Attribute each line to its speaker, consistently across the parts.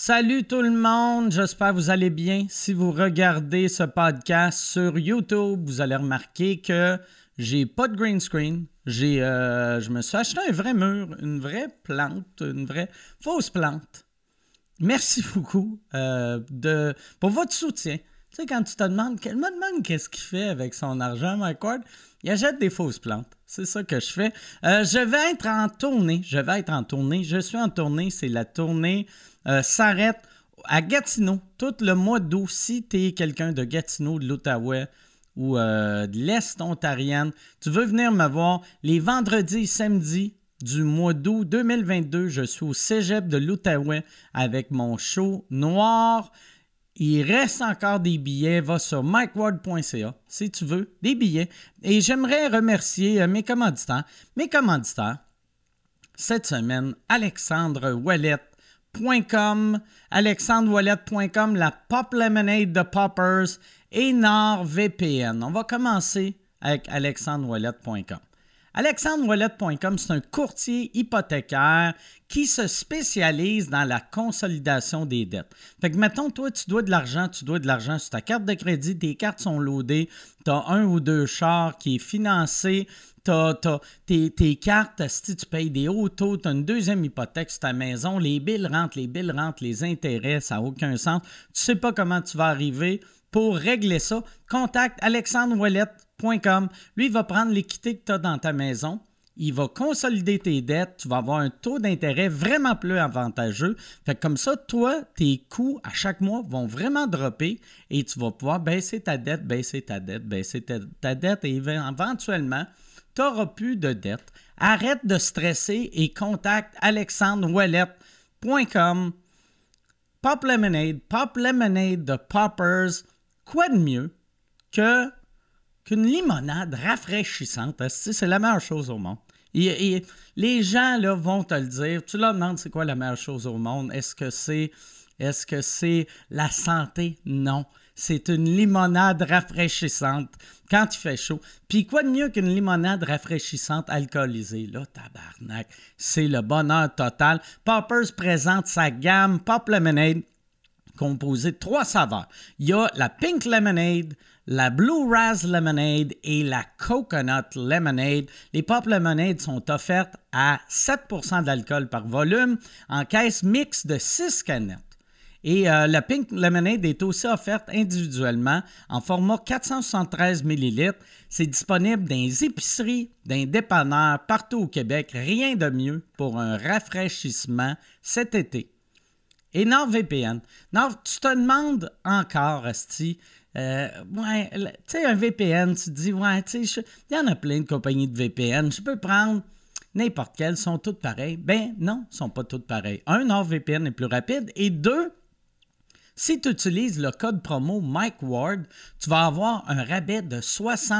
Speaker 1: Salut tout le monde, j'espère que vous allez bien. Si vous regardez ce podcast sur YouTube, vous allez remarquer que j'ai pas de green screen. J'ai, euh, je me suis acheté un vrai mur, une vraie plante, une vraie fausse plante. Merci beaucoup euh, de, pour votre soutien. Tu sais, quand tu te demandes, je me demande qu'est-ce qu'il fait avec son argent, Mike Ward, il achète des fausses plantes. C'est ça que je fais. Euh, je vais être en tournée. Je vais être en tournée. Je suis en tournée. C'est la tournée euh, s'arrête à Gatineau tout le mois d'août. Si tu es quelqu'un de Gatineau, de l'Outaouais, ou euh, de l'Est ontarienne, tu veux venir me voir les vendredis et samedis du mois d'août 2022, je suis au cégep de l'Outaouais avec mon show Noir. Il reste encore des billets. Va sur mikeward.ca si tu veux des billets. Et j'aimerais remercier euh, mes commanditaires. Mes commanditaires, cette semaine, alexandrewallet.com, alexandrewallet.com, la Pop Lemonade de Poppers et NordVPN. On va commencer avec alexandrewallet.com. AlexandreWallet.com, c'est un courtier hypothécaire qui se spécialise dans la consolidation des dettes. Fait que, mettons, toi, tu dois de l'argent, tu dois de l'argent sur ta carte de crédit, tes cartes sont loadées, tu as un ou deux chars qui est financé, t'as, t'as- tes, tes cartes, si tu payes des hauts taux, tu as une deuxième hypothèque sur ta maison, les billes rentrent, les billes rentrent, les intérêts, ça n'a aucun sens. Tu sais pas comment tu vas arriver pour régler ça, contacte alexandrewallet.com. Lui, il va prendre l'équité que tu as dans ta maison. Il va consolider tes dettes. Tu vas avoir un taux d'intérêt vraiment plus avantageux. Fait que comme ça, toi, tes coûts à chaque mois vont vraiment dropper et tu vas pouvoir baisser ta dette, baisser ta dette, baisser ta, ta dette et éventuellement, tu n'auras plus de dette. Arrête de stresser et contacte alexandrewallet.com. Pop Lemonade, Pop Lemonade de Poppers, quoi de mieux que qu'une limonade rafraîchissante? esti, C'est la meilleure chose au monde. Et, et les gens là, vont te le dire. Tu leur demandes c'est quoi la meilleure chose au monde. Est-ce que c'est est-ce que c'est la santé? Non. C'est une limonade rafraîchissante quand il fait chaud. Puis quoi de mieux qu'une limonade rafraîchissante alcoolisée? Là, tabarnak, c'est le bonheur total. Poppers présente sa gamme Pop Lemonade composée de trois saveurs. Il y a la Pink Lemonade, la Blue Raz Lemonade et la Coconut Lemonade. Les Pop Lemonade sont offertes à 7 d'alcool par volume en caisse mixte de 6 canettes. Et euh, la Pink Lemonade est aussi offerte individuellement en format 473 ml. C'est disponible dans les épiceries, dans les dépanneurs, partout au Québec. Rien de mieux pour un rafraîchissement cet été. Et NordVPN. Nord, tu te demandes encore, Asti. euh, ouais, le- tu sais, un VPN, tu te dis, ouais, tu sais, je- il y en a plein de compagnies de VPN. Je peux prendre n'importe quelle, sont toutes pareilles. Ben non, sont pas toutes pareilles. Un, NordVPN est plus rapide. Et deux, si tu utilises le code promo Mike Ward, tu vas avoir un rabais de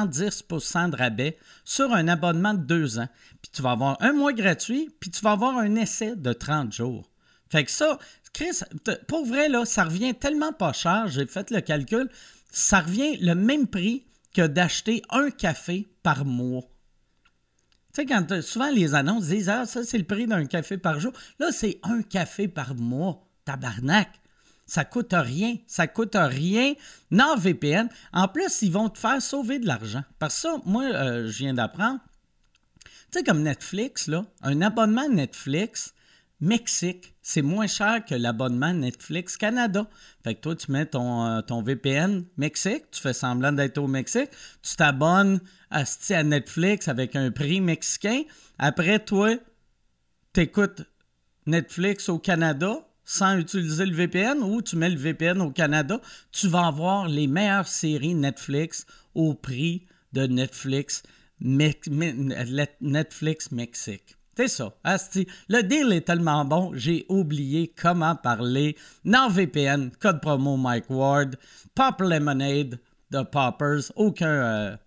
Speaker 1: 70% de rabais sur un abonnement de deux ans. Puis tu vas avoir un mois gratuit, puis tu vas avoir un essai de 30 jours. Fait que ça, Chris, t- pour vrai, là, ça revient tellement pas cher, j'ai fait le calcul, ça revient le même prix que d'acheter un café par mois. Tu sais, quand euh, souvent les annonces disent Ah, ça, c'est le prix d'un café par jour. Là, c'est un café par mois. Tabarnak. Ça coûte rien. Ça coûte rien. Non, VPN. En plus, ils vont te faire sauver de l'argent. Parce que ça, moi, euh, je viens d'apprendre. Tu sais, comme Netflix, là, un abonnement Netflix Mexique, c'est moins cher que l'abonnement Netflix Canada. Fait que toi, tu mets ton, euh, ton VPN Mexique, tu fais semblant d'être au Mexique, tu t'abonnes à, à Netflix avec un prix mexicain. Après, toi, t'écoutes Netflix au Canada sans utiliser le VPN ou tu mets le VPN au Canada, tu vas avoir les meilleures séries Netflix au prix de Netflix, Mex- Me- Net- Netflix Mexique. C'est ça. Asti. Le deal est tellement bon, j'ai oublié comment parler. Non VPN, code promo Mike Ward, Pop Lemonade de Poppers, aucun euh,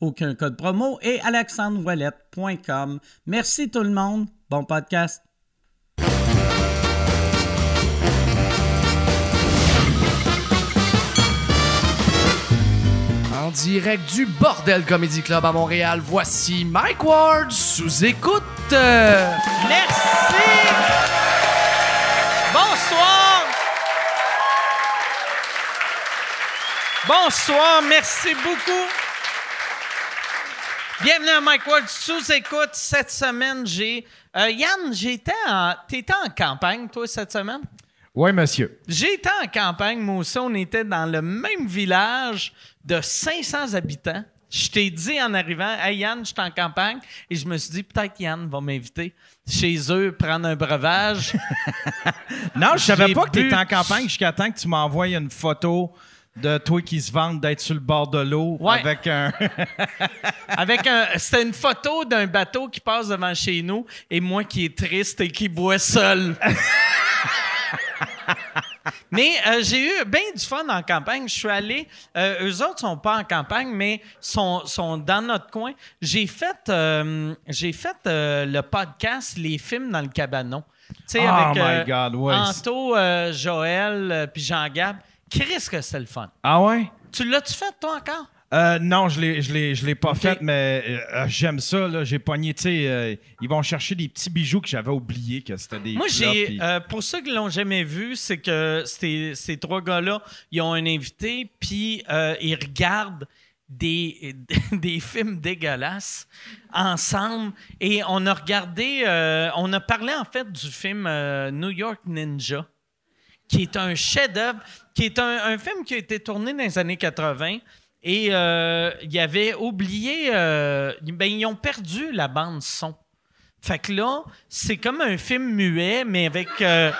Speaker 1: aucun code promo et alexandrewallet.com. Merci tout le monde. Bon podcast.
Speaker 2: En direct du Bordel Comedy Club à Montréal, voici Mike Ward sous écoute. Euh,
Speaker 1: Merci. Bonsoir. Bonsoir, merci beaucoup. Bienvenue à Mike Ward sous écoute. Cette semaine, j'ai. euh, Yann, j'étais en. T'étais en campagne, toi, cette semaine?
Speaker 3: Oui, monsieur.
Speaker 1: J'étais en campagne, moi aussi, on était dans le même village de 500 habitants. Je t'ai dit en arrivant, hey Yann, je suis en campagne. Et je me suis dit, peut-être Yann va m'inviter chez eux, prendre un breuvage.
Speaker 3: Non, je savais
Speaker 1: J'ai
Speaker 3: pas que tu
Speaker 1: bu-
Speaker 3: étais en campagne jusqu'à temps que tu m'envoies une photo de toi qui se vante d'être sur le bord de l'eau
Speaker 1: Ouais.
Speaker 3: avec un.
Speaker 1: avec un, C'était une photo d'un bateau qui passe devant chez nous et moi qui est triste et qui boit seul. Mais euh, j'ai eu bien du fun en campagne. Je suis allé. euh, eux autres sont pas en campagne, mais sont, sont dans notre coin. J'ai fait, euh, j'ai fait euh, le podcast Les films dans le cabanon. Tu sais,
Speaker 3: Oh
Speaker 1: avec euh,
Speaker 3: my God, ouais.
Speaker 1: Anto, euh, Joël, euh, puis Jean-Gab. Chris, que c'est le fun.
Speaker 3: Ah ouais?
Speaker 1: Tu l'as-tu fait, toi, encore?
Speaker 3: Euh, non, je l'ai, je l'ai, je l'ai pas fait, mais euh, euh, j'aime ça. Là, j'ai pogné, tu sais, euh, ils vont chercher des petits bijoux que j'avais oublié que c'était des.
Speaker 1: Moi, j'ai.
Speaker 3: flops, puis-
Speaker 1: euh, pour ceux qui l'ont jamais vu, c'est que ces, ces trois gars-là, ils ont un invité, puis euh, ils regardent des, des films dégueulasses ensemble. Et on a regardé. euh, on a parlé, en fait, du film euh, New York Ninja qui est un chef-d'œuvre, qui est un, un film qui a été tourné dans les années 80. Et euh, ils avaient oublié. euh, ben, ils ont perdu la bande son. Fait que là, c'est comme un film muet, mais avec euh,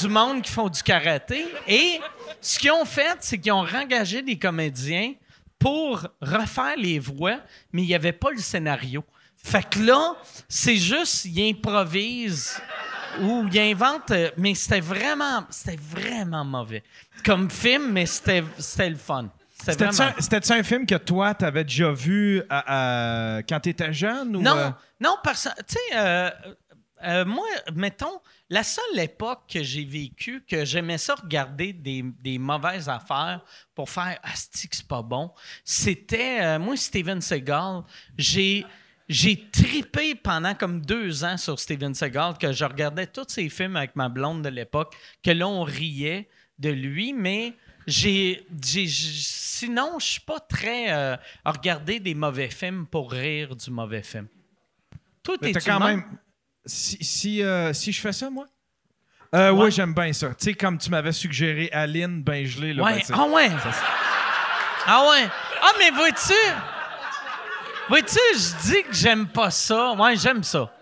Speaker 1: du monde qui font du karaté. Et ce qu'ils ont fait, c'est qu'ils ont engagé des comédiens pour refaire les voix, mais il n'y avait pas le scénario. Fait que là, c'est juste, ils improvisent ou ils inventent, euh, mais c'était vraiment, c'était vraiment mauvais. Comme film, mais c'était, c'était le fun. C'était
Speaker 3: C'était-tu
Speaker 1: vraiment-
Speaker 3: un, c'était-tu un film que toi, t'avais déjà vu à- à- quand t'étais jeune? Ou,
Speaker 1: Non,
Speaker 3: euh,
Speaker 1: non, parce que, tu sais, euh, euh, moi, mettons, la seule époque que j'ai vécue que j'aimais ça regarder des, des mauvaises affaires pour faire Asti, que c'est pas bon, c'était, euh, moi, Steven Seagal, j'ai. J'ai tripé pendant comme deux ans sur Steven Seagal, que je regardais tous ses films avec ma blonde de l'époque, que là, on riait de lui, mais j'ai, j'ai- j- sinon, je suis pas très euh, à regarder des mauvais films pour rire du mauvais film. Toi,
Speaker 3: Mais
Speaker 1: t'es
Speaker 3: t'as quand même. Si, si, euh, si je fais ça, moi? Euh,
Speaker 1: Ouais.
Speaker 3: Oui, j'aime bien ça. Tu sais, comme tu m'avais suggéré Aline, ben je l'ai. Là,
Speaker 1: Ouais.
Speaker 3: ben, c'est-
Speaker 1: ah ouais. Ah ouais. Ah mais vois-tu, vois-tu, je dis que j'aime pas ça. Ouais, j'aime ça.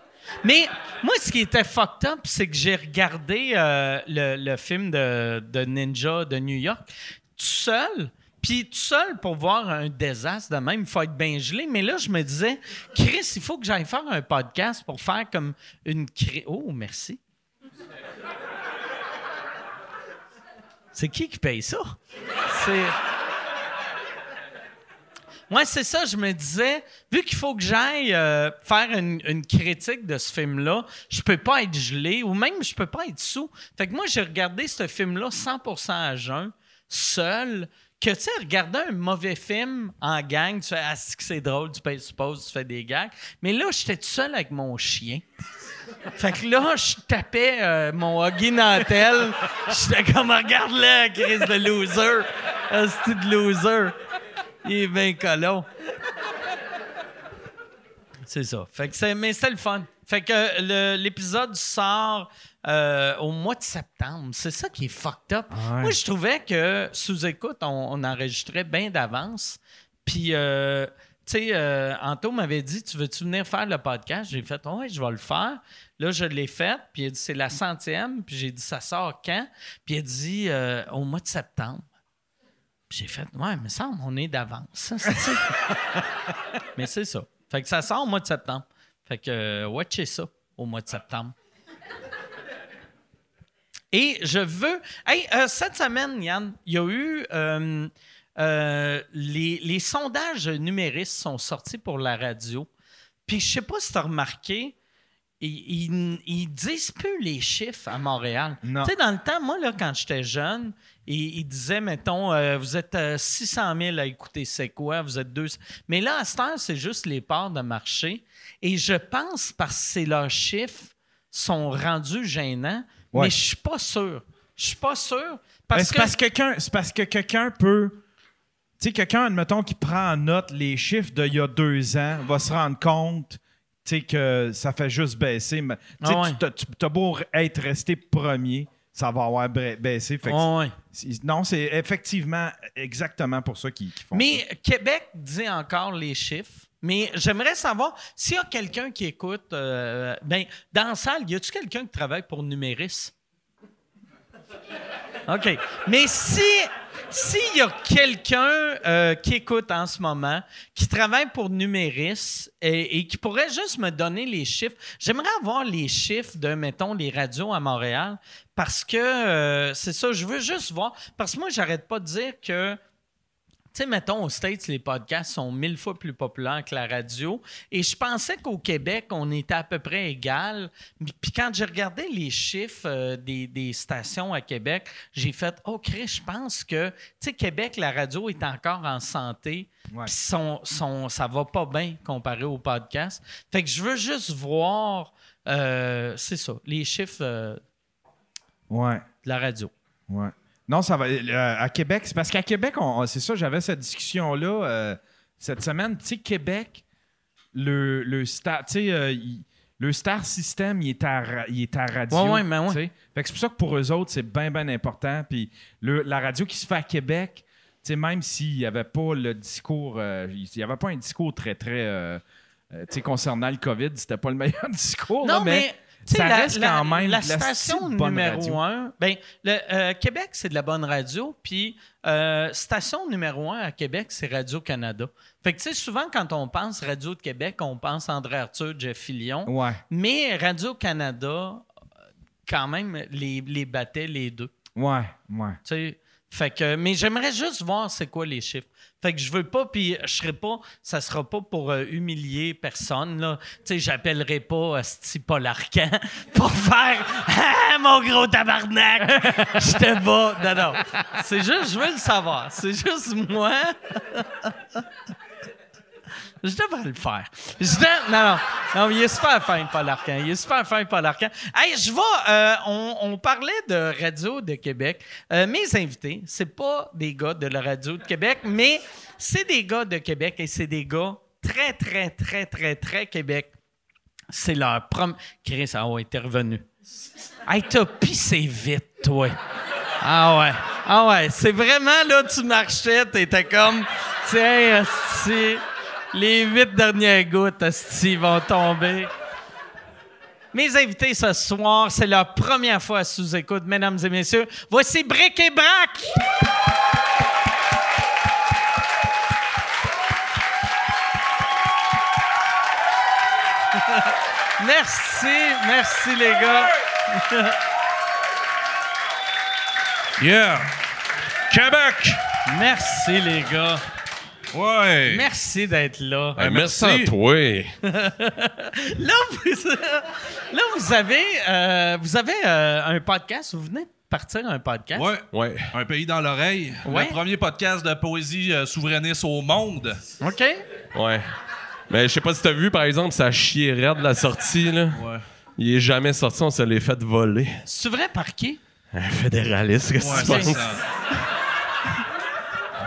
Speaker 1: Mais moi, ce qui était fucked up, c'est que j'ai regardé euh, le, le film de, de Ninja de New York tout seul. Puis tout seul pour voir un désastre de même, il faut être bien gelé. Mais là, je me disais, Chris, il faut que j'aille faire un podcast pour faire comme une... cré- Oh, merci. C'est qui qui paye ça? C'est. Moi, c'est ça, je me disais, vu qu'il faut que j'aille euh, faire une, une critique de ce film-là, je peux pas être gelé ou même je peux pas être sous. Fait que moi, j'ai regardé ce film-là 100% à jeun, seul, que tu sais, regarder un mauvais film en gang, tu fais « Ah, c'est que c'est drôle, tu payes sur pause, tu fais des gags. » Mais là, j'étais tout seul avec mon chien. Fait que là, je tapais euh, mon Huggy Nantel. J'étais comme, regarde-le, Chris de loser. Hostie de loser. Il est bien colon. C'est ça. Fait que c'est, mais c'était le fun. Fait que le- l'épisode sort euh, au mois de septembre. C'est ça qui est fucked up.
Speaker 3: Ouais.
Speaker 1: Moi, je trouvais que sous écoute, on, on enregistrait bien d'avance. Puis, euh, tu sais, euh, Anto m'avait dit Tu veux-tu venir faire le podcast J'ai fait Ouais, je vais le faire. Là, je l'ai fait. Puis, il a dit C'est la centième. Puis, j'ai dit Ça sort quand Puis, il a dit Euh, Au mois de septembre. Puis j'ai fait, ouais, mais ça, on est d'avance. c'est-tu? mais c'est ça. Fait que ça sort au mois de septembre. Fait que, euh, watchez ça au mois de septembre. Et je veux. Hey, euh, cette semaine, Yann, il y a eu. euh, euh, les, les sondages numéristes sont sortis pour la radio. Puis je sais pas si tu as remarqué, ils, ils, ils disent plus les chiffres à Montréal. Tu
Speaker 3: Non.
Speaker 1: sais, dans le temps, moi, là, quand j'étais jeune, ils, ils disaient, mettons, euh, vous êtes euh, 600 000 à écouter C'est quoi, vous êtes 200 Mais là, à cette heure, c'est juste les parts de marché. Et je pense, parce que c'est leurs chiffres, sont rendus gênants,
Speaker 3: Ouais.
Speaker 1: mais je suis pas sûr. Je suis pas sûr.
Speaker 3: Ben,
Speaker 1: Parce
Speaker 3: c'est
Speaker 1: que...
Speaker 3: parce que quelqu'un c'est parce que quelqu'un peut
Speaker 4: Tu sais, quelqu'un, admettons, qui prend en note les chiffres d'il y a deux ans, va se rendre compte tu sais, que ça fait juste baisser. Mais, tu sais,
Speaker 1: Ah ouais.
Speaker 4: tu t'as- tu- t'as beau être resté premier, ça va avoir bra- baissé. Fait que
Speaker 1: Ouais, ouais.
Speaker 4: c'est- Non, c'est effectivement exactement pour ça qu'ils qu'ils font
Speaker 1: Mais Québec dit encore les chiffres. Mais j'aimerais savoir s'il y a quelqu'un qui écoute. euh, ben, dans la salle, y a-tu quelqu'un qui travaille pour Numéris? OK. Mais si s'il y a quelqu'un euh, qui écoute en ce moment, qui travaille pour Numéris et, et qui pourrait juste me donner les chiffres, j'aimerais avoir les chiffres de, mettons, les radios à Montréal parce que euh, c'est ça, je veux juste voir. Parce que moi, j'arrête pas de dire que tu sais, mettons, aux States, les podcasts sont mille fois plus populaires que la radio. Et je pensais qu'au Québec, on était à peu près égal. Puis puis quand j'ai regardé les chiffres euh, des, des stations à Québec, j'ai fait « Oh, Chris, je pense que, tu sais, Québec, la radio est encore en santé.
Speaker 4: Ouais.
Speaker 1: Puis son, son, ça va pas bien comparé au podcast. Fait que je veux juste voir, euh, c'est ça, les chiffres euh,
Speaker 4: ça. Ouais.
Speaker 1: de la radio.
Speaker 4: Ouais. Non, ça va. euh, à Québec, c'est parce qu'à Québec, on- on- c'est ça, j'avais cette discussion-là euh, cette semaine. Tu sais, Québec, le, le star, tu sais, euh, il- le star system, il est à, ra- il est à radio.
Speaker 1: Ouais, ben ouais, mais ouais.
Speaker 4: tu sais. Fait que c'est pour ça que pour eux autres, c'est bien, bien important. Puis le- la radio qui se fait à Québec, tu sais, même s'il n'y avait pas le discours, euh, il n'y avait pas un discours très, très. euh, euh, tu sais, concernant le COVID, c'était pas le meilleur discours. là,
Speaker 1: Non, mais, tu sais,
Speaker 4: ça
Speaker 1: la,
Speaker 4: reste
Speaker 1: la-
Speaker 4: quand même
Speaker 1: la
Speaker 4: de la
Speaker 1: station
Speaker 4: style bonne radio.
Speaker 1: numéro un. Ben, le, euh, Québec, c'est de la bonne radio. Puis, euh, station numéro un à Québec, c'est Radio-Canada. Fait que, tu sais, souvent, quand on pense Radio de Québec, on pense André Arthur, Jeff Fillion.
Speaker 4: Ouais.
Speaker 1: Mais Radio-Canada, euh, quand même, les, les battait les deux.
Speaker 4: Ouais, ouais.
Speaker 1: Tu sais, Fait que, mais j'aimerais juste voir c'est quoi les chiffres. Fait que je veux pas, puis je serai pas, ça sera pas pour euh, humilier personne, là. Tu sais, j'appellerai pas Asti Paul Arcan pour faire Ah, mon gros tabarnak, je te bats. Non, non. C'est juste, je veux le savoir. C'est juste moi. Je devrais le faire. Je dev- Non, non. Non, mais il est super fin, Paul Arcan. Il est super fin, Paul Arcan. Hey, je vais. euh, on, on parlait de Radio de Québec. Euh, mes invités, c'est pas des gars de la Radio de Québec, mais c'est des gars de Québec et c'est des gars très, très, très, très, très Québec. C'est leur prom. Chris, ah ouais, t'es revenu. Hey, t'as pissé vite, toi. Ah ouais. Ah ouais. C'est vraiment là, tu marchais, t'étais comme, tiens, asti, les huit dernières gouttes, asti, vont tomber. Mes invités ce soir, c'est leur première fois à sous-écoute, mesdames et messieurs. Voici Bric et Brac! Merci, merci les gars.
Speaker 5: Yeah! Québec!
Speaker 1: Merci les gars.
Speaker 5: Ouais!
Speaker 1: Merci d'être là. Euh,
Speaker 5: Hey, merci à toi!
Speaker 1: Là, vous, là, vous avez, euh, vous avez euh, un podcast. Vous venez de partir un podcast.
Speaker 5: Ouais.
Speaker 6: Ouais.
Speaker 5: Un pays dans l'oreille.
Speaker 1: Ouais.
Speaker 5: Le premier podcast de poésie euh, souverainiste au monde.
Speaker 1: OK.
Speaker 6: Ouais. Mais Ben, je sais pas si t'as vu, par exemple, ça chiait raide la sortie, là.
Speaker 5: Ouais.
Speaker 6: Il est jamais sorti, on se l'est fait voler.
Speaker 1: C'est vrai par qui?
Speaker 6: Un fédéraliste, qu'est-ce que tu
Speaker 5: c'est
Speaker 6: penses?
Speaker 5: ça.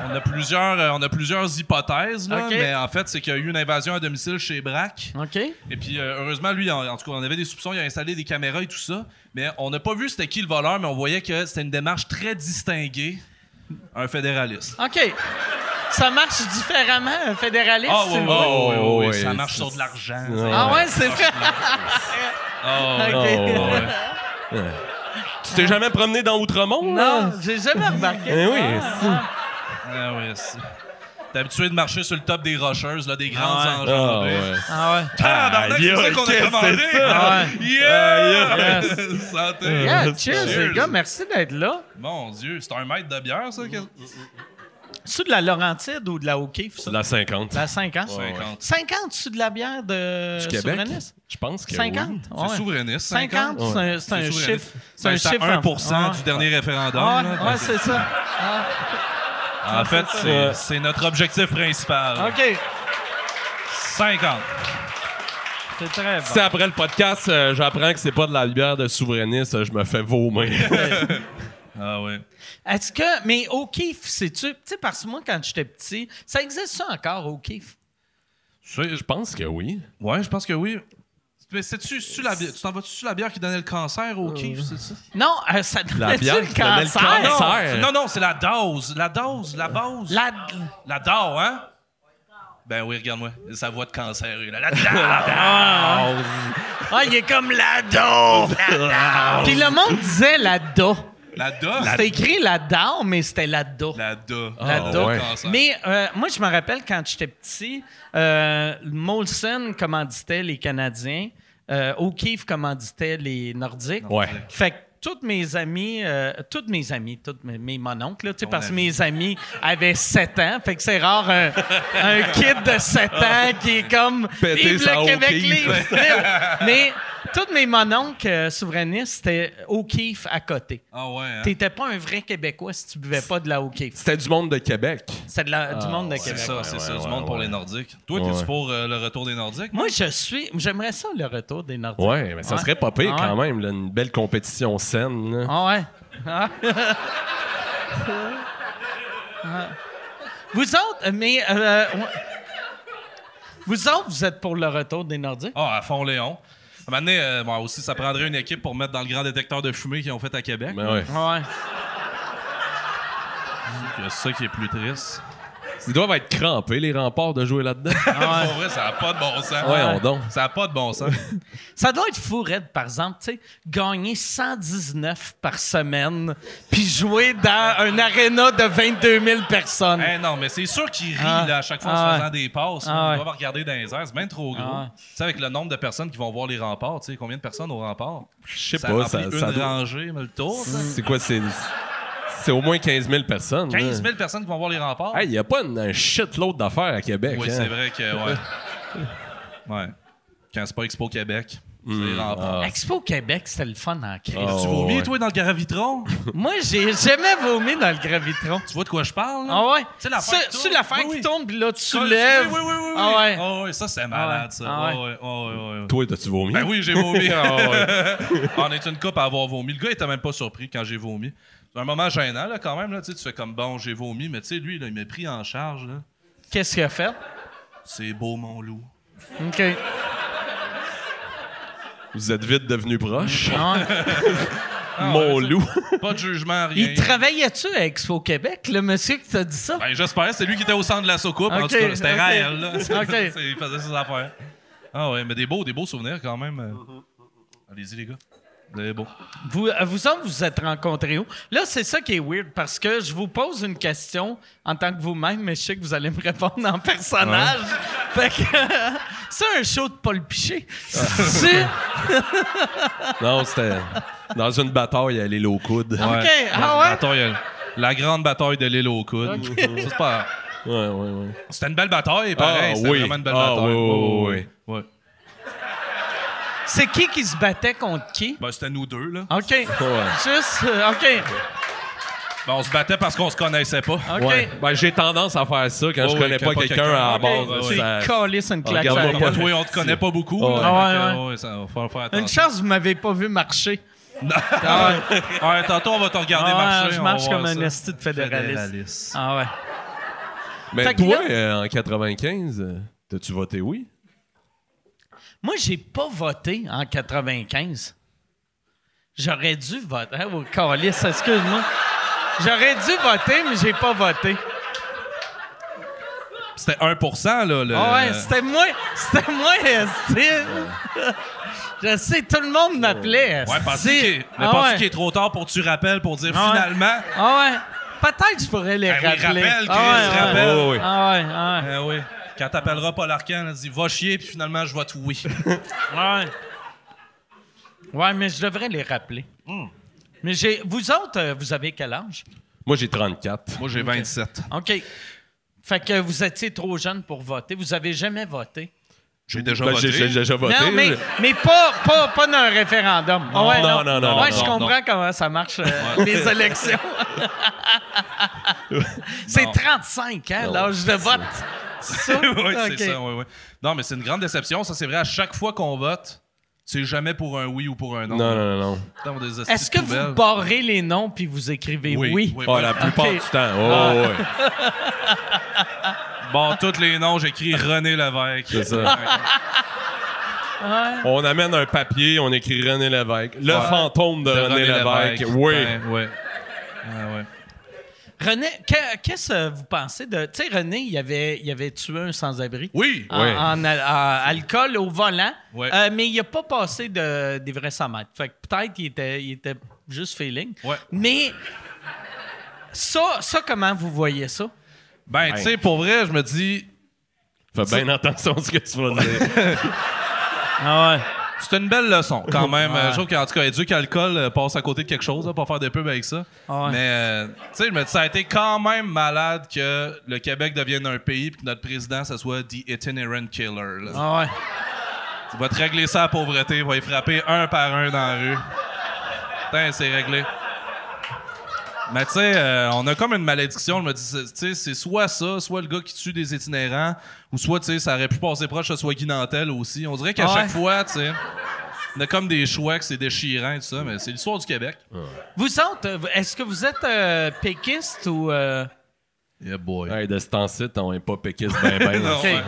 Speaker 5: On a plusieurs, euh, on a plusieurs hypothèses, là,
Speaker 1: Ok.
Speaker 5: mais en fait, c'est qu'il y a eu une invasion à domicile chez Braque.
Speaker 1: OK.
Speaker 5: Et puis, euh, heureusement, lui, en, en tout cas, on avait des soupçons, il a installé des caméras et tout ça. Mais on n'a pas vu c'était qui le voleur, mais on voyait que c'était une démarche très distinguée. Un fédéraliste.
Speaker 1: OK. Ça marche différemment, un fédéraliste.
Speaker 5: Ah,
Speaker 1: c'est
Speaker 5: ouais, ouais,
Speaker 1: vrai?
Speaker 5: ouais, ouais, ouais,
Speaker 6: Oh, ouais,
Speaker 5: ça
Speaker 6: ouais,
Speaker 5: marche
Speaker 6: c'est-
Speaker 5: sur de l'argent.
Speaker 6: Ouais.
Speaker 5: ça.
Speaker 1: Ah ouais, c'est vrai.
Speaker 5: Ah, ouais.
Speaker 1: OK.
Speaker 6: Oh, ouais. Tu t'es jamais promené dans Outremont, là?
Speaker 1: Non, j'ai jamais remarqué.
Speaker 6: Eh oui,
Speaker 1: Ah,
Speaker 6: si.
Speaker 1: ah.
Speaker 5: Ah oui, c'est- T'es habitué de marcher sur le top des rocheuses, là, des grandes
Speaker 1: Ah
Speaker 5: enjambées.
Speaker 6: Ah, ouais.
Speaker 1: Ah ouais.
Speaker 5: Tabarnak, c'est ça
Speaker 6: Aïe,
Speaker 5: qu'on a
Speaker 6: qu'est-ce que
Speaker 5: commandé!
Speaker 6: c'est ça? Euh.
Speaker 1: Ah ouais.
Speaker 5: Yeah! Santé!
Speaker 1: Yeah, cheers,
Speaker 5: Cheers.
Speaker 1: les gars. Merci d'être là.
Speaker 5: Mon Dieu, c'est un mètre de bière, ça? qu'est-ce-
Speaker 1: C'est de la Laurentide ou de la O'Keeffe, ça?
Speaker 6: C'est de la 50.
Speaker 1: La 50.
Speaker 6: Ouais.
Speaker 5: 50.
Speaker 1: 50, c'est de la bière de
Speaker 6: Du Québec?
Speaker 1: souverainiste?
Speaker 6: Je pense que
Speaker 1: 50?
Speaker 6: oui.
Speaker 5: C'est
Speaker 1: ouais.
Speaker 5: souverainiste,
Speaker 1: 50,
Speaker 5: 50?
Speaker 1: c'est un- c'est un,
Speaker 5: C'est souverainiste.
Speaker 1: chiffre. C'est un
Speaker 5: Ben,
Speaker 1: chiffre.
Speaker 5: à
Speaker 1: en-
Speaker 5: 1%
Speaker 1: ouais.
Speaker 5: du dernier référendum. là.
Speaker 1: Ouais, ouais, c'est ça. Ah,
Speaker 5: en fait, c'est- c'est notre objectif principal.
Speaker 1: OK.
Speaker 5: 50.
Speaker 1: C'est très bon.
Speaker 6: Si après le podcast, euh, j'apprends que c'est pas de la bière de souverainiste, euh, je me fais vomir.
Speaker 5: Ah ouais.
Speaker 1: Est-ce que. Mais au kiff, sais-tu? Tu sais, parce que moi, quand j'étais petit, ça existe ça encore au kiff?
Speaker 6: Je pense que oui.
Speaker 5: Ouais, je pense que oui. Mais c'est-tu c'est-tu la bière? Tu t'en vas-tu sur la bière qui donnait le cancer
Speaker 1: Euh.
Speaker 5: au kiff, c'est ça?
Speaker 1: Non, euh, ça donnait-tu
Speaker 6: bière
Speaker 1: le
Speaker 6: qui donnait le
Speaker 1: cancer?
Speaker 6: cancer.
Speaker 1: Non.
Speaker 6: Euh.
Speaker 5: Non, non, c'est la dose. La dose, la base.
Speaker 1: La-
Speaker 5: La dose, hein? Ben oui, regarde-moi. Sa voix de cancer, là. La dose.
Speaker 1: Ah, il est comme la do! La do. Puis le monde disait la do.
Speaker 5: La dose.
Speaker 1: C'était écrit la do, mais c'était la do.
Speaker 5: La dose.
Speaker 1: La
Speaker 6: Ah,
Speaker 1: dope.
Speaker 6: ouais.
Speaker 5: Cancer.
Speaker 1: Mais euh, moi, je me rappelle quand j'étais petit, euh, Molson commanditait les Canadiens, euh, O'Keefe commanditait les Nordiques.
Speaker 6: Ouais.
Speaker 1: Fait que toutes mes amis, euh, toutes mes amis, toutes mes, mes mononcles, là, tu sais,
Speaker 5: Ton
Speaker 1: parce que
Speaker 5: ami.
Speaker 1: mes amis avaient 7 ans. Fait que c'est rare un, un kid de 7 ans qui est comme
Speaker 6: Péter
Speaker 1: Vive
Speaker 6: sa
Speaker 1: le Québec
Speaker 6: O'Keeffe.
Speaker 1: libre! Mais tous mes mononcles euh, souverainistes, c'était O'Keefe à côté.
Speaker 5: Ah ouais, hein?
Speaker 1: T'étais pas un vrai Québécois si tu buvais pas de la O'Keefe.
Speaker 6: C'était du monde de Québec.
Speaker 1: C'est de la- du monde de
Speaker 5: Ah, C'est
Speaker 1: Québec.
Speaker 5: ça, c'est
Speaker 6: ouais,
Speaker 5: ça. du
Speaker 6: ouais,
Speaker 5: monde pour
Speaker 6: ouais.
Speaker 5: les Nordiques. Toi, t'es-tu
Speaker 6: Ouais.
Speaker 5: pour euh, le retour des Nordiques?
Speaker 1: Moi, je suis. J'aimerais ça, le retour des Nordiques.
Speaker 6: Ouais, mais ça
Speaker 1: Ouais.
Speaker 6: serait pas pire
Speaker 1: Ah
Speaker 6: quand
Speaker 1: ouais.
Speaker 6: même, là, une belle compétition saine. là.
Speaker 1: Ah ouais. Ah. Ah. Vous autres, mais. euh, ouais. vous autres, vous êtes pour le retour des Nordiques?
Speaker 5: Ah, à fond Léon. À un moment donné, euh, bon, aussi, ça prendrait une équipe pour mettre dans le grand détecteur de fumée qu'ils ont fait à Québec.
Speaker 6: Mais Ben ouais.
Speaker 1: Ah Ouais.
Speaker 5: C'est ça qui est plus triste.
Speaker 6: Ils doivent être crampés, les remparts, de jouer là-dedans.
Speaker 1: Ah
Speaker 5: Pour vrai, ça n'a pas de bon sens.
Speaker 6: ouais, on donc.
Speaker 5: Ça n'a pas de bon sens.
Speaker 1: Ça doit être fou, Red, par exemple, tu sais, gagner 119 par semaine, puis jouer dans un aréna de 22 000 personnes.
Speaker 5: Eh non, mais c'est sûr qu'il rit
Speaker 1: Hmm. Ah.
Speaker 5: là, à chaque fois
Speaker 1: Ah
Speaker 5: en
Speaker 1: ouais.
Speaker 5: se faisant des passes.
Speaker 1: Ah
Speaker 5: on
Speaker 1: ouais.
Speaker 5: doit avoir regardé dans les airs. C'est bien trop gros.
Speaker 1: Ah ouais.
Speaker 5: Tu sais, avec le nombre de personnes qui vont voir les remparts, tu sais, combien de personnes au rempart?
Speaker 6: Je sais pas, ça,
Speaker 5: une
Speaker 6: ça doit- Hmm.
Speaker 5: rangée, mais le tour. ça.
Speaker 6: C'est quoi, c'est. C'est au moins 15 000 personnes.
Speaker 5: 15
Speaker 6: là.
Speaker 5: 000 personnes qui vont voir les remparts.
Speaker 6: Hey, y a pas une, un shitload d'affaires à Québec.
Speaker 5: oui,
Speaker 6: hein.
Speaker 5: c'est vrai que, ouais. ouais. Quand c'est pas Expo Québec, c'est les remparts.
Speaker 1: Expo Québec, c'était le fun en crise.
Speaker 6: Hmm. Ah,
Speaker 5: Tu
Speaker 6: ouais,
Speaker 5: vomis,
Speaker 6: ouais.
Speaker 5: toi, dans le Garavitron?
Speaker 1: Moi, j'ai jamais vomi dans le gravitron.
Speaker 5: tu vois de quoi je parle? là?
Speaker 1: Ah ouais?
Speaker 5: sais, l'affaire
Speaker 1: Sur-
Speaker 5: qui tourne.
Speaker 1: sur l'affaire
Speaker 5: Oui,
Speaker 1: qui
Speaker 5: oui.
Speaker 1: tombe, puis là, tu
Speaker 5: Oui,
Speaker 1: soulèves.
Speaker 5: Oui, oui, oui. oui.
Speaker 1: Ah ouais.
Speaker 5: Ah ouais, ça, c'est malade, ça.
Speaker 1: Ah ouais.
Speaker 5: Ouais, ouais, ouais, ouais, ouais.
Speaker 6: Toi, t'as-tu vomi?
Speaker 5: Ben oui, j'ai vomi.
Speaker 6: Ah
Speaker 5: Ah, On est une coupe à avoir vomi. Le gars, il était même pas surpris quand j'ai vomi. C'est un moment gênant, là, quand même. Là, tu sais, tu fais comme bon, j'ai vomi, mais tu sais, lui, là, il m'a pris en charge. là.
Speaker 1: Qu'est-ce qu'il a fait? Ah
Speaker 5: C'est beau, mon loup.
Speaker 1: OK.
Speaker 6: Vous êtes vite devenus proches.
Speaker 1: Ah ouais.
Speaker 6: Mon loup.
Speaker 5: Pas de jugement, rien.
Speaker 1: Il travaillait-tu à Expo Québec, le monsieur qui t'a dit ça?
Speaker 5: Ben, j'espère, c'est lui qui était au centre de la soucoupe. en
Speaker 1: Ok,
Speaker 5: tout cas, c'était
Speaker 1: ok.
Speaker 5: réel. Là.
Speaker 1: Ok.
Speaker 5: C'est- il faisait ses affaires. Ah ouais, mais des beaux, des beaux souvenirs quand même. euh. Allez-y, les gars. Des beaux.
Speaker 1: Vous, euh, vous autres, vous êtes rencontrés où? Là, c'est ça qui est weird, parce que je vous pose une question en tant que vous-même, mais je sais que vous allez me répondre en personnage. Fait que... euh, c'est un show de Paul Piché. C'est...
Speaker 6: Non, c'était dans une bataille à l'île aux coudes.
Speaker 1: OK, ah
Speaker 5: La
Speaker 1: ouais?
Speaker 5: bataille, euh, la grande bataille de l'île aux coudes. Ça, c'est pas-
Speaker 6: Ouais, ouais, ouais.
Speaker 5: C'était une belle bataille, pareil.
Speaker 6: Ah,
Speaker 5: c'était
Speaker 6: oui.
Speaker 5: vraiment une belle
Speaker 6: Ah,
Speaker 5: bataille.
Speaker 6: oui, oui, oui,
Speaker 5: Ouais.
Speaker 1: C'est qui qui se battait contre qui?
Speaker 5: Ben, c'était nous deux, là.
Speaker 1: OK. Juste... euh, OK.
Speaker 5: Ben, on se battait parce qu'on se connaissait pas.
Speaker 1: OK.
Speaker 6: Ouais. Ben, j'ai tendance à faire ça quand
Speaker 5: Ouais,
Speaker 6: je
Speaker 5: ouais,
Speaker 6: connais
Speaker 5: quand
Speaker 6: pas
Speaker 5: pas
Speaker 6: quelqu'un
Speaker 5: quelqu'un.
Speaker 6: à la
Speaker 5: Ok,
Speaker 6: base.
Speaker 5: ouais,
Speaker 6: là,
Speaker 5: ouais.
Speaker 6: ça- Ah,
Speaker 1: Coller sur une claque.
Speaker 6: regarde-moi
Speaker 1: ça
Speaker 6: pas
Speaker 5: Moi,
Speaker 1: arrive.
Speaker 5: toi, on te connaît pas beaucoup.
Speaker 6: Ah,
Speaker 5: là.
Speaker 1: ouais,
Speaker 5: Fait que, ouais, ça va falloir faire
Speaker 1: Une
Speaker 5: attention.
Speaker 1: chance, vous m'avez pas vu marcher.
Speaker 5: Ah, ouais. Ouais, tantôt, on va te regarder
Speaker 1: Ah,
Speaker 5: marcher.
Speaker 1: je
Speaker 5: on va
Speaker 1: marche
Speaker 5: voir
Speaker 1: comme un
Speaker 5: ça.
Speaker 1: esti de fédéraliste.
Speaker 5: Fédéraliste.
Speaker 1: Ah ouais. Fait
Speaker 6: Mais
Speaker 1: que
Speaker 6: toi, euh, en 95, euh, t'as-tu voté oui?
Speaker 1: Moi, j'ai pas voté en 95. J'aurais dû voter. Hein, oh, calice, excuse-moi. J'aurais dû voter, mais j'ai pas voté.
Speaker 5: C'était 1 là. Le...
Speaker 1: Ah ouais, c'était moi. C'était moi, esti. Je sais, tout le monde m'appelait.
Speaker 5: Ouais,
Speaker 1: esti.
Speaker 5: pensez qu'il est- mais
Speaker 1: Ah
Speaker 5: pensez
Speaker 1: ouais.
Speaker 5: qu'il est trop tard pour que tu rappelles pour dire
Speaker 1: Ah ouais.
Speaker 5: finalement.
Speaker 1: Ah ouais. Peut-être que je pourrais les
Speaker 5: Ben oui,
Speaker 1: rappeler.
Speaker 5: rappelle,
Speaker 1: ah ouais,
Speaker 5: Chris,
Speaker 1: ouais.
Speaker 5: rappelle.
Speaker 6: Ouais, ouais.
Speaker 1: Ah ouais, ah ouais.
Speaker 5: Ben oui. Quand t'appelleras Paul Arcan, dis va chier, puis finalement, je vote oui.
Speaker 1: Ouais. Ouais, mais je devrais les rappeler.
Speaker 6: Hmm.
Speaker 1: Mais j'ai. Vous autres, euh, vous avez quel âge?
Speaker 6: Moi, j'ai 34.
Speaker 5: Moi, j'ai 27.
Speaker 1: OK. Fait que vous étiez trop jeune pour voter. Vous avez jamais voté.
Speaker 5: J'ai déjà
Speaker 6: Ben,
Speaker 5: voté.
Speaker 6: j'ai- j'ai déjà voté.
Speaker 1: non, mais,
Speaker 6: je-
Speaker 1: mais pas, pas, pas dans un référendum.
Speaker 6: Non,
Speaker 1: Ouais,
Speaker 6: non, non, non,
Speaker 1: Ouais,
Speaker 6: non,
Speaker 1: je
Speaker 6: non,
Speaker 1: comprends comment ça marche, euh, les élections. c'est 35 ans, l'âge de vote. C'est ça?
Speaker 5: oui,
Speaker 1: OK.
Speaker 5: c'est ça, oui, oui. Non, mais c'est une grande déception. Ça, c'est vrai, à chaque fois qu'on vote, C'est jamais pour un oui ou pour un non.
Speaker 6: Non, non, non, non.
Speaker 5: Dans des hosties
Speaker 1: Est-ce que
Speaker 5: de poubelles.
Speaker 1: vous barrez les noms puis vous écrivez oui?
Speaker 5: Oui. Ah.
Speaker 6: Ah, la
Speaker 5: voilà.
Speaker 6: plupart
Speaker 1: Ok.
Speaker 6: du temps. Oh, ouais.
Speaker 5: Bon, tous les noms, j'écris René Lévesque.
Speaker 6: C'est ça. On amène un papier, on écrit René Lévesque. Le fantôme de,
Speaker 5: De
Speaker 6: René, Lévesque. Oui.
Speaker 5: Ben, ouais. Ah, ouais.
Speaker 1: René, que- qu'est-ce que vous pensez de. Tu sais, René, il avait, il avait tué un sans-abri.
Speaker 5: Oui.
Speaker 1: En,
Speaker 6: Oui.
Speaker 1: en al- en alcool au volant.
Speaker 5: Ouais.
Speaker 1: Euh, mais il n'a pas passé de, des vrais 100 mètres. Fait que peut-être qu'il était, il était juste feeling.
Speaker 5: Ouais.
Speaker 1: Mais ça, ça, comment vous voyez ça?
Speaker 5: Ben, tu sais, pour vrai, je me dis,
Speaker 6: Fais bien attention à ce que tu vas dire.
Speaker 5: Ah c'est une belle leçon quand même. Euh, Je trouve qu'en tout cas, éduque alcool euh, passe à côté de quelque chose, là, pas faire des pubs avec ça.
Speaker 1: Ah, Ouais.
Speaker 5: Mais, euh, tu sais, je me dis, ça a été quand même malade que le Québec devienne un pays puis que notre président, ça soit The Itinerant Killer. là.
Speaker 1: Ah ouais.
Speaker 5: Tu vas te régler ça à la pauvreté, va y frapper un par un dans la rue. Putain, c'est réglé. Mais tu sais, euh, on a comme une malédiction. Je me dis, c'est- tu sais, c'est soit ça, soit le gars qui tue des itinérants, ou soit, tu sais, ça aurait pu passer proche, ça soit Guy Nantel aussi. On dirait qu'à
Speaker 1: Ouais.
Speaker 5: chaque fois, tu sais, on a comme des choix que c'est déchirant et tout ça, mais c'est l'histoire du Québec.
Speaker 1: Vous autres, euh, est-ce que vous êtes euh, péquiste ou. euh,
Speaker 5: Yeah boy.
Speaker 6: hey, de ce temps-ci, on est pas péquiste ben ben. là.
Speaker 5: Non,
Speaker 1: ok.
Speaker 5: ouais.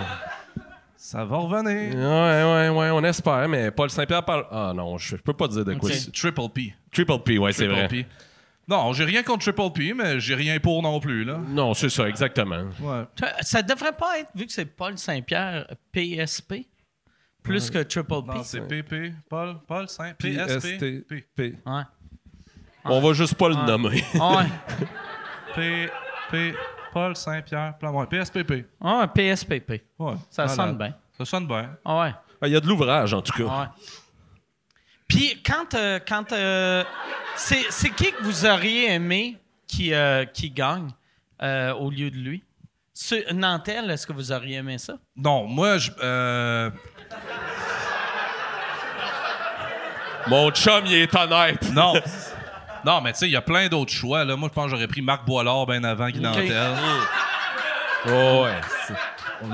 Speaker 5: Ça va revenir.
Speaker 6: Ouais, ouais, ouais, on espère, mais Paul Saint-Pierre parle. Ah non, je je peux pas te dire de quoi.
Speaker 1: Ok.
Speaker 6: c'est-
Speaker 5: Triple P.
Speaker 6: Triple P, ouais, c'est
Speaker 5: Triple
Speaker 6: vrai.
Speaker 5: P. Non, j'ai rien contre Triple P, mais j'ai rien pour non plus, là.
Speaker 6: Non, c'est ça, exactement.
Speaker 5: Ouais.
Speaker 1: Ça- Ça devrait pas être, vu que c'est Paul Saint-Pierre, PSP, plus que Triple P.
Speaker 5: Non, c'est PP, Paul, Paul Saint,
Speaker 6: PST.
Speaker 5: PSP, P.
Speaker 6: P.
Speaker 1: Ouais.
Speaker 6: On va juste pas le nommer.
Speaker 1: Ah ouais.
Speaker 5: P, P, Paul Saint-Pierre, plan ouais, PSPP.
Speaker 1: Ah ouais, PSPP.
Speaker 5: Ouais,
Speaker 1: Ça
Speaker 5: malade.
Speaker 1: sonne bien.
Speaker 5: Ça sonne bien.
Speaker 1: Ah ouais.
Speaker 6: Il y a de l'ouvrage, en tout cas.
Speaker 1: Ah ouais. Puis quand. euh, quand euh, c'est, c'est qui que vous auriez aimé qui, euh, qui gagne euh, au lieu de lui? Ce- Nantel, est-ce que vous auriez aimé ça?
Speaker 5: Non, moi, je. euh,
Speaker 6: Mon chum, il est honnête.
Speaker 5: non. non, mais tu sais, il y a plein d'autres choix. Là. Moi, je pense que j'aurais pris Marc Boilard bien avant Guy Nantel.
Speaker 1: Ah
Speaker 6: Oh, ouais.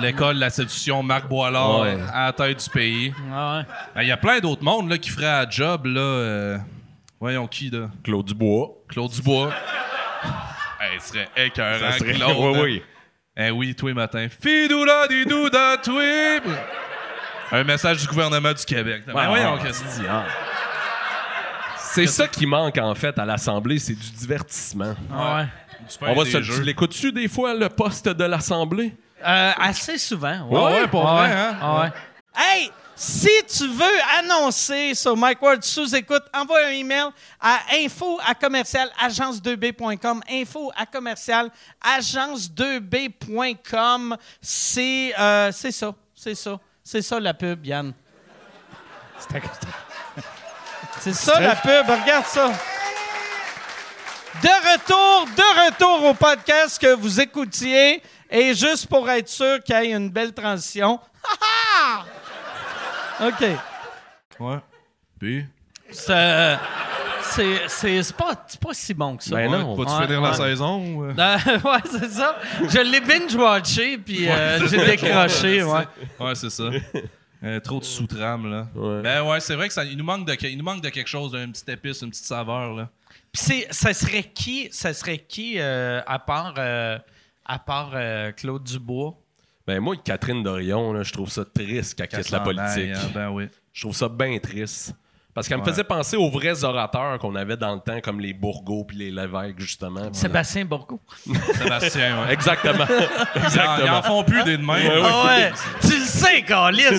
Speaker 5: L'école, la séduction, Marc Boilard
Speaker 6: Ouais.
Speaker 5: à la tête du pays. Ben,
Speaker 1: Ah ouais.
Speaker 5: Il y a plein d'autres mondes là, qui feraient un job. Là, euh, Voyons qui, là.
Speaker 6: Claude Dubois.
Speaker 5: Claude Dubois. hey, il serait écœurant,
Speaker 6: Ça serait-
Speaker 5: Claude.
Speaker 6: Ouais,
Speaker 5: là.
Speaker 6: oui.
Speaker 5: Eh oui, tous les matins. Fidoula didouda twib. Un message du gouvernement du Québec. Ben voyons, Christy.
Speaker 6: hein. C'est ça qui manque, en fait, à l'Assemblée, c'est du divertissement.
Speaker 1: Ah ouais.
Speaker 5: Tu fais
Speaker 6: On va
Speaker 5: des
Speaker 6: se
Speaker 5: jeux.
Speaker 6: le l'écoutes-tu des fois, le poste de l'Assemblée?
Speaker 1: Euh, assez souvent.
Speaker 6: Ouais, ouais,
Speaker 5: pour
Speaker 1: Ah
Speaker 5: vrai,
Speaker 1: ouais,
Speaker 5: hein?
Speaker 1: ah ouais. Hey, si tu veux annoncer sur Mike Ward sous écoute, envoie un email à info à commercial agence2b.com. Info à commercial agence2b.com. C'est euh, c'est ça, c'est ça. C'est ça la pub, Yann. C'est ça la pub, regarde ça. De retour, de retour au podcast que vous écoutiez. Et juste pour être sûr qu'il y ait une belle transition. Ha, ha! OK.
Speaker 5: Ouais. Puis.
Speaker 1: C'est, c'est, c'est, c'est pas, c'est pas si bon que ça.
Speaker 6: Ben non.
Speaker 5: Vas-tu
Speaker 1: Ouais,
Speaker 5: finir la
Speaker 1: ouais.
Speaker 5: saison ou. euh?
Speaker 1: Euh, ouais, c'est ça. Je l'ai binge-watché, puis euh, j'ai décroché. ouais.
Speaker 5: Ouais, c'est ça. Euh, trop de sous-trames, là.
Speaker 6: Ouais.
Speaker 5: Ben ouais, c'est vrai que ça, il nous manque de, que- il nous manque de quelque chose, là, une petite épice, une petite saveur, là.
Speaker 1: Puis c'est, ça serait qui, ça serait qui euh, à part, euh, à part euh, Claude Dubois?
Speaker 6: Ben moi, Catherine Dorion, là, je trouve ça triste qu'elle quitte la
Speaker 5: Qu'elle s'en aille,
Speaker 6: politique.
Speaker 5: hein, ben oui.
Speaker 6: Je trouve ça bien triste. Parce qu'elle me faisait penser aux vrais orateurs qu'on avait dans le temps, comme les Bourgots puis les Lévesque, justement.
Speaker 1: Sébastien Bourgault.
Speaker 5: Sébastien, ouais.
Speaker 6: Exactement.
Speaker 5: Ils en, ils en font plus des de même.
Speaker 6: Ouais,
Speaker 1: Ah ouais, tu le sais, Carlis!
Speaker 5: Ah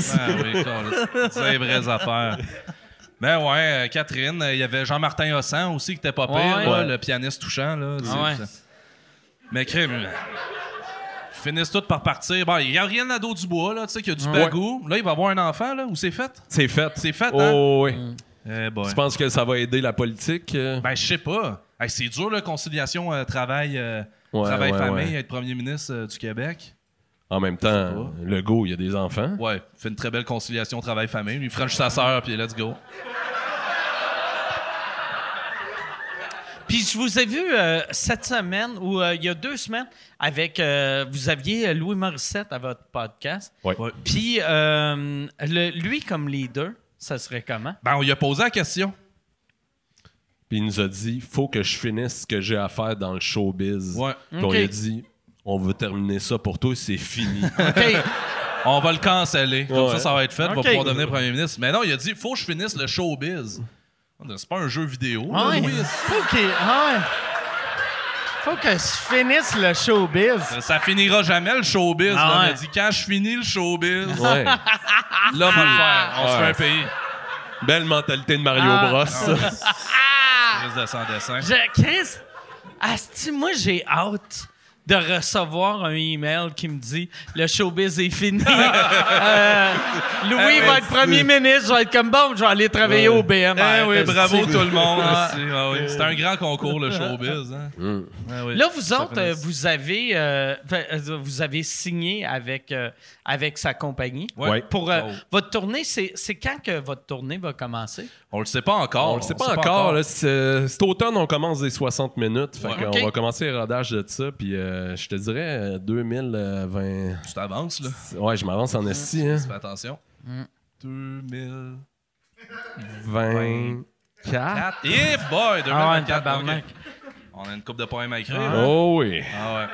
Speaker 5: oui, câlisse. c'est les vraies affaires. Ben ouais, euh, Catherine, euh, il y avait Jean-Martin Hossan aussi qui était pas pire,
Speaker 1: Ouais.
Speaker 5: là,
Speaker 6: Ouais. Ah
Speaker 5: le pianiste touchant. Là, C'est-
Speaker 1: ouais.
Speaker 5: c'est- Mais crème, euh, ils finissent tous par partir. Bon, il y a rien à dos du bois, là, tu sais, qu'il y a du bagou. Là, il va avoir un enfant, là, ou c'est fait?
Speaker 6: C'est fait.
Speaker 5: C'est fait, hein?
Speaker 6: Oh, oui.
Speaker 5: Eh boy.
Speaker 6: Tu penses que ça va aider la politique? euh?
Speaker 5: Ben, je sais pas. Hey, c'est dur, la conciliation euh, travail, euh,
Speaker 6: Ouais,
Speaker 5: travail
Speaker 6: ouais,
Speaker 5: famille,
Speaker 6: ouais.
Speaker 5: être premier ministre euh, du Québec.
Speaker 6: En même temps, le go, il y a des enfants.
Speaker 5: Ouais, il fait une très belle conciliation travail-famille. Il franchit sa sœur, puis let's go.
Speaker 1: Puis je vous ai vu euh, cette semaine ou euh, il y a deux semaines avec euh, vous aviez Louis Morissette à votre podcast.
Speaker 6: Ouais.
Speaker 1: Puis euh, le- lui comme leader, ça serait comment?
Speaker 5: Ben, on lui a posé la question.
Speaker 6: Puis il nous a dit faut que je finisse ce que j'ai à faire dans le showbiz.
Speaker 5: Ouais.
Speaker 6: Puis on
Speaker 1: Ok.
Speaker 6: lui a dit on veut terminer ça pour toi, c'est fini.
Speaker 1: OK.
Speaker 5: On va le canceller. Comme
Speaker 6: Ouais.
Speaker 5: ça, ça va être fait. Il va
Speaker 1: Ok.
Speaker 5: pouvoir devenir premier ministre. Mais non, il a dit faut que je finisse le showbiz. C'est pas un jeu vidéo. là,
Speaker 1: Ouais.
Speaker 5: oui.
Speaker 1: Faut qu'il- ouais. Faut que je finisse le showbiz.
Speaker 5: Ça finira jamais le showbiz.
Speaker 1: Ah
Speaker 5: là. On a
Speaker 1: ouais.
Speaker 5: dit quand je finis le showbiz, là,
Speaker 6: ouais.
Speaker 5: on va le faire. On se fait
Speaker 6: Ouais.
Speaker 5: un pays.
Speaker 6: Belle mentalité de Mario
Speaker 1: Ah.
Speaker 6: Bros. ça.
Speaker 5: Risque de sans dessin.
Speaker 1: Je, Chris, asti, moi, j'ai hâte de recevoir un email qui me dit le showbiz est fini. Euh,
Speaker 5: Eh
Speaker 1: Louis va être premier ministre. Je vais être comme bon, je vais aller travailler au BMR.
Speaker 5: Eh oui,
Speaker 1: asti.
Speaker 5: bravo tout le monde.
Speaker 1: Ah.
Speaker 5: aussi. Ah oui. C'était un grand concours, le showbiz. hein. Ah oui.
Speaker 1: Là, vous autres,
Speaker 5: connaît-
Speaker 1: euh, vous avez, euh, fait- euh, vous avez signé avec, euh, avec sa compagnie.
Speaker 5: Ouais. Ouais.
Speaker 1: Pour euh,
Speaker 5: Oh.
Speaker 1: votre tournée, c'est c'est quand que votre tournée va commencer?
Speaker 5: On le sait pas encore.
Speaker 6: On le sait pas encore. là. C'est- euh, cet automne, on commence des 60 minutes. Fait
Speaker 1: Ouais.
Speaker 6: qu'on
Speaker 1: Ok.
Speaker 6: va commencer les rodages de ça. Puis euh, je te dirais euh, 2020.
Speaker 5: Tu t'avances, là.
Speaker 6: Ouais, je m'avance en esti. Hein.
Speaker 5: Fais attention.
Speaker 1: Mm.
Speaker 5: 2000.
Speaker 6: 24.
Speaker 5: Eh boy, 2024.
Speaker 1: Ah ouais,
Speaker 5: ok.
Speaker 1: tabarnak.
Speaker 5: On a une coupe de poèmes à écrire. là.
Speaker 6: Oh oui.
Speaker 5: Ah ouais.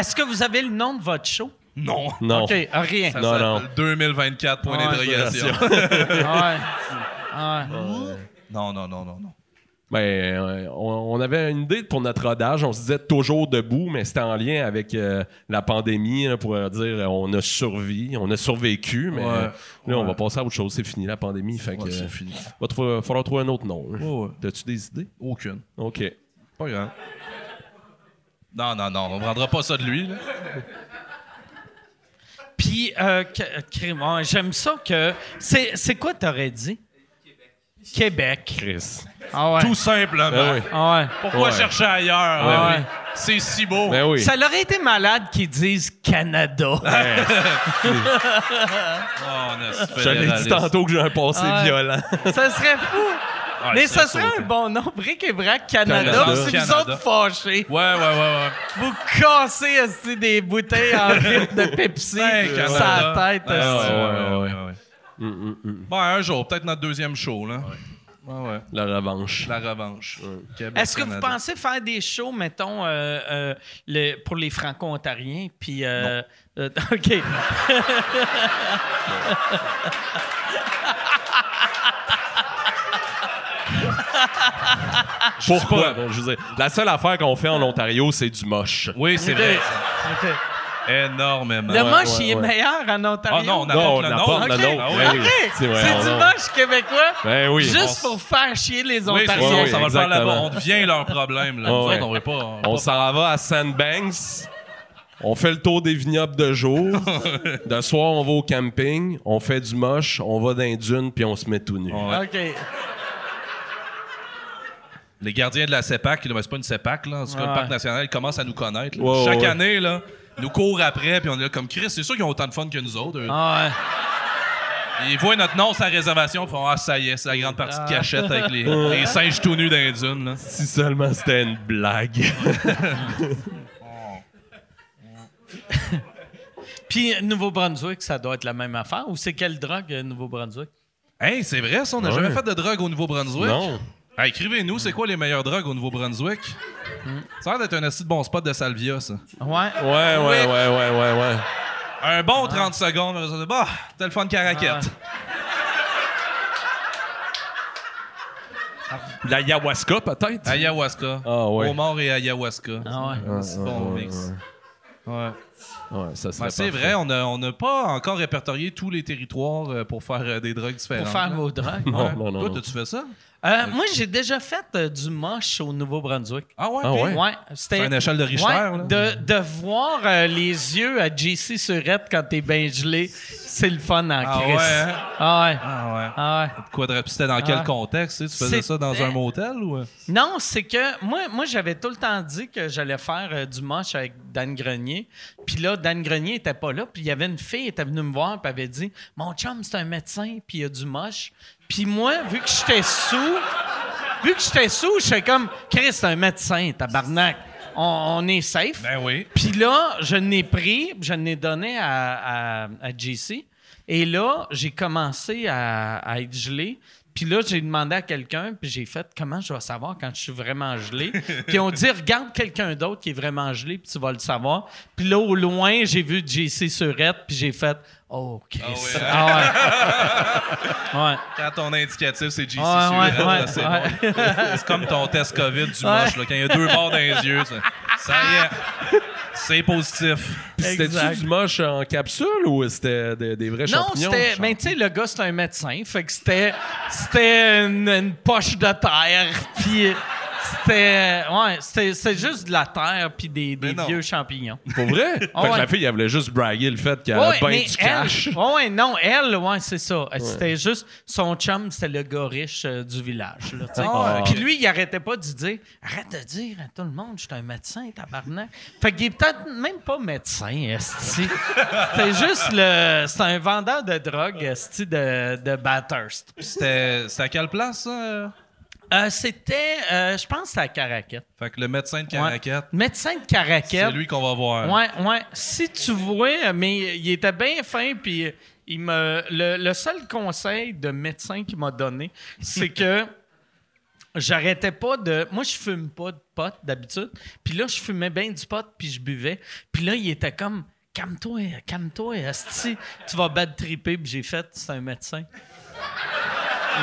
Speaker 1: Est-ce que vous avez le nom de votre show?
Speaker 5: Non.
Speaker 6: Non.
Speaker 1: OK, ah, rien.
Speaker 5: Ça
Speaker 6: Non,
Speaker 5: s'appelle
Speaker 6: non.
Speaker 5: 2024, point
Speaker 1: Ouais,
Speaker 5: d'interrogation.
Speaker 1: Ah ouais. Ah ouais.
Speaker 5: non, non, non, non, non.
Speaker 6: Ben, euh, on, on avait une idée pour notre rodage. On se disait toujours debout, mais c'était en lien avec euh, la pandémie hein, pour euh, dire euh, on a survécu, on a survécu, mais
Speaker 5: Ouais,
Speaker 6: euh, là, on
Speaker 5: ouais.
Speaker 6: va passer à autre chose. C'est fini la pandémie. Fait que,
Speaker 5: Ouais,
Speaker 6: euh,
Speaker 5: c'est fini.
Speaker 6: va trouver- falloir trouver un autre nom. hein.
Speaker 5: Ouais, ouais.
Speaker 6: T'as-tu des idées?
Speaker 5: Aucune.
Speaker 6: OK.
Speaker 5: Pas grave. Non, non, non, on prendra pas ça de lui. Là.
Speaker 1: Puis, euh, que- euh, crime, ouais, j'aime ça que. C'est c'est quoi, t'aurais dit? Québec.
Speaker 6: Chris.
Speaker 1: Ah ouais.
Speaker 5: Tout simplement.
Speaker 6: Ben oui.
Speaker 1: Ah ouais.
Speaker 5: Pourquoi
Speaker 6: Ouais.
Speaker 5: chercher ailleurs?
Speaker 1: Ah
Speaker 5: là?
Speaker 1: ouais.
Speaker 5: C'est si beau.
Speaker 6: Ben oui.
Speaker 1: Ça aurait été malade qu'ils disent Canada.
Speaker 5: Oh, on a se fait
Speaker 6: J'avais dit
Speaker 5: réaliser.
Speaker 6: tantôt que j'ai un passé
Speaker 1: Ouais.
Speaker 6: violent.
Speaker 1: ça serait fou.
Speaker 5: Ah,
Speaker 1: Mais
Speaker 5: ça,
Speaker 1: ça serait
Speaker 5: ça.
Speaker 1: un bon nom, Bric et Brac Canada,
Speaker 5: Canada.
Speaker 1: si vous
Speaker 5: Canada.
Speaker 1: autres fâchés.
Speaker 5: Ouais, ouais, ouais, ouais.
Speaker 1: Vous cassez esti, des bouteilles en vitre de Pepsi
Speaker 5: Ben,
Speaker 1: sur la
Speaker 5: Canada. Ah
Speaker 1: tête.
Speaker 5: Ouais,
Speaker 1: esti.
Speaker 5: ouais, ouais, ouais, ouais, ouais.
Speaker 6: Mm, mm, mm.
Speaker 5: Bon, un jour, peut-être notre deuxième show, là. Ouais, ouais.
Speaker 6: La revanche.
Speaker 5: La revanche. Québec,
Speaker 1: Est-ce que vous
Speaker 5: Canada.
Speaker 1: pensez faire des shows, mettons, euh, euh, le- pour les Franco-Ontariens? Puis. euh, euh, OK.
Speaker 6: Pourquoi? Bon, je veux dire, la seule affaire qu'on fait en Ontario, c'est du moche.
Speaker 5: Oui, c'est
Speaker 1: Ok.
Speaker 5: vrai. ça.
Speaker 1: OK.
Speaker 5: Énormément.
Speaker 1: Le moche, il est
Speaker 6: ouais.
Speaker 1: meilleur en Ontario.
Speaker 5: Ah non, on a-
Speaker 6: Non, on
Speaker 5: le
Speaker 6: apporte
Speaker 5: nôtre.
Speaker 6: le nôtre.
Speaker 5: Ah oui.
Speaker 6: Ben oui.
Speaker 1: OK. C'est
Speaker 6: C'est vrai, on
Speaker 1: du
Speaker 6: a-
Speaker 1: moche québécois.
Speaker 6: Ben oui.
Speaker 1: Juste
Speaker 5: On-
Speaker 1: pour faire chier les
Speaker 5: Oui, c'est ça,
Speaker 1: Ontariens.
Speaker 6: Oui, oui,
Speaker 5: ça va le faire
Speaker 6: exactement.
Speaker 5: là-bas. On devient leur problème. Là. Nous
Speaker 6: Ouais, ouais.
Speaker 5: autres, on veut pas. on veut
Speaker 6: On
Speaker 5: pas-
Speaker 6: s'en va à Sandbanks. On fait le tour des vignobles de jour. de soir, on va au camping. On fait du moche. On va dans les dunes, puis on se met tout nu.
Speaker 5: Ouais.
Speaker 1: OK.
Speaker 5: Les gardiens de la CEPAC, là, ben, c'est pas une CEPAC, là. En tout cas,
Speaker 1: Ouais.
Speaker 5: le Parc national, il commence à nous connaître. là.
Speaker 6: Ouais, ouais,
Speaker 5: Chaque
Speaker 6: ouais.
Speaker 5: année, là, ils nous courent après, puis on est là comme Chris. C'est sûr qu'ils ont autant de fun que nous autres. eux.
Speaker 1: Ah ouais.
Speaker 5: Ils voient notre nom, sa réservation, ils font Ah, ça y est, c'est la grande partie
Speaker 1: Ah.
Speaker 5: de cachette avec les, les singes tout nus dans les dunes. Là.
Speaker 6: Si seulement c'était une blague.
Speaker 5: Ah
Speaker 1: Puis Nouveau-Brunswick, ça doit être la même affaire. Ou c'est quelle drogue, euh, Nouveau-Brunswick?
Speaker 5: Hey, c'est vrai, ça, on n'a
Speaker 6: Ouais.
Speaker 5: jamais fait de drogue au Nouveau-Brunswick.
Speaker 6: non.
Speaker 5: Ah, Écrivez-nous, c'est quoi les meilleures drogues au Nouveau-Brunswick?
Speaker 1: Hmm.
Speaker 5: Ça a l'air d'être un assez de bon spot de Salvia, ça.
Speaker 1: Ah, Ouais.
Speaker 6: Ouais, ouais,
Speaker 1: Oui.
Speaker 6: ouais, ouais, ouais, ouais.
Speaker 5: Un
Speaker 1: Ah.
Speaker 5: bon 30 secondes, mais ça, c'est, bah, téléphone caraquette.
Speaker 6: De La ayahuasca, peut-être?
Speaker 5: Ayahuasca.
Speaker 6: Ah, ouais.
Speaker 5: Homard et ayahuasca.
Speaker 1: Ah ouais.
Speaker 5: Un si bon
Speaker 6: ouais,
Speaker 5: mix.
Speaker 6: Ouais, ça serait
Speaker 5: Ben, c'est
Speaker 6: parfait.
Speaker 5: vrai, on n'a on n'a pas encore répertorié tous les territoires euh, pour faire euh, des drogues différentes.
Speaker 1: Pour faire
Speaker 5: là.
Speaker 1: vos drogues.
Speaker 6: Non,
Speaker 5: Ouais.
Speaker 6: non, non,
Speaker 5: Toi,
Speaker 6: non.
Speaker 5: t'as-tu fait ça?
Speaker 1: Euh, moi, j'ai déjà fait euh, du moche au Nouveau-Brunswick.
Speaker 5: Ah ouais?
Speaker 6: Ah
Speaker 5: ok.
Speaker 6: ouais?
Speaker 1: c'était.
Speaker 5: Faire une échelle de Richter, là.
Speaker 1: ben, de, de voir euh, les yeux à JC Surette quand t'es bien gelé, c'est le fun en
Speaker 5: Ah
Speaker 1: crise.
Speaker 5: ouais, hein?
Speaker 1: Ah ouais.
Speaker 5: Ah ouais.
Speaker 1: Ah ouais.
Speaker 5: Quoi de rap- C'était dans quel
Speaker 1: ouais.
Speaker 5: contexte? Tu sais, tu faisais ça dans
Speaker 1: C'était-
Speaker 5: un motel ou... euh?
Speaker 1: Non, c'est que moi, moi j'avais tout le temps dit que j'allais faire euh, du moche avec Dan Grenier. Puis là, Dan Grenier était pas là. Puis il y avait une fille qui était venue me voir et avait dit Mon chum, c'est un médecin, puis il y a du moche. Puis moi, vu que j'étais sous, vu que j'étais sous, j'étais comme Chris, c'est un médecin, tabarnak. On, on est safe.
Speaker 5: Ben oui.
Speaker 1: Puis là, je l'ai pris, je l'ai donné à, à, à JC. Et là, j'ai commencé à, à être gelé. Puis là, j'ai demandé à quelqu'un, puis j'ai fait comment je vais savoir quand je suis vraiment gelé. puis on dit regarde quelqu'un d'autre qui est vraiment gelé, puis tu vas le savoir. Puis là, au loin, j'ai vu JC Surette, puis j'ai fait oh, Chris.
Speaker 5: Ah ouais,
Speaker 1: Ah ouais. ouais.
Speaker 5: Quand ton indicatif, c'est JC
Speaker 1: Ouais, ouais,
Speaker 5: Surette, là,
Speaker 1: ouais,
Speaker 5: c'est
Speaker 1: ouais.
Speaker 5: bon. C'est comme ton test COVID du
Speaker 1: Ouais. Ah.
Speaker 5: moche. Là, quand il y a deux morts dans les yeux, ça, ça y est, c'est positif.
Speaker 6: Puis C'était-tu
Speaker 1: Exact.
Speaker 6: du moche en capsule ou c'était des, des vrais
Speaker 1: Non,
Speaker 6: champignons?
Speaker 1: c'était. Mais tu sais, le gars, c'est un médecin. Fait que c'était. C'était une, une poche de terre. Puis c'était. Ouais, c'était c'est juste de la terre puis des, des
Speaker 5: Mais non.
Speaker 1: vieux champignons.
Speaker 6: Pour vrai? fait
Speaker 1: Ah
Speaker 6: que
Speaker 1: ouais.
Speaker 6: la fille, elle voulait juste braguer le fait qu'elle
Speaker 1: Ouais,
Speaker 6: a bien
Speaker 1: mais
Speaker 6: du
Speaker 1: elle-
Speaker 6: cash.
Speaker 1: ouais, ouais, non, elle, ouais, c'est ça. Euh, C'était juste son chum, c'était le gars riche euh, du village. Là, tu sais.
Speaker 6: Ah,
Speaker 1: Puis lui, il arrêtait pas de dire Arrête de dire à tout le monde, je suis un médecin, tabarnak. Fait qu'il est peut-être même pas médecin, Esti. c'était juste le. C'est un vendeur de drogue, Esti, de, de Bathurst.
Speaker 5: C'était c'était à quelle place, ça? euh?
Speaker 1: Euh, c'était, euh, je pense, que c'est à Caraquette.
Speaker 5: Fait que le médecin de Caracat,
Speaker 1: Médecin de
Speaker 5: c'est
Speaker 1: Caraquette.
Speaker 5: lui qu'on va voir.
Speaker 1: Ouais, ouais. Si tu vois, mais il était bien fin, puis il me. Le, le seul conseil de médecin qu'il m'a donné, c'est que j'arrêtais pas de. Moi, je fume pas de pot d'habitude. Puis là, je fumais bien du pot, puis je buvais. Puis là, il était comme. Calme-toi, calme-toi, asti. Tu vas bad tripper, puis j'ai fait, c'est un médecin.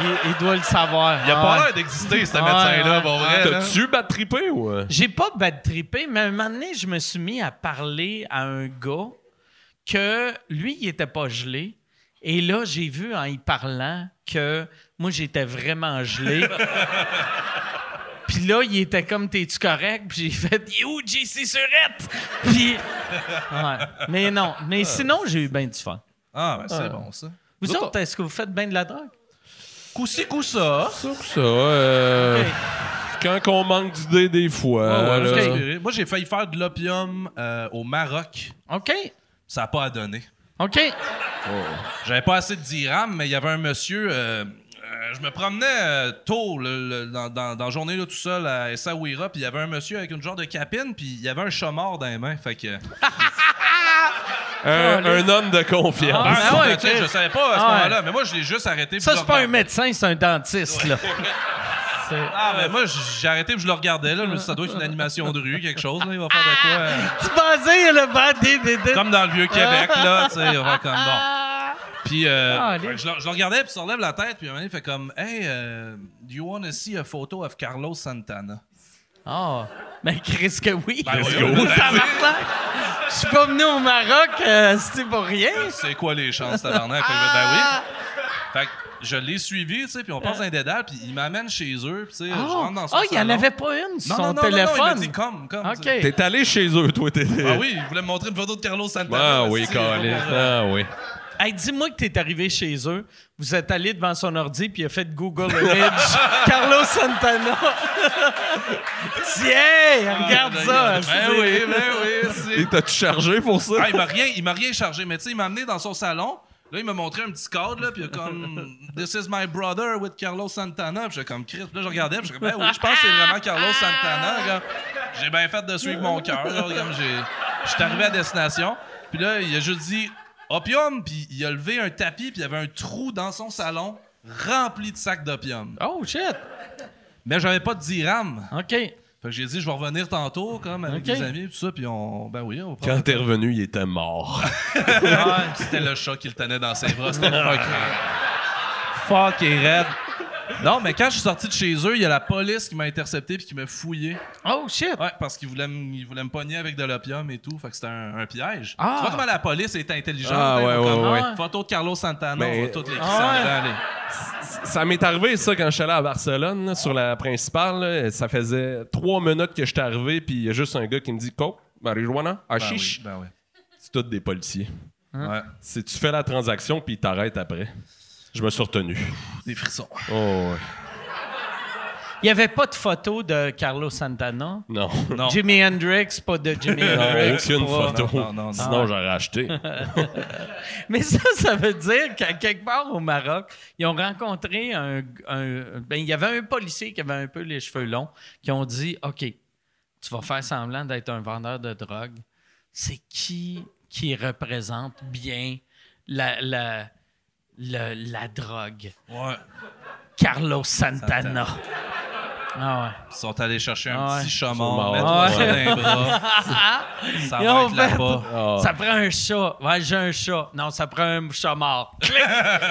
Speaker 1: Il, il doit le savoir.
Speaker 5: Il a
Speaker 1: Ah
Speaker 5: pas
Speaker 1: ouais.
Speaker 5: l'air d'exister, ce
Speaker 1: Ouais,
Speaker 5: médecin-là,
Speaker 1: ouais,
Speaker 5: pour vrai. là.
Speaker 6: T'as-tu battu trippé ou? euh?
Speaker 1: J'ai pas bad trippé, mais à un moment donné, je me suis mis à parler à un gars que lui, il était pas gelé. Et là, j'ai vu en y parlant que moi, j'étais vraiment gelé. Puis là, il était comme, t'es-tu correct? Puis j'ai fait, il est où, JC Surette? Puis. Ouais. Mais non. Mais sinon, j'ai eu bien du fun.
Speaker 5: Ah, ben c'est bon, ça.
Speaker 1: Vous autres, est-ce que vous faites bien de la drogue?
Speaker 5: Coussi, coussa.
Speaker 6: Ça ou ça? euh,
Speaker 1: Ok.
Speaker 6: Quand on manque d'idées des fois.
Speaker 1: Euh,
Speaker 5: Ouais,
Speaker 6: là.
Speaker 5: ouais, inspiré. Moi, j'ai failli faire de l'opium euh, au Maroc.
Speaker 1: OK.
Speaker 5: Ça n'a pas à donner.
Speaker 1: OK.
Speaker 5: J'avais pas assez de dirhams, mais il y avait un monsieur. euh, euh, je me promenais euh, tôt le- le- dans, dans- dans la journée là, tout seul à Essaouira, puis il y avait un monsieur avec une genre de capine, puis il y avait un chat mort dans les mains. Fait que.
Speaker 6: Un, un homme de confiance.
Speaker 1: Ah,
Speaker 5: Ben,
Speaker 1: ouais,
Speaker 5: tu sais,
Speaker 1: Chris.
Speaker 5: je savais pas à ce
Speaker 1: Ah,
Speaker 5: moment-là, mais moi je l'ai juste arrêté. puis
Speaker 1: Ça,
Speaker 5: je
Speaker 1: c'est
Speaker 5: le
Speaker 1: pas un
Speaker 5: regardais.
Speaker 1: médecin, c'est un dentiste, là. C'est-
Speaker 5: Ah, ben moi j- j'ai arrêté, puis je le regardais. Là, je me suis dit, ça doit être une animation de rue, quelque chose. Là, il va faire de quoi. euh,
Speaker 1: Tu pensais, le bas des, des, des-
Speaker 5: comme dans le vieux Québec, là, tu sais, on va comme bon.
Speaker 1: Ah!
Speaker 5: Puis euh,
Speaker 1: Ah, allez.
Speaker 5: ouais, je, le, je le regardais, puis il se relève la tête, puis à un moment donné, il fait comme Hey, euh, do you want to see a photo of Carlos Santana?
Speaker 1: Ah! Mais Chris que oui!
Speaker 5: Ben,
Speaker 1: Chris
Speaker 5: voyons, ben,
Speaker 1: Je suis pas venu au Maroc, euh, c'était pour rien!
Speaker 5: C'est quoi les chances, tabarnak? Fait que, ben
Speaker 1: Ah!
Speaker 5: oui. Fait que je l'ai suivi, tu sais, puis on passe un dédale, puis il m'amène chez eux, puis tu sais, je
Speaker 1: Ah!
Speaker 5: rentre dans son
Speaker 1: Ah, il n'y en
Speaker 5: salon.
Speaker 1: avait pas une sur
Speaker 5: non,
Speaker 1: son
Speaker 5: non, non,
Speaker 1: téléphone!
Speaker 5: Non, non, il m'a dit comme, comme. tu sais.
Speaker 1: OK.
Speaker 6: T'es allé chez eux, toi, t'es.
Speaker 5: Ah oui, il voulait me montrer une photo de Carlos Santana.
Speaker 6: Ah oui,
Speaker 5: si,
Speaker 6: Colin.
Speaker 5: pour, euh,
Speaker 6: Ah oui.
Speaker 1: Hey, dis-moi que t'es arrivé chez eux, vous êtes allé devant son ordi, puis il a fait Google Image. Carlos Santana! Tiens! Regarde ça!
Speaker 5: Ben
Speaker 1: c'est-
Speaker 5: oui, ben oui, c'est-
Speaker 6: Et t'as-tu chargé pour ça?
Speaker 5: Ah, il m'a rien, il m'a rien chargé, mais tu sais, il m'a amené dans son salon. Là, il m'a montré un petit cadre, là, puis il a comme This is my brother with Carlos Santana. Puis j'ai comme Chris. Puis là, je regardais, puis je ben oui, je pense que c'est vraiment Carlos Santana. Regarde, J'ai bien fait de suivre mon cœur. là. Regarde, j'ai- J'étais arrivé à destination. Puis là, il a juste dit Opium, puis il a levé un tapis, puis il y avait un trou dans son salon rempli de sacs d'opium.
Speaker 1: Oh, shit!
Speaker 5: Mais j'avais pas de dirham.
Speaker 1: OK.
Speaker 5: Fait que j'ai dit, je vais revenir tantôt, comme avec
Speaker 1: Ok.
Speaker 5: des amis, tout ça, puis on. Ben oui, on va prendre-
Speaker 6: Quand t'es revenu, il était mort.
Speaker 5: Ouais, c'était le chat qui le tenait dans ses bras. C'était fuck. fuck et raide. Non, mais quand je suis sorti de chez eux, il y a la police qui m'a intercepté puis qui m'a fouillé.
Speaker 1: Oh, shit!
Speaker 5: Ouais, parce qu'ils voulaient, me- ils voulaient me pogner avec de l'opium et tout. Fait que c'était un, un piège.
Speaker 1: Ah!
Speaker 5: Tu vois comment la police est intelligente.
Speaker 6: Ah,
Speaker 5: hein,
Speaker 6: ouais,
Speaker 5: comme,
Speaker 6: ouais,
Speaker 1: ouais.
Speaker 5: Photo de Carlos Santana,
Speaker 6: Mais-
Speaker 5: on va toutes les
Speaker 1: Ah,
Speaker 5: crisser en
Speaker 1: ouais.
Speaker 5: dedans, allez.
Speaker 6: Ça m'est arrivé, ça, quand je suis allé à Barcelone, là, sur la principale. là, ça faisait trois minutes que j'étais arrivé, puis il y a juste un gars qui me dit Coke, marijuana, ah,
Speaker 5: Ben oui,
Speaker 6: hashish.
Speaker 5: ben oui.
Speaker 6: C'est tous des policiers.
Speaker 1: Hein?
Speaker 5: Ouais.
Speaker 6: C'est tu fais la transaction, puis ils t'arrêtent après. Je me suis retenu.
Speaker 5: Des frissons.
Speaker 6: Oh, ouais.
Speaker 1: Il n'y avait pas de photo de Carlos Santana.
Speaker 6: Non.
Speaker 5: Non.
Speaker 1: Jimi Hendrix, pas de Jimi
Speaker 6: Non,
Speaker 1: Hendrix.
Speaker 6: aucune
Speaker 1: pas-
Speaker 6: photo.
Speaker 5: non, non, non.
Speaker 6: Sinon, j'aurais acheté.
Speaker 1: Mais ça, ça veut dire qu'à quelque part au Maroc, ils ont rencontré un. un- ben, il y avait un policier qui avait un peu les cheveux longs, qui ont dit OK, tu vas faire semblant d'être un vendeur de drogue. C'est qui qui représente bien la, la, la, la drogue.
Speaker 5: Ouais.
Speaker 1: Carlos Santana. Ah ouais.
Speaker 5: Ils sont allés chercher un
Speaker 1: Ah ouais.
Speaker 5: petit chaman,
Speaker 6: Ils
Speaker 5: mettre
Speaker 6: sont
Speaker 1: morts.
Speaker 5: ça dans les bras. ça
Speaker 1: Ils
Speaker 5: va
Speaker 1: ont
Speaker 5: être là
Speaker 1: fait-
Speaker 5: bas.
Speaker 6: Ah.
Speaker 1: Ça prend un chat. Ouais, j'ai un chat. Non, ça prend un chat mort. Clic.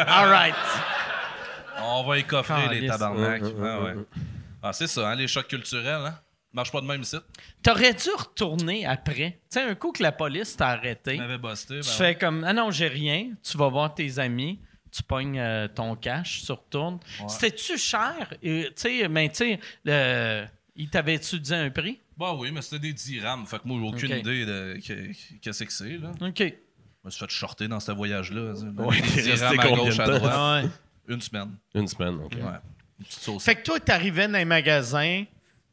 Speaker 1: All right.
Speaker 5: On va y coffrer
Speaker 1: Ah,
Speaker 5: les
Speaker 1: yes.
Speaker 5: tabarnak.
Speaker 6: Hum, hum,
Speaker 5: Ah,
Speaker 6: hum,
Speaker 5: ouais. Ah, c'est ça, hein, les chocs culturels. Hein? Marche pas de même ici.
Speaker 1: T'aurais dû retourner après. Tu sais, un coup que la police t'a arrêté,
Speaker 5: On avait busté.
Speaker 1: tu
Speaker 5: ben
Speaker 1: fais comme Ah non, j'ai rien. Tu vas voir tes amis. Tu pognes euh, ton cash, tu retournes. C'était-tu cher? Euh, tu sais, mais tu sais, le- il t'avait-tu dit un prix?
Speaker 5: Bah oui, mais c'était des dirhams. Fait que moi, j'ai aucune
Speaker 1: Ok.
Speaker 5: idée de que- qu'est-ce que c'est. Là.
Speaker 1: OK.
Speaker 5: Je me suis fait shorter dans ce voyage-là.
Speaker 6: Ouais,
Speaker 5: des
Speaker 6: t'es
Speaker 5: dirhams
Speaker 6: resté
Speaker 5: à
Speaker 6: combien
Speaker 5: gauche,
Speaker 6: de
Speaker 5: à
Speaker 6: temps?
Speaker 5: droite.
Speaker 1: Euh,
Speaker 5: Une semaine.
Speaker 6: Une semaine, OK.
Speaker 5: Ouais. Une petite sauce.
Speaker 7: Fait que toi, t'arrivais dans les magasins,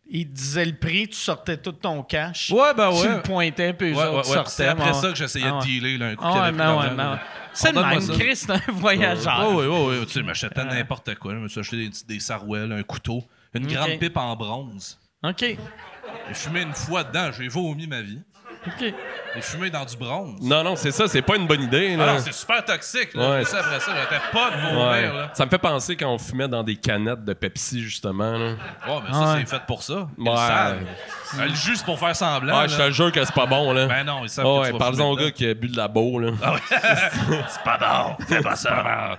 Speaker 7: ils te disaient le prix, tu sortais tout ton cash.
Speaker 5: Ouais, bah
Speaker 1: Tu le pointais, puis eux
Speaker 5: Ouais, ouais,
Speaker 1: autres
Speaker 5: ouais, puis
Speaker 1: sortaient.
Speaker 5: C'est après
Speaker 1: ouais.
Speaker 5: ça que j'essayais
Speaker 1: Ah ouais.
Speaker 5: de dealer là, un coup
Speaker 1: Ah
Speaker 5: qu'il y
Speaker 1: ouais,
Speaker 5: avait plus
Speaker 1: mais ouais,
Speaker 5: d'argent,
Speaker 1: mais
Speaker 5: là.
Speaker 1: ouais. C'est le
Speaker 5: Pardonne-moi
Speaker 1: même.
Speaker 5: ça.
Speaker 1: Chris, c'est un voyageur.
Speaker 5: Ah oui, oui, oui. Tu sais, je m'achetais n'importe quoi. Je me suis acheté des, petites- des sarouels, un couteau, une
Speaker 1: Ok.
Speaker 5: grande pipe en bronze.
Speaker 1: OK.
Speaker 5: J'ai fumé une fois dedans, j'ai vomi ma vie.
Speaker 1: OK.
Speaker 5: J'ai fumé dans du bronze.
Speaker 6: Non, non, c'est ça, c'est pas une bonne idée. là.
Speaker 5: Alors, Ah c'est super toxique. Là.
Speaker 6: Ouais.
Speaker 5: Ça, Après ça, j'étais pas de
Speaker 6: Ouais.
Speaker 5: vomir. Là.
Speaker 6: Ça me fait penser quand on fumait dans des canettes de Pepsi, justement. là.
Speaker 5: Ouais, mais ça,
Speaker 1: Ouais.
Speaker 5: c'est fait pour ça. Ils
Speaker 6: Ouais.
Speaker 5: le savent. Euh, Le jus, c'est pour faire semblant.
Speaker 6: Ah, je
Speaker 5: là.
Speaker 6: te jure que c'est pas bon, là.
Speaker 5: Ben non, ils savent
Speaker 6: Ah
Speaker 5: que
Speaker 6: ouais,
Speaker 5: tu vas
Speaker 6: parle-en au
Speaker 5: fumer Ah.
Speaker 6: gars qui a bu de la beau, là.
Speaker 5: dedans. C'est pas bon. Fais pas ça.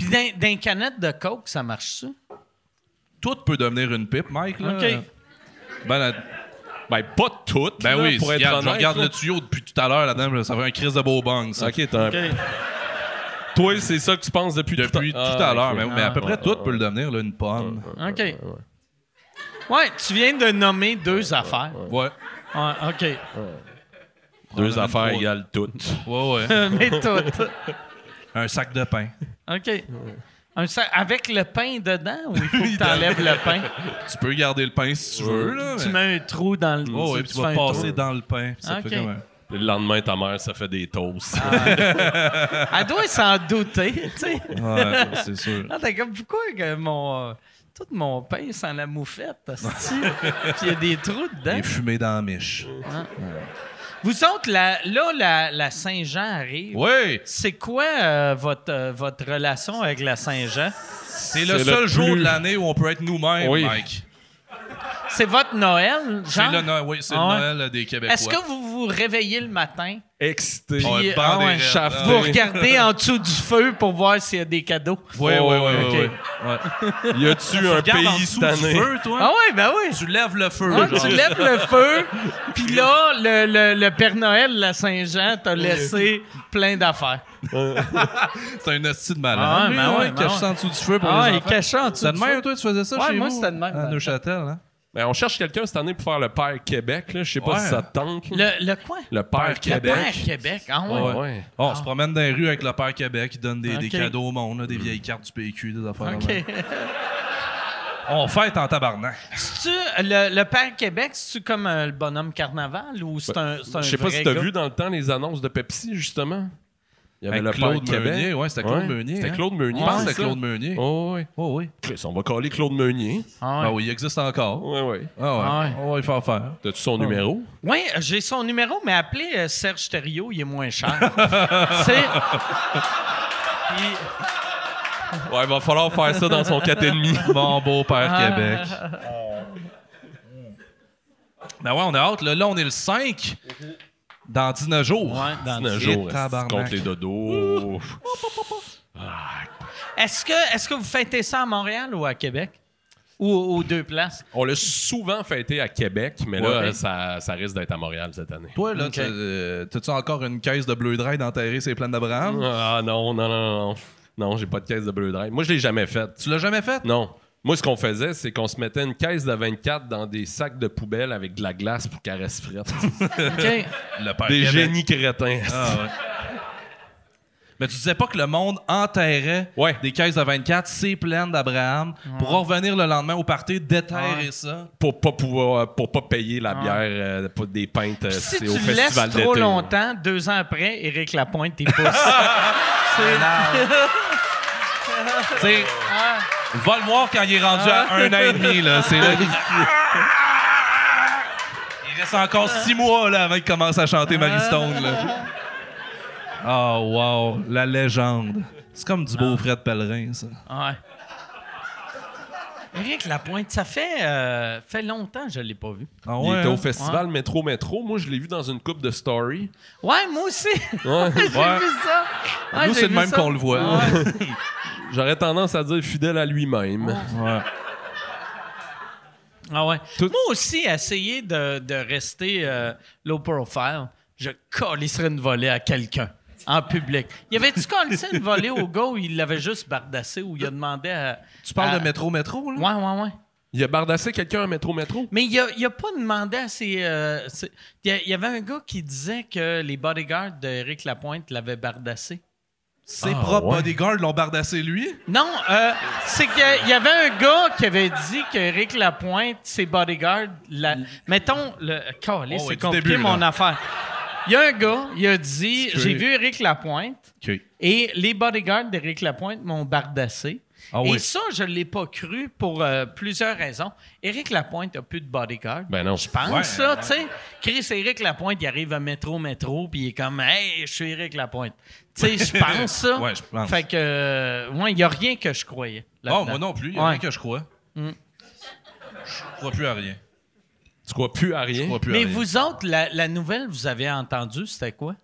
Speaker 1: Puis dans, dans les canettes de coke, ça marche ça?
Speaker 5: Tout peut devenir une pipe, Mike. Là.
Speaker 1: OK.
Speaker 5: Ben, la-
Speaker 6: Ben, pas toutes,
Speaker 5: ben
Speaker 6: là,
Speaker 5: oui,
Speaker 6: pour être
Speaker 5: regarde, je
Speaker 6: honnête,
Speaker 5: regarde
Speaker 6: là.
Speaker 5: le tuyau depuis tout à l'heure là-dedans. là, Ça fait un crise de beau bang, ça.
Speaker 6: OK, t'as un... Toi, c'est ça que tu penses depuis,
Speaker 5: Depuis tout
Speaker 6: Ah,
Speaker 5: à l'heure.
Speaker 6: ok.
Speaker 5: Mais, mais à peu près
Speaker 6: ouais,
Speaker 5: tout
Speaker 6: ouais,
Speaker 5: peut le devenir, là, une pomme.
Speaker 1: OK. Ouais, tu viens de nommer deux affaires.
Speaker 5: Ouais.
Speaker 1: Ouais, OK.
Speaker 6: ah. Deux
Speaker 5: On en a
Speaker 6: affaires
Speaker 5: trois.
Speaker 6: égales toutes.
Speaker 5: Ouais, ouais.
Speaker 1: Mais toutes.
Speaker 5: un sac de pain.
Speaker 1: OK. Un sac- avec le pain dedans ou il faut que tu enlèves le pain?
Speaker 5: Tu peux garder le pain si tu veux. Là,
Speaker 1: Tu
Speaker 5: mais-
Speaker 1: mets un trou dans le.
Speaker 5: Ouais, ouais, puis tu vas
Speaker 1: fais un
Speaker 5: passer dans le pain. puis Ça
Speaker 1: Ok.
Speaker 5: fait comme un-
Speaker 6: Le lendemain, ta mère, ça fait des toasts.
Speaker 1: trou. Elle doit s'en douter, tu sais.
Speaker 5: Ouais, c'est sûr.
Speaker 1: Ah, t'es comme, pourquoi que mon. euh, tout mon pain sans la moufette, hostie? Puis il y a des trous dedans.
Speaker 5: Et fumer dans la miche.
Speaker 1: Vous autres, la- là, la, la Saint-Jean arrive.
Speaker 5: Oui!
Speaker 1: C'est quoi euh, votre, euh, votre relation avec la Saint-Jean?
Speaker 5: C'est le
Speaker 6: C'est
Speaker 5: seul
Speaker 6: le
Speaker 5: jour
Speaker 6: plus-
Speaker 5: de l'année où on peut être nous-mêmes,
Speaker 6: Oui.
Speaker 5: Mike.
Speaker 1: C'est votre Noël,
Speaker 5: C'est
Speaker 1: genre?
Speaker 5: le, Noël- oui, c'est
Speaker 1: Ah ouais.
Speaker 5: le Noël des Québécois.
Speaker 1: Est-ce que vous vous réveillez le matin,
Speaker 6: Excité.
Speaker 5: On
Speaker 1: puis,
Speaker 5: est
Speaker 1: ah
Speaker 5: bandé
Speaker 1: ouais,
Speaker 5: raide,
Speaker 6: chafé.
Speaker 5: là.
Speaker 1: vous regardez en dessous du feu pour voir s'il y a des cadeaux?
Speaker 5: Oui, oui, oui, oui,
Speaker 1: Ok.
Speaker 5: oui. Ouais.
Speaker 6: Y a-tu un
Speaker 5: Regarde en
Speaker 6: pays
Speaker 5: dessous
Speaker 6: cette
Speaker 5: du
Speaker 6: année?
Speaker 5: feu,
Speaker 1: Ah
Speaker 5: toi.
Speaker 1: ouais, ben oui!
Speaker 5: Tu lèves le feu.
Speaker 1: Ah,
Speaker 5: genre.
Speaker 1: tu lèves le feu, puis là, le, le- le Père Noël, la Saint-Jean, t'a laissé plein d'affaires.
Speaker 5: C'est un hostie de
Speaker 1: Ah ouais,
Speaker 5: malade.
Speaker 1: mais ouais, mais
Speaker 5: ben cache
Speaker 1: ouais.
Speaker 5: ça en dessous du feu pour
Speaker 1: Ah,
Speaker 5: les
Speaker 1: il
Speaker 5: enfants.
Speaker 1: cachait en dessous
Speaker 5: C'était
Speaker 1: du
Speaker 5: de
Speaker 1: feu.
Speaker 5: même, toi, tu faisais ça
Speaker 1: Ouais,
Speaker 5: chez
Speaker 1: moi,
Speaker 5: vous?
Speaker 1: c'était de même.
Speaker 5: À Neuchâtel, hein?
Speaker 6: Ben, on cherche quelqu'un cette année pour faire le Père Québec. là. Je sais pas
Speaker 5: Ouais.
Speaker 6: si ça te tente. là.
Speaker 1: Le, le quoi?
Speaker 6: Le, Père Québec.
Speaker 1: Le Père Québec, ah ouais.
Speaker 6: Ouais.
Speaker 5: Oh, on se promène dans les rues avec le Père Québec, il donne des, des
Speaker 1: Ok.
Speaker 5: cadeaux au monde, là, des vieilles cartes du PQ, des affaires. de même.
Speaker 1: OK.
Speaker 5: On fête en tabarnak.
Speaker 1: C'est-tu- le, le Père Québec, c'est-tu comme euh, le bonhomme carnaval ou c'est un, c'est un
Speaker 6: Ben, Je sais pas
Speaker 1: vrai
Speaker 6: si t'as
Speaker 1: gars?
Speaker 6: vu dans le temps les annonces de Pepsi, justement. Il y avait
Speaker 5: Avec
Speaker 6: le
Speaker 5: Claude
Speaker 6: Père
Speaker 5: Meunier,
Speaker 6: Québec.
Speaker 5: ouais, c'était Claude Meunier,
Speaker 6: C'était
Speaker 5: hein.
Speaker 6: Claude Meunier.
Speaker 5: Je pense que c'est
Speaker 6: ça.
Speaker 5: Claude Meunier.
Speaker 6: Oh, ouais.
Speaker 5: Oh oui.
Speaker 6: Chris, on va coller Claude Meunier.
Speaker 1: Ah ouais.
Speaker 5: Ah oui, il existe encore.
Speaker 6: Ouais, ouais.
Speaker 5: Ah ouais.
Speaker 1: Ah ouais.
Speaker 5: On va y faire faire.
Speaker 6: T'as-tu son numéro?
Speaker 1: Oui, j'ai son numéro, mais appelez euh, Serge Thériault, il est moins cher. c'est. Puis-
Speaker 6: Ouais, va falloir faire ça dans son 4,5.
Speaker 5: Mon beau Père
Speaker 6: Ah.
Speaker 5: Québec. Ben ouais, on a hâte. Là, Là, on est le 5 dans 19 jours.
Speaker 1: Ouais, dans-
Speaker 6: 19
Speaker 5: Et
Speaker 6: jours.
Speaker 5: tabarnak.
Speaker 6: Contre les dodos.
Speaker 1: Est-ce que, est que vous fêtez ça à Montréal ou à Québec? Ou aux deux places?
Speaker 6: On l'a souvent fêté à Québec, mais
Speaker 5: Ouais.
Speaker 6: là, ça, ça risque d'être à Montréal cette année.
Speaker 5: Toi, là,
Speaker 1: Ok.
Speaker 5: t'as- euh, t'as-tu encore une caisse de bleu dry d'enterrer ses plaines d'Abraham?
Speaker 6: Ah non, non, non, non. Non, j'ai pas de caisse de bleu drive. Moi, je l'ai jamais faite.
Speaker 5: Tu l'as jamais faite?
Speaker 6: Non. Moi, ce qu'on faisait, c'est qu'on se mettait une caisse de 24 dans des sacs de poubelle avec de la glace pour qu'elle reste frette.
Speaker 1: OK.
Speaker 5: Le Père
Speaker 6: des
Speaker 5: Québec.
Speaker 6: génies crétins.
Speaker 5: Ah ouais. Mais tu disais pas que le monde enterrait
Speaker 6: Ouais.
Speaker 5: des caisses de 24, ses plaines d'Abraham, pour en revenir le lendemain au party, déterrer ça.
Speaker 6: Pour pas pouvoir, pour pas payer la bière euh, pour des pintes. euh,
Speaker 1: Ah. Si tu
Speaker 6: c'est au
Speaker 1: le laisses
Speaker 6: festival d'été.
Speaker 1: trop longtemps, deux ans après, Éric Lapointe, il pousse.
Speaker 5: Tu sais, va le voir quand il est rendu à un an et demi, là. C'est là qu'il- Il reste encore six mois, là, avant qu'il commence à chanter Marie Stone, là. Oh, wow, la légende. C'est comme du beau Fred Pellerin, ça.
Speaker 1: Ouais. Éric Lapointe, ça fait, euh, fait longtemps que je ne l'ai pas vu.
Speaker 5: Ah
Speaker 6: Il
Speaker 5: ouais,
Speaker 6: était
Speaker 5: hein?
Speaker 6: au festival Métro Métro. Moi, je l'ai vu dans une coupe de story.
Speaker 1: Ouais, moi aussi.
Speaker 6: Ouais.
Speaker 1: j'ai vu ça. Ouais,
Speaker 5: Nous,
Speaker 1: Ah, j'ai
Speaker 5: c'est de
Speaker 1: vu
Speaker 5: même
Speaker 1: ça. Ah,
Speaker 5: qu'on le voit.
Speaker 6: J'aurais tendance à dire fidèle à lui-même.
Speaker 1: Ah ouais.
Speaker 6: Tout-
Speaker 1: Moi aussi, essayer de, de rester euh, low profile, je colisserais une volée à quelqu'un en public. Il avait-tu colissé une volée au gars où il l'avait juste bardassé ou il a demandé à.
Speaker 5: Tu parles
Speaker 1: à-
Speaker 5: de Métro Métro, là?
Speaker 1: Ouais, ouais, ouais.
Speaker 6: Il a bardassé quelqu'un à Métro Métro.
Speaker 1: Mais il a, il a pas demandé à ses. euh, ses- Il y a- il y avait un gars qui disait que les bodyguards d'Éric Lapointe l'avaient bardassé.
Speaker 5: Ses propres bodyguards l'ont bardassé lui?
Speaker 1: Non, euh, c'est qu'il y avait un gars qui avait dit qu'Éric Lapointe, ses bodyguards, la- mettons, le, calé,
Speaker 5: Oh,
Speaker 1: c'est
Speaker 5: ouais, du
Speaker 1: compliqué
Speaker 5: début, là.
Speaker 1: mon affaire. Il y a un gars, il a dit,
Speaker 5: Excuse.
Speaker 1: j'ai vu Éric Lapointe
Speaker 5: OK.
Speaker 1: et les bodyguards d'Éric Lapointe m'ont bardassé.
Speaker 5: Ah
Speaker 1: et
Speaker 5: oui.
Speaker 1: ça, je l'ai pas cru pour euh, plusieurs raisons. Éric Lapointe a plus de bodyguards.
Speaker 6: Ben non.
Speaker 1: Je pense
Speaker 5: Ouais,
Speaker 1: ça, tu sais. Chris Éric Lapointe, il arrive à métro métro puis il est comme "Hey, je suis Éric Lapointe." Tu sais, je pense ça.
Speaker 5: Ouais, je pense.
Speaker 1: Fait que euh, ouais, il y a rien que je croyais.
Speaker 5: Oh,
Speaker 1: là-dedans.
Speaker 5: moi non plus, il y a
Speaker 1: Ouais.
Speaker 5: rien que je crois. Je crois plus à rien.
Speaker 6: Tu crois plus à
Speaker 5: Je
Speaker 6: rien.
Speaker 5: crois plus à
Speaker 1: Mais
Speaker 5: rien.
Speaker 1: vous autres, la, la nouvelle vous avez entendue, c'était quoi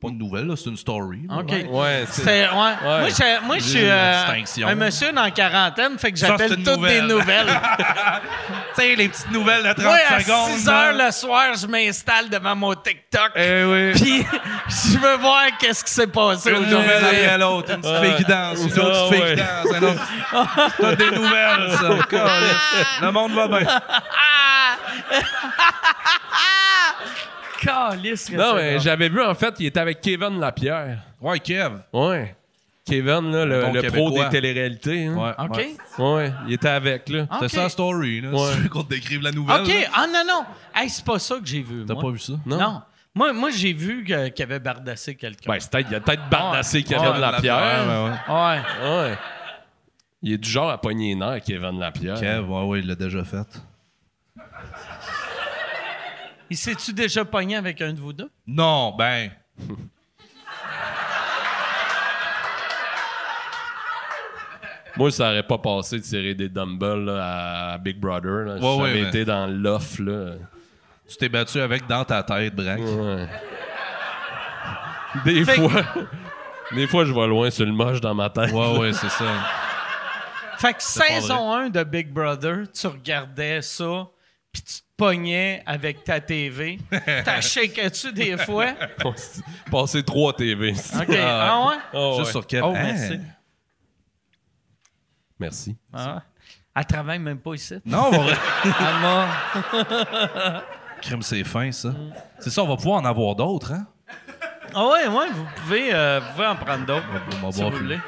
Speaker 5: pas une nouvelle, là, c'est une story. là.
Speaker 1: OK.
Speaker 6: Ouais, c'est-
Speaker 1: C'est- ouais. Moi, je, moi, je suis euh,
Speaker 5: distinction.
Speaker 1: un monsieur dans la quarantaine, fait que
Speaker 5: Ça,
Speaker 1: j'appelle
Speaker 5: c'est
Speaker 1: toutes
Speaker 5: une
Speaker 1: des
Speaker 5: nouvelle.
Speaker 1: nouvelles.
Speaker 5: Tu sais, les petites nouvelles de 30
Speaker 1: Moi, à
Speaker 5: secondes.
Speaker 1: 6 heures
Speaker 5: là. Eh
Speaker 1: le soir, je m'installe devant mon TikTok. Puis, je veux voir qu'est-ce qui s'est passé
Speaker 5: Une
Speaker 1: aujourd'hui.
Speaker 5: nouvelle après l'autre, une petite fille qui danse, une autre petite fille qui danse, un autre. T'as des nouvelles, ça. Calisse. Le monde va bien.
Speaker 1: Calisse, que c'est
Speaker 6: Non, mais
Speaker 1: bon.
Speaker 6: j'avais vu, en fait, il était avec Kevin Lapierre.
Speaker 5: Ouais, Kev.
Speaker 6: Ouais. Kevin, là, le,
Speaker 5: Bon
Speaker 6: le pro
Speaker 5: Québécois.
Speaker 6: des téléréalités. hein.
Speaker 5: Ouais. Ah,
Speaker 1: OK.
Speaker 5: ouais.
Speaker 6: Ouais, il était avec, là.
Speaker 5: C'était ça la story, là.
Speaker 6: Ouais.
Speaker 5: Si tu veux qu'on te décrive la nouvelle.
Speaker 1: OK. Ah non, non. Hey, c'est pas ça que j'ai vu.
Speaker 5: T'as
Speaker 1: moi.
Speaker 5: pas vu ça?
Speaker 1: Non. Moi, moi j'ai vu que- qu'il avait bardassé quelqu'un.
Speaker 6: Ben, c'est peut-être, il a peut-être bardassé Kevin
Speaker 5: Ouais,
Speaker 6: Lapierre.
Speaker 5: Ah, ouais, ouais.
Speaker 1: Ouais.
Speaker 6: Ouais. Il est du genre à pogner les nerfs, Kevin Lapierre.
Speaker 5: Kev, ouais, ouais, il l'a déjà fait.
Speaker 1: Il s'est-tu déjà pogné avec un de vous deux?
Speaker 5: Non, ben.
Speaker 6: Moi, ça aurait pas passé de tirer des dumbbells là, à Big Brother. Là, si
Speaker 5: Ouais, ouais,
Speaker 6: j'avais
Speaker 5: mais-
Speaker 6: été dans l'off. Là.
Speaker 5: Tu t'es battu avec dans ta tête, Braque.
Speaker 6: Ouais. Des
Speaker 1: Fait que-
Speaker 6: fois... Des fois, je vais loin sur le moche dans ma tête.
Speaker 5: Ouais, ouais, c'est ça.
Speaker 1: Fait que
Speaker 5: pas
Speaker 1: saison 1 de Big Brother, tu regardais ça, puis tu te pognais avec ta TV. T'achèques-tu des fois?
Speaker 6: Passer trois TV.
Speaker 1: OK. Ah ouais?
Speaker 6: Oh,
Speaker 5: Juste
Speaker 6: ouais.
Speaker 5: sur Kev.
Speaker 1: Oh,
Speaker 5: Hein?
Speaker 1: merci.
Speaker 6: Merci.
Speaker 1: Ah ouais. Elle travaille même pas ici.
Speaker 5: Non, on va.
Speaker 1: Elle m'a-
Speaker 5: Crime, c'est fin, ça.
Speaker 1: Mm.
Speaker 5: C'est ça, on va pouvoir en avoir d'autres, hein?
Speaker 1: Ah ouais, ouais, vous pouvez, euh, vous pouvez en prendre d'autres.
Speaker 5: On va
Speaker 1: Si
Speaker 5: boire
Speaker 1: vous
Speaker 5: plus.
Speaker 1: voulez.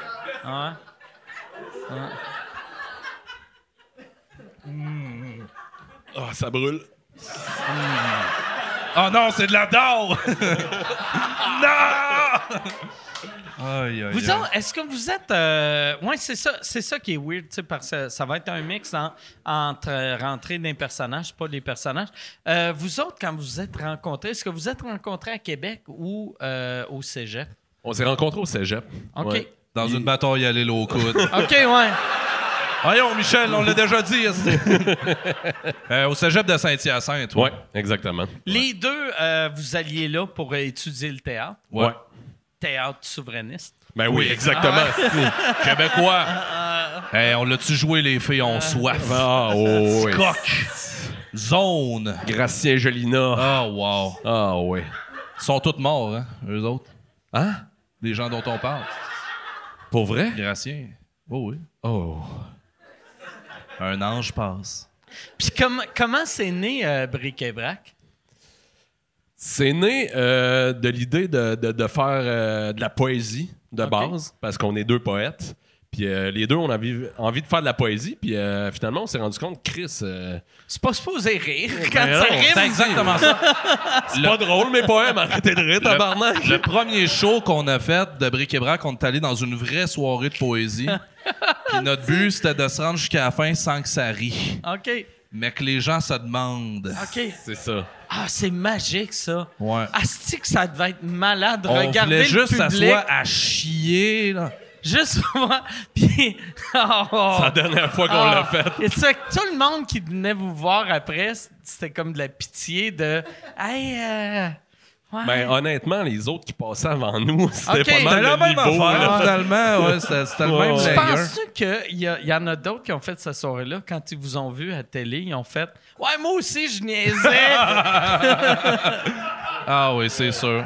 Speaker 1: Ah ouais.
Speaker 6: Ah, ça brûle.
Speaker 5: Oh non, c'est de la dor! non! Aïe, aïe,
Speaker 1: Vous
Speaker 5: aïe.
Speaker 1: autres, est-ce que vous êtes. euh, ouais, c'est ça, c'est ça qui est weird, tu sais, parce que ça va être un mix en- entre euh, rentrer d'un personnage, pas des personnages. Euh, vous autres, quand vous êtes rencontrés, est-ce que vous êtes rencontrés à Québec ou euh, au cégep?
Speaker 6: On s'est rencontrés au cégep.
Speaker 1: OK.
Speaker 6: Ouais.
Speaker 5: Dans une bataille à l'île aux coudes.
Speaker 1: OK, ouais.
Speaker 5: Voyons, Michel, on l'a déjà dit. est-ce que- Euh, au cégep de Saint-Hyacinthe,
Speaker 6: Ouais, exactement.
Speaker 1: Les deux, euh, vous alliez là pour euh, étudier le théâtre,
Speaker 5: Ouais.
Speaker 1: théâtre souverainiste.
Speaker 6: Ben oui, exactement.
Speaker 5: Québécois. Hey, Eh, on l'a-tu joué, les filles? On soif.
Speaker 6: Ah, oh, oui.
Speaker 5: Coq. Zone.
Speaker 6: Gracien Jolina.
Speaker 5: Oh, wow.
Speaker 6: Ah, oui.
Speaker 5: Ils sont tous morts, hein, eux autres.
Speaker 6: Hein?
Speaker 5: Les gens dont on parle.
Speaker 6: Pour vrai?
Speaker 5: Gracien. Oh oui.
Speaker 6: Oh.
Speaker 5: Un ange passe.
Speaker 1: Puis comme- comment c'est né euh, Bric et Brac?
Speaker 6: C'est né euh, de l'idée de, de- de faire euh, de la poésie de
Speaker 1: Ok.
Speaker 6: base, parce qu'on est deux poètes. Puis euh, les deux, on avait envie de faire de la poésie. Puis euh, finalement, on s'est rendu compte, Chris, euh,
Speaker 1: C'est pas supposé rire quand
Speaker 6: Ben
Speaker 1: ça
Speaker 6: non,
Speaker 1: rime.
Speaker 5: C'est exactement ça.
Speaker 6: c'est pas drôle mes poèmes, arrêtez de rire, tabarnak.
Speaker 5: Le premier show qu'on a fait de Bric et Brac, on est allé dans une vraie
Speaker 6: Ben,
Speaker 5: soirée de poésie. Puis notre but, c'était de se rendre jusqu'à la fin sans que ça rie.
Speaker 1: OK.
Speaker 5: mais que les gens se demandent.
Speaker 1: OK.
Speaker 6: C'est ça.
Speaker 1: Ah, c'est magique, ça.
Speaker 5: Ouais.
Speaker 1: Asti que ça devait être malade.
Speaker 5: On
Speaker 1: Regardez
Speaker 5: voulait juste
Speaker 1: le
Speaker 5: que ça
Speaker 1: public.
Speaker 5: soit à chier. Là.
Speaker 1: Juste moi. Puis... Oh. Ah.
Speaker 6: C'est la dernière fois qu'on l'a fait.
Speaker 1: Et ça, tout le monde qui venait vous voir après, c'était comme de la pitié de... Hey, euh, ouais.
Speaker 6: Ben, honnêtement, les autres qui passaient avant nous, c'était
Speaker 1: Ok.
Speaker 6: pas
Speaker 5: C'était
Speaker 6: mal
Speaker 5: la
Speaker 6: le
Speaker 5: même
Speaker 6: niveau,
Speaker 5: affaire,
Speaker 6: là.
Speaker 5: finalement. Ouais, c'était c'était le
Speaker 6: Ouais,
Speaker 5: même
Speaker 6: ouais.
Speaker 1: Tu
Speaker 5: layer.
Speaker 1: penses-tu qu'il y, a- il y en a d'autres qui ont fait cette soirée-là, quand ils vous ont vu à télé, ils ont fait « Ouais, moi aussi, je niaisais!
Speaker 5: Ah oui, c'est sûr.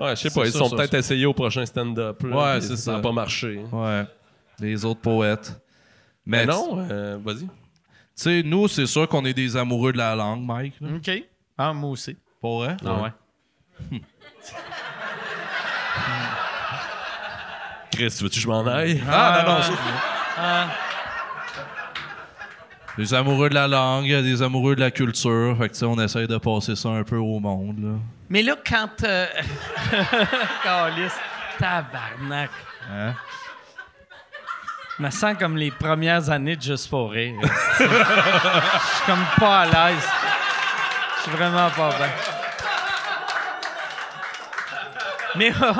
Speaker 6: Ouais, je sais pas,
Speaker 5: C'est
Speaker 6: ils
Speaker 5: ça,
Speaker 6: sont
Speaker 5: ça,
Speaker 6: peut-être essayés au prochain stand-up. là,
Speaker 5: Ouais,
Speaker 6: puis
Speaker 5: c'est
Speaker 6: Ça
Speaker 5: ça.
Speaker 6: n'a pas marché.
Speaker 5: Ouais. Les autres poètes.
Speaker 6: Mais
Speaker 5: Mais non.
Speaker 6: non, euh, vas-y.
Speaker 5: Tu sais, nous, c'est sûr qu'on est des amoureux de la langue, Mike. là.
Speaker 7: OK. Ah, moi aussi.
Speaker 5: Pas vrai?
Speaker 6: Chris, veux-tu que je m'en aille?
Speaker 5: Ah, non, non. ça- Des amoureux de la langue, des amoureux de la culture. Fait que, tu sais, on essaye de passer ça un peu au monde, là. »
Speaker 1: Mais là, quand... Euh... Câlisse. tabarnak! Je me sens comme les premières années de Juste pour rire. Je suis comme pas à l'aise. Je suis vraiment pas bien. Mais, euh,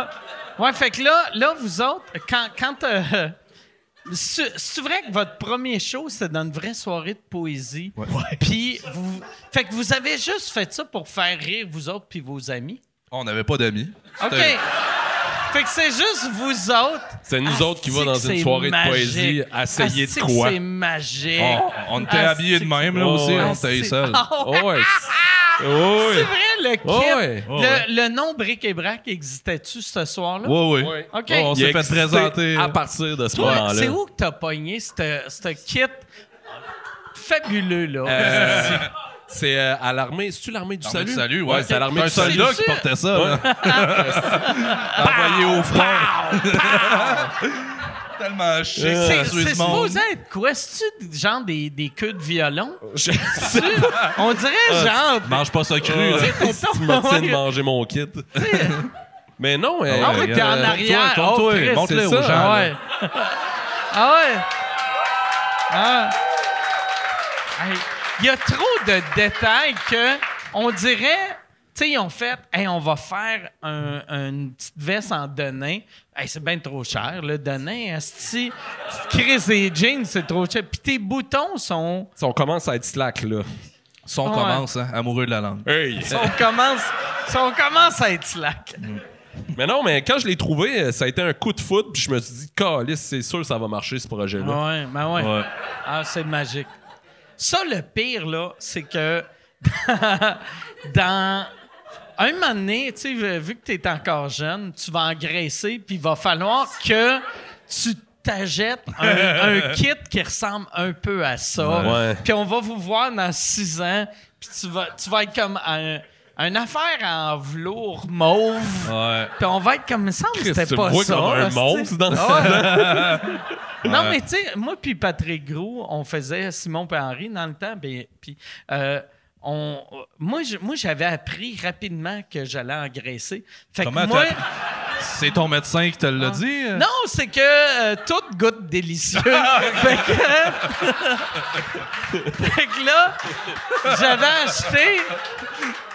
Speaker 1: ouais, fait que là, là vous autres, quand. quand euh, c'est c'est vrai que votre premier show, c'était dans une vraie soirée de poésie. Puis, vous, fait que vous avez juste fait ça pour faire rire vous autres puis vos amis.
Speaker 5: Ah, On n'avait pas d'amis.
Speaker 1: OK.
Speaker 5: C'était-
Speaker 1: Fait que c'est juste vous autres.
Speaker 6: C'est nous autres qui
Speaker 1: Asti
Speaker 6: va dans
Speaker 1: que
Speaker 6: une
Speaker 1: Ah, c'est
Speaker 6: soirée de
Speaker 1: magique.
Speaker 6: poésie, essayer
Speaker 1: Asti
Speaker 6: de
Speaker 1: que
Speaker 6: quoi?
Speaker 1: C'est magique.
Speaker 5: On, on était
Speaker 1: Ah,
Speaker 5: habillés de
Speaker 1: c'est-
Speaker 5: même, là,
Speaker 6: Oh,
Speaker 5: aussi.
Speaker 6: ouais.
Speaker 5: On
Speaker 1: Ah,
Speaker 5: était les
Speaker 1: c'est-
Speaker 5: seuls.
Speaker 1: Ah ouais.
Speaker 6: Oh, ouais. Oh,
Speaker 1: C'est
Speaker 6: ouais.
Speaker 1: vrai, le kit.
Speaker 6: Oh, ouais.
Speaker 5: Oh,
Speaker 1: le,
Speaker 5: ouais.
Speaker 1: le nom Bric et Brac existait-tu ce soir-là?
Speaker 5: Oui, oui.
Speaker 6: Ouais.
Speaker 1: OK.
Speaker 5: Oh, on
Speaker 6: Il
Speaker 5: s'est fait
Speaker 6: existait
Speaker 5: présenter. euh.
Speaker 6: À partir de ce
Speaker 1: Toi,
Speaker 6: moment-là.
Speaker 1: c'est où que t'as pogné ce ce kit fabuleux, là?
Speaker 6: Euh, c'est euh, à l'armée. C'est-tu l'armée du
Speaker 5: L'armée du
Speaker 6: salut?
Speaker 5: salut, ouais.
Speaker 6: c'est à l'armée
Speaker 5: C'est
Speaker 6: du
Speaker 5: un soldat
Speaker 6: salut.
Speaker 5: qui portait ça, là.
Speaker 1: Ah,
Speaker 6: Envoyé au front.
Speaker 5: Tellement chic,
Speaker 1: Euh, c'est
Speaker 5: ça suit
Speaker 1: c'est
Speaker 5: du monde.
Speaker 1: supposé être quoi? C'est-tu du genre des, des queues de violon?
Speaker 6: Je-
Speaker 1: On
Speaker 5: Ah,
Speaker 1: dirait genre...
Speaker 5: Mange pas ça cru,
Speaker 6: Ah,
Speaker 5: là.
Speaker 6: Tu m'as dit de manger mon kit. Mais non, euh,
Speaker 1: Ah ouais,
Speaker 5: regarde,
Speaker 1: t'es en
Speaker 5: euh,
Speaker 1: arrière.
Speaker 5: tourne-toi,
Speaker 1: Oh,
Speaker 5: tourne-toi,
Speaker 1: Christ,
Speaker 5: montre-le
Speaker 1: c'est ça.
Speaker 5: aux gens,
Speaker 1: Ah
Speaker 5: là.
Speaker 1: ouais. Ah ouais. Ah. Hey, Il y a trop de détails que on dirait. Tu sais, ils ont fait, hey, on va faire un- une petite veste en denain. Hey, c'est bien trop cher, le denain. Asti. Chris et jeans, c'est trop cher. Puis tes boutons sont.
Speaker 6: si on commence à être slack, là.
Speaker 5: Son
Speaker 1: Ouais.
Speaker 5: commence, hein, amoureux de la langue.
Speaker 6: Hey!
Speaker 1: sont- On commence, sont- on commence à être slack.
Speaker 6: Mais non, mais quand je l'ai trouvé, euh, ça a été un coup de foot, puis je me suis dit, Calice, c'est sûr ça va marcher ce projet-là.
Speaker 1: Ah ouais, ben ouais.
Speaker 6: Ouais.
Speaker 1: Ah, c'est magique. Ça, le pire, là, c'est que dans un moment donné, tu sais, vu- vu que tu es encore jeune, tu vas engraisser, puis il va falloir que tu t'achètes un, un kit qui ressemble un peu à ça.
Speaker 6: Ouais.
Speaker 1: Puis on va vous voir dans six ans, puis tu vas, tu vas être comme un, une affaire en velours mauve.
Speaker 5: Ouais.
Speaker 1: Puis on va être comme, il me semble que
Speaker 6: Chris,
Speaker 1: c'était
Speaker 6: tu
Speaker 1: pas
Speaker 6: me vois
Speaker 1: ça.
Speaker 6: comme un
Speaker 1: hostie.
Speaker 6: monstre dans ça.
Speaker 1: Ah ouais. non, mais tu sais, moi puis Patrick Gros, on faisait Simon et Henri dans le temps. ben, Puis euh, on, moi, je- moi, j'avais appris rapidement que j'allais engraisser. Fait
Speaker 5: Comment
Speaker 1: que
Speaker 5: t'as
Speaker 1: moi,
Speaker 5: appris? C'est ton médecin qui te l'a dit? euh?
Speaker 1: Ah. non, c'est que euh, tout goûte délicieux. fait, que, Fait que là, j'avais acheté.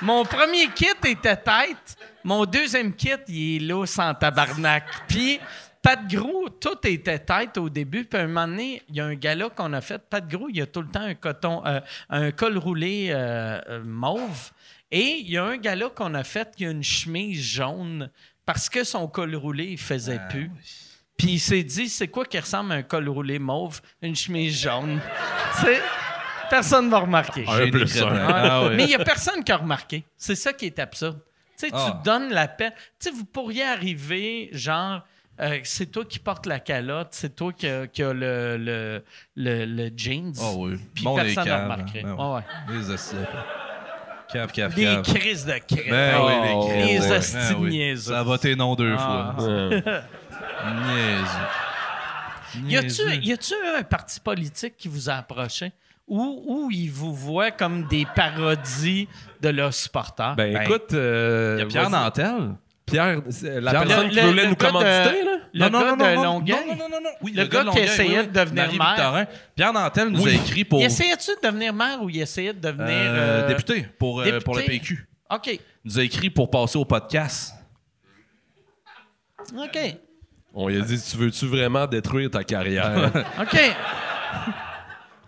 Speaker 1: Mon premier kit était tête. Mon deuxième kit, il est là sans tabarnak. Puis, Pat Gros, tout était tête au début. Puis, à un moment donné, il y a un gala qu'on a fait. Pat Gros, il a tout le temps un coton, euh, un col roulé euh, euh, mauve. Et il y a un gala qu'on a fait, il a une chemise jaune parce que son col roulé, il faisait plus. Puis il s'est dit, c'est quoi qui ressemble à un col roulé mauve? Une chemise jaune. tu sais, personne ne va remarquer.
Speaker 5: J'ai
Speaker 6: plus
Speaker 5: des
Speaker 6: un.
Speaker 5: crétins.
Speaker 1: Ah,
Speaker 5: Ah
Speaker 1: Mais il
Speaker 5: oui.
Speaker 1: n'y a personne qui a remarqué. C'est ça qui est absurde. Tu sais,
Speaker 5: Ah.
Speaker 1: tu donnes la peine. Tu sais, vous pourriez arriver, genre, euh, c'est toi qui portes la calotte, c'est toi qui a, qui a le, le, le, le jeans.
Speaker 5: Ah oui.
Speaker 1: Puis
Speaker 5: Bon, les
Speaker 1: personne ne
Speaker 5: caves.
Speaker 1: remarquerait.
Speaker 5: hein.
Speaker 1: Ouais, ouais.
Speaker 5: Ah oui. Les acides. Cave, cave,
Speaker 1: Des
Speaker 5: cave.
Speaker 1: crises de crises.
Speaker 5: Ben oui,
Speaker 6: Oh,
Speaker 5: les
Speaker 6: les
Speaker 5: crises. ouais.
Speaker 1: hosties
Speaker 5: Ah
Speaker 1: de
Speaker 5: oui.
Speaker 1: niaiseux.
Speaker 5: Ça a voté non deux
Speaker 1: Ah.
Speaker 5: fois.
Speaker 6: Ouais.
Speaker 5: Niaiseux.
Speaker 1: Y a-tu-
Speaker 5: Niaiseux.
Speaker 1: y a-tu un parti politique qui vous a approché? Ou, ou ils vous voient comme des parodies de leurs supporters?
Speaker 6: Ben,
Speaker 5: Ben,
Speaker 6: écoute, euh,
Speaker 5: Y a Pierre
Speaker 6: vas-y.
Speaker 5: Nantel?
Speaker 6: Pierre, c'est la
Speaker 5: Pierre
Speaker 6: personne
Speaker 1: Le-
Speaker 6: qui
Speaker 1: le-
Speaker 6: voulait
Speaker 1: le
Speaker 6: nous
Speaker 1: gars de-
Speaker 6: commanditer, là?
Speaker 1: Le gars de
Speaker 5: non,
Speaker 1: Longueuil?
Speaker 5: Non, non, non, non. Oui,
Speaker 1: Le
Speaker 5: de
Speaker 1: gars qui
Speaker 5: Longueuil,
Speaker 1: essayait
Speaker 5: oui, oui.
Speaker 1: de devenir
Speaker 5: Marie
Speaker 1: maire.
Speaker 5: Victorin. Pierre Nantel nous a écrit pour
Speaker 1: Il
Speaker 5: euh,
Speaker 1: essayait-tu de devenir maire ou il essayait de devenir. euh,
Speaker 5: député, pour, euh, pour le
Speaker 1: député.
Speaker 5: PQ.
Speaker 1: OK.
Speaker 5: Il nous a écrit pour passer au podcast.
Speaker 1: OK.
Speaker 6: On lui a dit Tu veux-tu vraiment détruire ta carrière
Speaker 1: OK.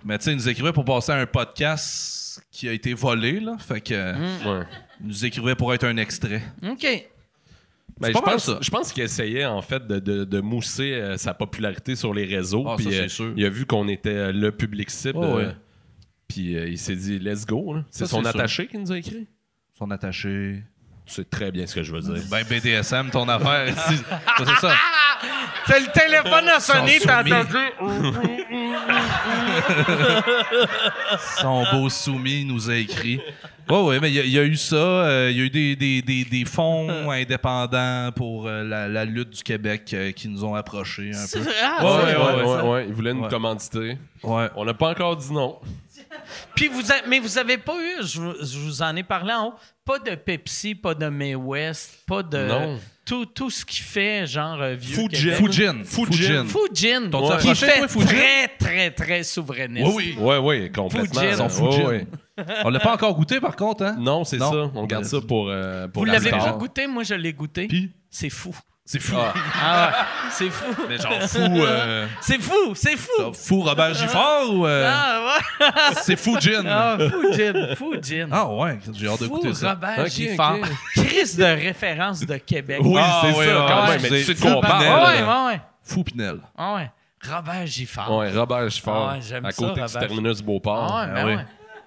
Speaker 5: Mais tu sais, il nous écrivait pour passer à un podcast qui a été volé, là. Fait que euh,
Speaker 1: Hmm.
Speaker 6: Ouais.
Speaker 5: il nous écrivait pour être un extrait.
Speaker 1: OK.
Speaker 6: Ben,
Speaker 5: C'est
Speaker 6: je,
Speaker 5: pas mal,
Speaker 6: pense,
Speaker 5: ça.
Speaker 6: je pense qu'il essayait en fait de, de- de mousser euh, sa popularité sur les réseaux.
Speaker 5: Ah, ça,
Speaker 6: puis,
Speaker 5: c'est
Speaker 6: euh,
Speaker 5: sûr.
Speaker 6: Il a vu qu'on était euh, le public cible.
Speaker 5: Ah, ouais.
Speaker 6: euh, Puis euh, il s'est dit Let's go. là. C'est
Speaker 5: Ça,
Speaker 6: son
Speaker 5: c'est sûr.
Speaker 6: attaché qui nous a écrit.
Speaker 5: Son attaché.
Speaker 6: Tu sais très bien ce que je veux dire.
Speaker 5: Ben, BDSM, ton affaire. ici. c'est ça.
Speaker 1: C'est le téléphone a sonné,
Speaker 5: Sans
Speaker 1: t'as
Speaker 5: soumis.
Speaker 1: entendu?
Speaker 5: Son beau soumis nous a écrit. Oui, oui, mais il y a- il y, a eu ça. euh, Il y a eu des, des, des, des fonds indépendants pour euh, la, la lutte du Québec euh, qui nous ont approchés un
Speaker 1: C'est
Speaker 5: peu.
Speaker 1: vrai,
Speaker 5: Ouais,
Speaker 1: Ah, c'est
Speaker 5: ouais,
Speaker 1: vrai.
Speaker 5: ouais, ça.
Speaker 6: ouais. Il voulait nous
Speaker 5: Ouais.
Speaker 6: commanditer.
Speaker 5: Ouais.
Speaker 6: On n'a pas encore dit non.
Speaker 1: Puis vous a- mais vous avez pas eu, je, vous- je vous en ai parlé en haut, pas de Pepsi, pas de May West, pas de
Speaker 6: Non.
Speaker 1: tout tout ce qui fait genre euh, vieux
Speaker 5: Fujin.
Speaker 1: Québec.
Speaker 5: Fujin. Fujin.
Speaker 1: Fujin,
Speaker 5: T'as-tu
Speaker 1: qui
Speaker 5: approché,
Speaker 1: fait
Speaker 5: toi, Fujin?
Speaker 1: très très très souverainiste.
Speaker 5: Oui, oui.
Speaker 6: Ouais, ouais, complètement.
Speaker 1: Fujin.
Speaker 5: Son
Speaker 6: Ouais,
Speaker 5: Fujin.
Speaker 6: oh ouais.
Speaker 5: On l'a pas encore goûté, par contre, hein?
Speaker 6: Non, c'est
Speaker 5: Non.
Speaker 6: ça. On garde ça pour. euh, pour
Speaker 1: Vous
Speaker 6: la
Speaker 1: l'avez
Speaker 6: star.
Speaker 1: pas goûté, moi je l'ai goûté. C'est fou.
Speaker 5: C'est fou.
Speaker 1: Ah ouais, c'est fou.
Speaker 5: Mais genre fou. euh,
Speaker 1: C'est fou, c'est fou.
Speaker 5: genre fou Robert Giffard ou. euh,
Speaker 1: Ah ouais.
Speaker 5: C'est Fujin.
Speaker 1: Ah, Fujin, Fujin.
Speaker 5: Ah ouais, j'ai hâte
Speaker 1: Fou
Speaker 5: d'écouter ça.
Speaker 1: Robert
Speaker 6: Ok,
Speaker 1: Giffard.
Speaker 6: ok.
Speaker 1: Crise de référence de Québec.
Speaker 6: Oui,
Speaker 5: Ah,
Speaker 6: c'est
Speaker 5: ouais,
Speaker 6: ça,
Speaker 5: ouais,
Speaker 6: quand
Speaker 5: ouais,
Speaker 6: même. Mais tu
Speaker 5: c'est-
Speaker 6: sais de
Speaker 5: c'est
Speaker 6: quoi on
Speaker 5: pas
Speaker 6: parle.
Speaker 5: Pinel,
Speaker 1: Ah ouais,
Speaker 5: là.
Speaker 1: ouais, ouais.
Speaker 5: Fou Pinel.
Speaker 1: Ah ouais. Robert Giffard.
Speaker 6: Ouais, Robert Giffard,
Speaker 1: Ah ouais, j'aime
Speaker 6: à
Speaker 1: ça,
Speaker 6: côté
Speaker 1: Robert.
Speaker 6: du terminus Beauport.
Speaker 1: Ah ouais, ben
Speaker 6: Ah ouais.
Speaker 1: ouais.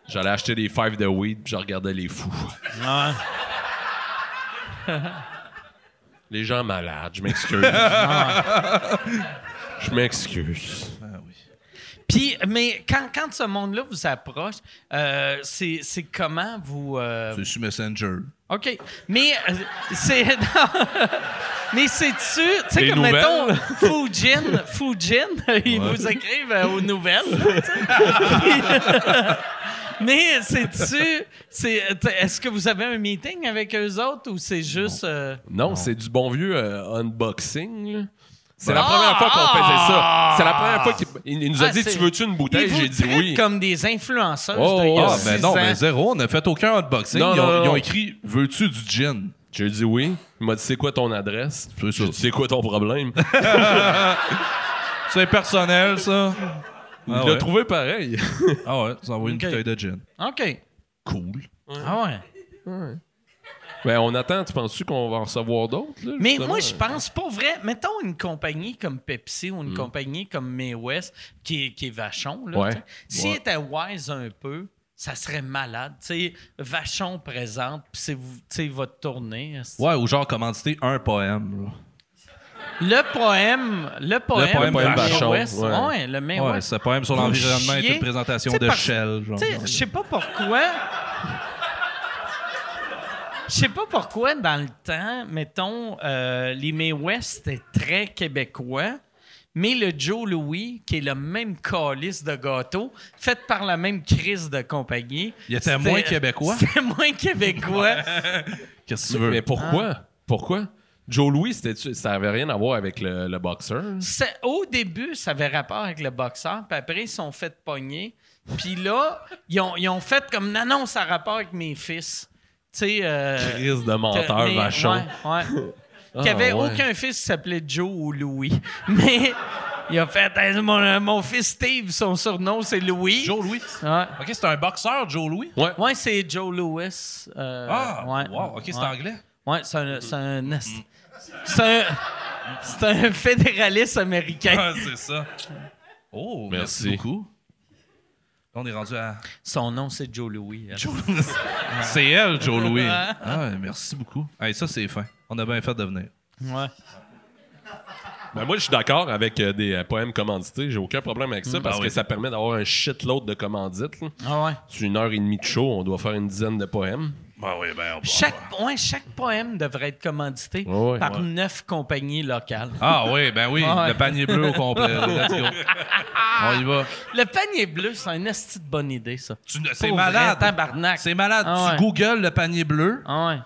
Speaker 6: J'allais acheter des fives de weed, puis je regardais les fous. les gens malades, je m'excuse. je m'excuse.
Speaker 1: Puis, mais quand, quand ce monde-là vous approche, euh, c'est c'est comment vous. euh,
Speaker 5: C'est sur Messenger.
Speaker 1: OK. Mais euh, c'est. non. mais c'est-tu. Tu sais,
Speaker 6: Les
Speaker 1: comme
Speaker 6: nouvelles?
Speaker 1: mettons, Fujin, Fujin, ils vous écrivent euh, aux nouvelles. là, tu sais. Puis- mais c'est-tu. c'est- Est-ce que vous avez un meeting avec eux autres ou c'est juste. euh,
Speaker 6: Non, c'est du bon vieux euh, unboxing. là. C'est
Speaker 1: Ben-
Speaker 6: la première fois qu'on faisait ça. C'est la première fois qu'il il- il nous a
Speaker 1: Ah,
Speaker 6: dit
Speaker 1: c'est-
Speaker 6: Tu veux-tu une
Speaker 1: Ils
Speaker 6: bouteille
Speaker 1: vous
Speaker 6: J'ai dit
Speaker 1: traitent
Speaker 6: oui.
Speaker 1: comme des influenceurs.
Speaker 6: Oh,
Speaker 1: il y a
Speaker 6: oh,
Speaker 5: Ah,
Speaker 1: six
Speaker 5: ben non,
Speaker 1: ans.
Speaker 5: mais zéro, on n'a fait aucun unboxing.
Speaker 6: Non,
Speaker 5: ils, ont,
Speaker 6: non, non.
Speaker 5: ils ont écrit Veux-tu du gin
Speaker 6: J'ai dit oui. Il m'a dit C'est quoi ton adresse
Speaker 5: C'est ça.
Speaker 6: J'ai dit, C'est quoi ton problème
Speaker 5: C'est personnel, ça.
Speaker 6: Il
Speaker 5: Ah
Speaker 6: l'a
Speaker 5: ouais,
Speaker 6: trouvé pareil.
Speaker 5: ah ouais, ils ont envoyé
Speaker 1: Ok.
Speaker 5: une bouteille de gin.
Speaker 1: OK.
Speaker 5: Cool.
Speaker 1: Ah ouais.
Speaker 6: Ben, on attend. Tu penses-tu qu'on va en recevoir d'autres là,
Speaker 1: Mais
Speaker 6: justement?
Speaker 1: moi, je pense, pour vrai, mettons une compagnie comme Pepsi ou une compagnie comme Mae West, qui est, qui est Vachon, là,
Speaker 6: Ouais.
Speaker 1: tu sais. s'il était wise un peu, ça serait malade. Tu sais, Vachon présente, puis c'est vous- tu sais, votre tournée. c'est-
Speaker 5: Ouais, ou genre commandité un poème. là.
Speaker 1: Le poème, le poème,
Speaker 5: poème
Speaker 1: de Mae
Speaker 6: Vachon,
Speaker 1: West,
Speaker 6: ouais.
Speaker 1: Ben ouais, le Mae
Speaker 5: Ouais,
Speaker 1: West.
Speaker 5: ce poème sur
Speaker 1: Vous
Speaker 5: l'environnement est
Speaker 1: chiez.
Speaker 5: une présentation
Speaker 1: T'sais,
Speaker 5: de
Speaker 1: parce-
Speaker 5: Shell. genre.
Speaker 1: Tu sais, je sais pas pourquoi. Je sais pas pourquoi, dans le temps, mettons, euh, les May West étaient très québécois, mais le Joe Louis, qui est le même calice de gâteau, fait par la même crise de compagnie.
Speaker 5: Il était moins québécois?
Speaker 1: C'était moins québécois.
Speaker 5: Qu'est-ce que tu veux?
Speaker 6: Mais pourquoi? Pourquoi? Joe Louis, c'était- ça n'avait rien à voir avec le, le boxeur.
Speaker 1: C'est- au début, ça avait rapport avec le boxeur, puis après, ils se sont fait pogner. Puis là, ils ont, ils ont fait comme non, non, ça a rapport avec mes fils. Tu sais. euh,
Speaker 6: Crise de
Speaker 1: Que-
Speaker 6: menteur,
Speaker 1: mais-
Speaker 6: vachon.
Speaker 1: Ouais, ouais. Qu'il n'y avait
Speaker 6: Ah, ouais.
Speaker 1: aucun fils qui s'appelait Joe ou Louis. Mais il a fait Hey, mon, mon fils Steve, son surnom, c'est Louis.
Speaker 5: Joe Louis.
Speaker 1: Ouais,
Speaker 5: Ok, c'est un boxeur, Joe Louis.
Speaker 1: Ouais, c'est Joe Louis. euh,
Speaker 5: Ah,
Speaker 1: ouais.
Speaker 5: wow, ok, c'est Mm-hmm.
Speaker 1: Ouais.
Speaker 5: anglais.
Speaker 1: Ouais, c'est un. C'est un, c'est un- c'est un fédéraliste américain.
Speaker 5: Ah, c'est ça. Oh, merci,
Speaker 6: Merci.
Speaker 5: beaucoup. Là, on est rendu à.
Speaker 1: Son nom, c'est Joe Louis.
Speaker 5: c'est elle, Joe Louis. Ah, merci beaucoup. Hey, ça, c'est fin. On a bien fait de venir.
Speaker 1: Ouais.
Speaker 6: Ben moi, je suis d'accord avec euh, des euh, poèmes commandités. J'ai aucun problème avec ça parce
Speaker 5: Ah
Speaker 6: que
Speaker 5: oui.
Speaker 6: ça permet d'avoir un shitload de commandites. là.
Speaker 1: Ah ouais.
Speaker 6: Sur une heure et demie de show, on doit faire une dizaine de poèmes.
Speaker 5: Ben oui, ben on va-
Speaker 1: Chaque, ouais, chaque poème devrait être commandité
Speaker 6: Ouais, ouais.
Speaker 1: par neuf compagnies locales.
Speaker 5: Ah oui, ben oui,
Speaker 1: Ah ouais.
Speaker 5: le panier bleu au complet. Let's go. On y va.
Speaker 1: Le panier bleu, c'est une esti de bonne idée, ça.
Speaker 5: Tu ne- C'est
Speaker 1: Pour vrai,
Speaker 5: malade.
Speaker 1: tabarnak.
Speaker 5: C'est malade.
Speaker 1: Ah ouais.
Speaker 5: Tu googles le panier bleu,
Speaker 1: Ah ouais.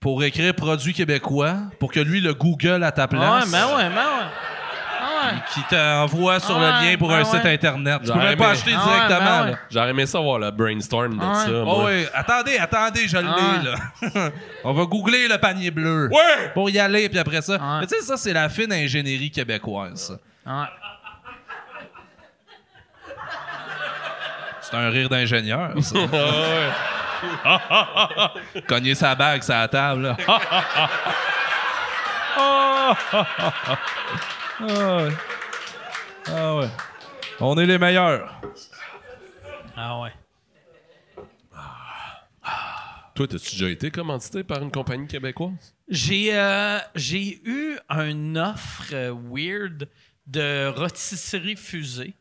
Speaker 5: pour écrire produit québécois pour que lui le Google à ta place.
Speaker 1: Ouais, ben ouais, ben ouais. Ah ouais.
Speaker 5: Qui t'envoie sur
Speaker 1: Ah
Speaker 5: le
Speaker 1: ouais,
Speaker 5: lien pour
Speaker 1: ah
Speaker 5: un
Speaker 1: ouais.
Speaker 5: site internet. Tu
Speaker 6: J'aurais
Speaker 5: pourrais pas
Speaker 6: aimé.
Speaker 5: acheter
Speaker 1: Ah ouais,
Speaker 5: directement.
Speaker 1: ben ouais.
Speaker 5: là.
Speaker 6: J'aurais aimé ça voir le brainstorm de
Speaker 1: Ah ouais.
Speaker 6: ça.
Speaker 5: Oh
Speaker 6: moi.
Speaker 5: oui, attendez, attendez, je l'ai
Speaker 1: Ah
Speaker 5: là. On va googler le panier bleu.
Speaker 6: Ouais!
Speaker 5: Pour y aller, puis après ça.
Speaker 1: Ah ouais.
Speaker 5: Mais tu sais, ça, c'est la fine ingénierie québécoise. ça.
Speaker 1: Ah
Speaker 5: C'est un rire d'ingénieur, ça. Cogner sa bague, sa table. là. Ah ouais. Ah ouais. On est les meilleurs.
Speaker 1: ouais.
Speaker 6: Toi, t'as-tu déjà été commandité par une compagnie québécoise?
Speaker 1: J'ai euh, j'ai eu une offre euh, weird de rôtisserie fusée.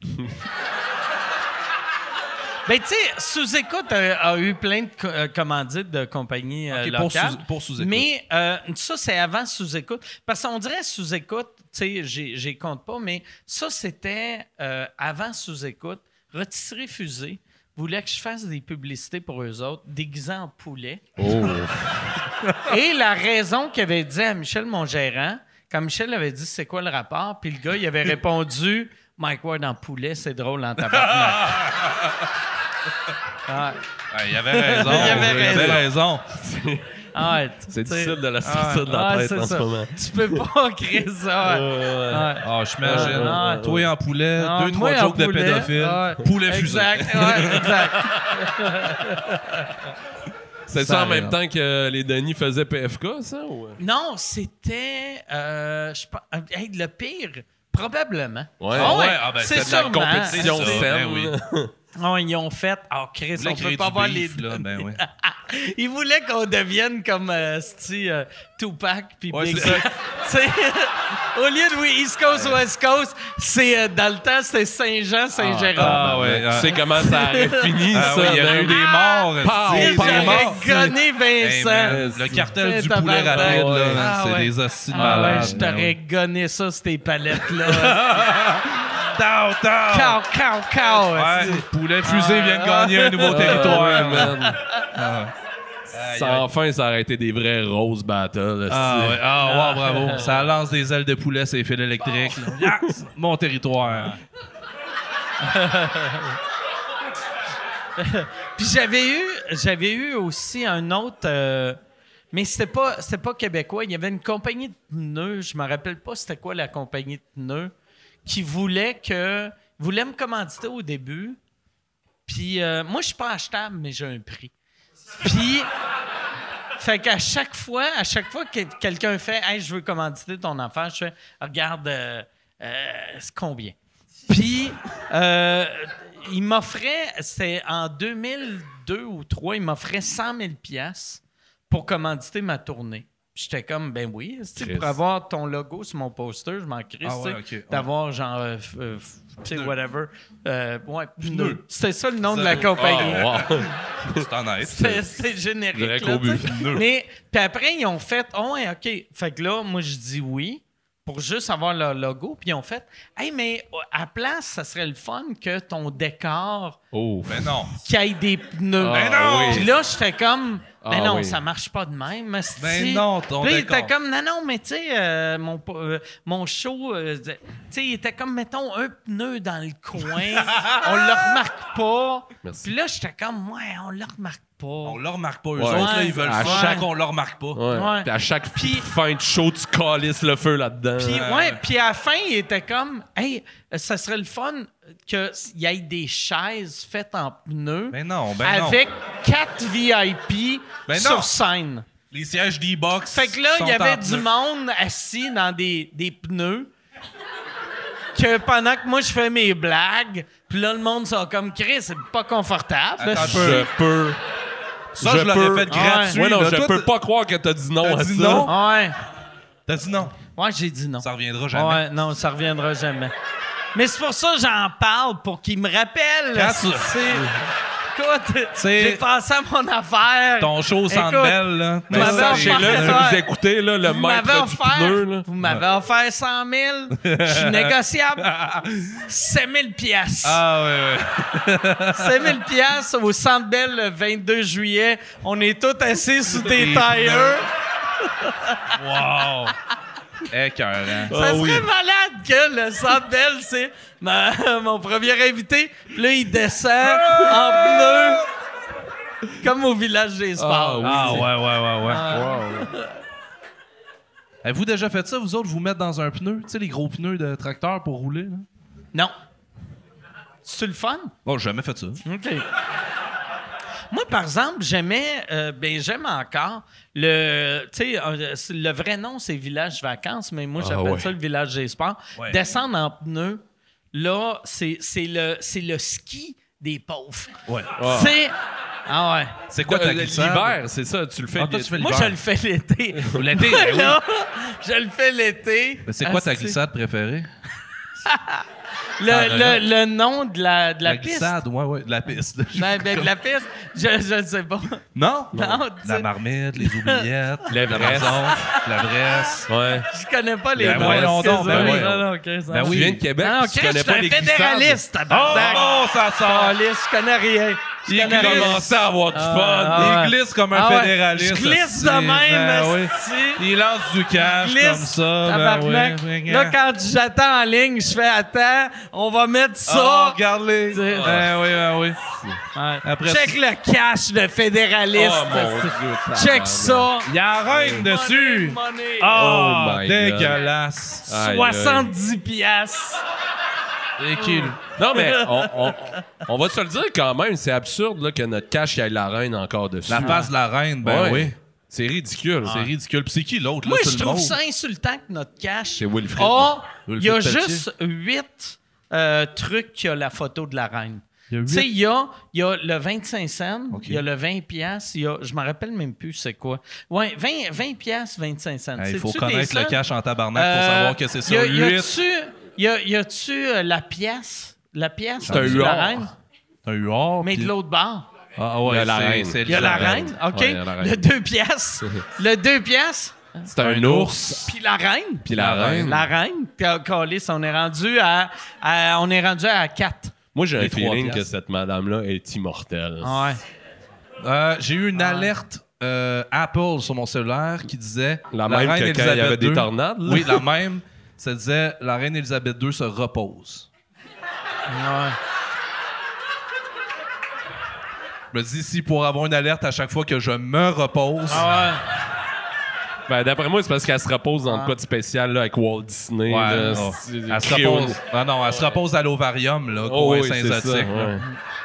Speaker 1: ben, tu sais, Sous-Écoute euh, a, a eu plein de co- euh, commandites de compagnies euh,
Speaker 5: Ok, pour
Speaker 1: locales.
Speaker 5: Sous- pour Sous-Écoute.
Speaker 1: Mais euh, ça, c'est avant Sous-Écoute. Parce qu'on dirait Sous-Écoute, tu sais, j'ai- j'y compte pas, mais ça, c'était euh, avant Sous-Écoute. Rôtisserie fusée voulait que je fasse des publicités pour eux autres, déguisant en poulet.
Speaker 6: Oh!
Speaker 1: Et la raison qu'il avait dit à Michel, mon gérant, quand Michel avait dit c'est quoi le rapport, puis le gars, il avait répondu Mike Ward en poulet, c'est drôle en tabarnak. ah,
Speaker 5: Ouais, il avait raison.
Speaker 1: Il avait
Speaker 5: Il avait raison.
Speaker 1: ah, ouais, tu-
Speaker 6: C'est
Speaker 1: tu sais,
Speaker 6: difficile de la sortir de la
Speaker 1: ah,
Speaker 6: tête
Speaker 1: c'est
Speaker 6: en
Speaker 1: ça.
Speaker 6: ce moment.
Speaker 1: Tu peux pas créer ça. ouais. Ouais.
Speaker 5: Ah, j'imagine.
Speaker 1: Ah, ouais.
Speaker 5: Toi en poulet,
Speaker 1: Ah,
Speaker 5: deux,
Speaker 1: moi, en
Speaker 5: trois jokes de
Speaker 1: poulet,
Speaker 5: pédophile.
Speaker 1: ah,
Speaker 5: Poulet fusée.
Speaker 1: Exact, ouais, exact.
Speaker 6: C'est ça, en même temps que les Denis faisaient PFK, ça? Ou...
Speaker 1: Non, c'était. euh, je pense- hey, le pire, probablement.
Speaker 6: Ouais.
Speaker 1: Ah ouais,
Speaker 5: Ouais, ah ben,
Speaker 1: c'est
Speaker 5: c'était de la
Speaker 1: sûrement.
Speaker 6: Compétition
Speaker 5: c'est ça,
Speaker 6: saine.
Speaker 5: ben oui.
Speaker 1: Ah ouais, ils ont fait. Ah, Chris,
Speaker 5: Il
Speaker 1: on
Speaker 5: voulait créer
Speaker 1: peut
Speaker 5: du
Speaker 1: pas avoir les Ah,
Speaker 5: beef, là, ben ouais.
Speaker 1: Ils voulaient qu'on devienne comme euh, c'ti, euh, Tupac puis
Speaker 5: Ouais,
Speaker 1: Big
Speaker 5: c'est ça.
Speaker 1: Tu sais, Au lieu de oui, East Coast, West Coast, c'est euh, dans le temps, c'est Saint-Jean, Saint-Gérard.
Speaker 5: Ah ouais.
Speaker 6: Tu sais comment ça aurait fini,
Speaker 5: Ah
Speaker 6: ça?
Speaker 5: oui, il y
Speaker 6: ben?
Speaker 5: aurait eu des morts.
Speaker 6: Pow,
Speaker 5: c'est-
Speaker 1: Et
Speaker 6: on pow.
Speaker 5: des
Speaker 6: parle
Speaker 1: Ah, J'aurais
Speaker 5: morts.
Speaker 1: gonné
Speaker 5: Hey,
Speaker 1: Vincent.
Speaker 5: man, le
Speaker 1: C'est
Speaker 5: cartel du poulet
Speaker 1: tabarnak.
Speaker 5: rapide, là,
Speaker 1: Ah
Speaker 5: c'est
Speaker 1: ouais.
Speaker 5: des hosties de
Speaker 1: Ah ouais,
Speaker 5: malades.
Speaker 1: je t'aurais gonné ça, ces palettes-là.
Speaker 5: Down, down.
Speaker 1: cow, cow, cow.
Speaker 5: Ouais,
Speaker 1: esti.
Speaker 5: poulet fusée vient
Speaker 1: Ah.
Speaker 5: de gagner un nouveau
Speaker 6: Ouais,
Speaker 5: territoire. man.
Speaker 6: man.
Speaker 5: Aïe, aïe.
Speaker 6: Sans fin, ça aurait été des vrais rose battles.
Speaker 5: Ah ouais, ah wow, bravo. Ça lance des ailes de poulet sur les fils électriques.
Speaker 1: Ah.
Speaker 5: là. Yes, mon territoire.
Speaker 1: Puis j'avais eu, j'avais eu aussi un autre, euh, mais c'était pas, c'était pas québécois. Il y avait une compagnie de pneus, je me rappelle pas c'était quoi la compagnie de pneus, qui voulait que, voulait me commanditer au début. Puis euh, moi, je suis pas achetable, mais j'ai un prix. Puis, fait qu'à chaque fois, à chaque fois que quelqu'un fait, hey, je veux commanditer ton enfant, je fais, regarde, euh, euh, c'est combien. Puis, euh, il m'offrait, c'est en 2002 ou 2003, il m'offrait 100 000 piastres pour commanditer ma tournée. Puis J'étais comme, ben oui, c'est-tu
Speaker 6: Christ.
Speaker 1: pour avoir ton logo sur mon poster, je m'en crisse,
Speaker 5: Ah ouais,
Speaker 1: tu sais,
Speaker 5: ok, ouais.
Speaker 1: d'avoir genre, euh, f- euh, f- tu sais, whatever. Euh, ouais, pneus. C'était ça le nom de la
Speaker 5: Ça-
Speaker 1: compagnie.
Speaker 6: Ah, wow.
Speaker 5: C'est honnête.
Speaker 1: C'est c'est générique.
Speaker 6: Direct
Speaker 1: là,
Speaker 6: au but.
Speaker 1: tu sais. Mais puis après, ils ont fait Oh, ouais, OK. Fait que là, moi, je dis oui pour juste avoir leur logo. Puis ils ont fait Hey, mais euh, à place, ça serait le fun que ton décor
Speaker 6: Oh.
Speaker 1: Ben
Speaker 5: Mais non.
Speaker 1: qui ait des pneus.
Speaker 6: Ah, Ben non! oui.
Speaker 1: Puis là, j'étais comme Ben
Speaker 6: Ah,
Speaker 1: non,
Speaker 6: oui.
Speaker 1: ça marche pas de même. esti.
Speaker 5: Ben non, ton
Speaker 1: Là, il
Speaker 5: décor.
Speaker 1: était comme Non, non, mais tu sais, euh, mon, po- euh, mon show, euh, tu sais, il était comme Mettons un pneu dans le coin. on le remarque pas.
Speaker 6: Merci.
Speaker 1: Puis là, j'étais comme Ouais, on le remarque pas.
Speaker 5: On le remarque pas, eux
Speaker 6: Ouais.
Speaker 5: autres, là, ils veulent
Speaker 6: À
Speaker 5: faire
Speaker 6: chaque-
Speaker 5: qu'on le remarque pas.
Speaker 6: Ouais.
Speaker 1: Ouais.
Speaker 6: Puis à chaque
Speaker 1: Puis-
Speaker 6: fin de show, tu calisses le feu là-dedans.
Speaker 1: Puis euh,
Speaker 5: Ouais.
Speaker 1: ouais, puis à la fin, il était comme Hey, euh, ça serait le fun qu'il y ait des chaises faites en pneus
Speaker 5: Mais non, ben
Speaker 1: avec
Speaker 5: non.
Speaker 1: quatre VIP
Speaker 5: Ben non.
Speaker 1: sur scène.
Speaker 5: Les sièges d'e-box.
Speaker 1: Fait que là, il y
Speaker 5: sont en
Speaker 1: avait du
Speaker 5: pneus.
Speaker 1: monde assis dans des, des pneus. Que pendant que moi je fais mes blagues, puis là le monde sont comme Chris, c'est pas confortable.
Speaker 5: Attends un peu.
Speaker 6: je peux.
Speaker 5: Ça,
Speaker 6: je
Speaker 5: je, l'aurais
Speaker 6: peux-
Speaker 5: fait gratuit.
Speaker 6: ouais, non,
Speaker 5: là.
Speaker 6: je
Speaker 5: Toi,
Speaker 6: peux
Speaker 5: t'as-
Speaker 6: pas croire que t'as dit non
Speaker 5: t'as
Speaker 6: à
Speaker 5: dit
Speaker 6: ça.
Speaker 5: non?
Speaker 1: Ouais,
Speaker 5: T'as dit non.
Speaker 1: ouais, j'ai dit non.
Speaker 5: Ça reviendra jamais.
Speaker 1: Ouais, non, ça reviendra jamais. Mais c'est pour ça que j'en parle, pour qu'il me rappelle.
Speaker 5: Quand tu-
Speaker 1: c'est- Écoute,
Speaker 5: C'est-
Speaker 1: j'ai pensé à mon affaire.
Speaker 5: Ton show sans
Speaker 1: Écoute,
Speaker 5: belle, là.
Speaker 1: Mais
Speaker 5: Ben,
Speaker 1: m'avez
Speaker 5: ça,
Speaker 1: offert-
Speaker 5: chez-le.
Speaker 6: Là, si
Speaker 1: Ouais.
Speaker 6: vous écoutez, là, le
Speaker 1: vous m'avez
Speaker 6: maître du
Speaker 1: offert,
Speaker 6: pneu, là.
Speaker 1: vous m'avez offert 100 000. Je suis négociable. 7 000 piastres.
Speaker 5: Ah, ouais, ouais.
Speaker 1: 7 000 piastres au Centre Bell le 22 juillet. On est tous assis sous des
Speaker 5: Des
Speaker 1: tailleurs.
Speaker 5: Wow!
Speaker 6: Ah
Speaker 5: Écœurant.
Speaker 1: Ça serait malade que le Centre Bell, c'est ma- mon premier invité. Puis là, il descend en pneu, comme au village des sports.
Speaker 5: Ah ouais, ouais, ouais, ouais. Avez-vous déjà fait ça, vous autres, vous mettre dans un pneu? Tu sais, les gros pneus de tracteur pour rouler? Là?
Speaker 1: Non. C'est le fun?
Speaker 5: Bon, j'ai jamais fait ça.
Speaker 1: OK. Moi, par exemple, j'aimais, euh, ben j'aime encore le, tu sais, euh, c'est- le vrai nom c'est village vacances, mais moi j'appelle
Speaker 6: ouais.
Speaker 1: ça le village des sports.
Speaker 5: Ouais.
Speaker 1: Descendre en pneu, là, c'est c'est le, c'est le ski des pauvres.
Speaker 5: Ouais.
Speaker 1: C'est, ah ouais.
Speaker 5: C'est quoi ta glissade?
Speaker 6: L'hiver, c'est ça, tu le fais.
Speaker 5: Ah, toi, tu fais
Speaker 1: Moi,
Speaker 5: l'hiver.
Speaker 1: je le fais l'été.
Speaker 5: L'été, ben oui.
Speaker 1: Là, je le fais l'été.
Speaker 5: Mais c'est quoi ta
Speaker 1: Asti.
Speaker 5: glissade Ah, préférée?
Speaker 1: Ah, Le, le- le nom de la, de la, piste.
Speaker 5: glissade, ouais, ouais, de la piste.
Speaker 1: Non, ben, de la piste, je, je le sais pas.
Speaker 5: Non?
Speaker 1: Non, tu
Speaker 5: La
Speaker 1: sais.
Speaker 5: marmite, les oubliettes, la Oh,
Speaker 6: L'Everest. Ben
Speaker 5: maison, la bresse.
Speaker 6: Ouais.
Speaker 1: Je connais pas les
Speaker 5: Ben
Speaker 1: noms.
Speaker 5: voyons donc, ben
Speaker 1: Désolé.
Speaker 5: voyons.
Speaker 1: Non, non, Chris,
Speaker 5: Ben
Speaker 1: non.
Speaker 5: oui.
Speaker 6: Tu viens de Québec,
Speaker 1: Ah,
Speaker 6: tu
Speaker 1: Chris,
Speaker 6: connais
Speaker 1: je
Speaker 6: pas
Speaker 1: suis
Speaker 6: les
Speaker 1: un
Speaker 6: glissades.
Speaker 1: fédéraliste, tabarnak.
Speaker 5: oh, ça sort!
Speaker 1: Caliste, je connais rien. Je
Speaker 5: Il
Speaker 1: connais rien.
Speaker 5: glisse.
Speaker 6: Commencez à avoir du fun.
Speaker 1: Ah ouais.
Speaker 5: Il glisse comme un
Speaker 1: Ah ouais,
Speaker 5: fédéraliste.
Speaker 1: Je glisse de
Speaker 5: asti.
Speaker 1: même,
Speaker 5: Ben oui.
Speaker 1: asti.
Speaker 5: Il lance du cash
Speaker 1: glisse,
Speaker 5: comme ça. Ben
Speaker 1: Tabarnak.
Speaker 5: oui, oui,
Speaker 1: Là, quand j'attends en ligne, je fais attends, on va mettre
Speaker 5: Oh,
Speaker 1: ça.
Speaker 5: regarde-les.
Speaker 1: C'est-
Speaker 5: Ben oui, ben oui.
Speaker 1: Ouais.
Speaker 5: Après
Speaker 1: Check le cash de fédéraliste.
Speaker 6: Oh mon
Speaker 1: asti.
Speaker 6: dieu.
Speaker 1: Check ça.
Speaker 5: Il y a un règne dessus.
Speaker 1: Money, Ah, money.
Speaker 5: Oh,
Speaker 6: my
Speaker 5: dégueulasse.
Speaker 6: Aïe, aïe.
Speaker 1: 70 piastres.
Speaker 5: Et qu'il-
Speaker 6: Non, mais on, on- on va se le dire quand même, c'est absurde là, que notre cash y aille la reine encore dessus.
Speaker 5: La face de la reine, ben
Speaker 6: hein. Ouais.
Speaker 5: oui.
Speaker 6: C'est ridicule.
Speaker 5: C'est
Speaker 6: C'est
Speaker 5: ridicule. Puis c'est qui l'autre? là,
Speaker 1: Moi,
Speaker 5: sur
Speaker 1: je
Speaker 5: le
Speaker 1: trouve
Speaker 5: drone?
Speaker 1: ça insultant que notre cash.
Speaker 6: C'est Wilfred.
Speaker 1: Ah, il y a
Speaker 6: Wilfrid Pelletier.
Speaker 1: juste huit euh, trucs qui ont la photo de la reine. Tu sais, il y a, il y a le 25 cents, il y a le 20 piastres, il y a, je me rappelle même plus c'est quoi. Ouais, 20, 20 piastres, 25 cents.
Speaker 5: Eh, Il faut
Speaker 1: C'est-tu
Speaker 5: connaître
Speaker 1: des
Speaker 5: le
Speaker 1: cents?
Speaker 5: cash en tabarnak
Speaker 1: Euh,
Speaker 5: pour savoir que c'est ça.
Speaker 1: y a- Y
Speaker 5: Huit.
Speaker 1: a-tu, y a- y a-tu euh, la pièce, la pièce
Speaker 6: un
Speaker 1: de
Speaker 6: huard.
Speaker 1: la reine,
Speaker 5: Un huard.
Speaker 1: mais de
Speaker 5: puis-
Speaker 1: l'autre bord?
Speaker 5: Ah ouais,
Speaker 6: Il y a la
Speaker 5: c'est-
Speaker 6: reine.
Speaker 5: c'est
Speaker 1: Il y a la reine, OK.
Speaker 6: Ouais, il y a la reine.
Speaker 1: Le 2 pièces, le 2 pièces,
Speaker 6: C'est un ours.
Speaker 1: puis la reine.
Speaker 6: Puis la reine.
Speaker 1: La reine, ca- calice, on est rendu à, à- on est rendu à 4.
Speaker 6: Moi, j'ai
Speaker 5: Les
Speaker 6: un
Speaker 5: trois
Speaker 6: feeling
Speaker 5: piastres.
Speaker 6: que cette madame-là est immortelle.
Speaker 1: Ouais.
Speaker 5: Euh, J'ai eu une
Speaker 1: Ah.
Speaker 5: alerte euh, Apple sur mon cellulaire qui disait
Speaker 6: La même que quand il y avait des
Speaker 5: II.
Speaker 6: tornades, là.
Speaker 5: Oui, la même. Ça disait la reine Elisabeth II se repose. Je me dis si pour avoir une alerte à chaque fois que je me repose.
Speaker 1: Ah
Speaker 6: Ben, D'après moi, c'est parce qu'elle se repose dans
Speaker 1: Ah.
Speaker 6: le quoi de spécial là, avec Walt
Speaker 5: Ouais,
Speaker 6: Disney. là.
Speaker 5: non.
Speaker 6: C'est-
Speaker 5: Elle se
Speaker 6: cryo-
Speaker 5: repose. Ah non, elle se repose à l'ovarium, là,
Speaker 6: Oh,
Speaker 5: coin
Speaker 6: oui, c'est ça,
Speaker 5: synthétique. là.
Speaker 6: ouais.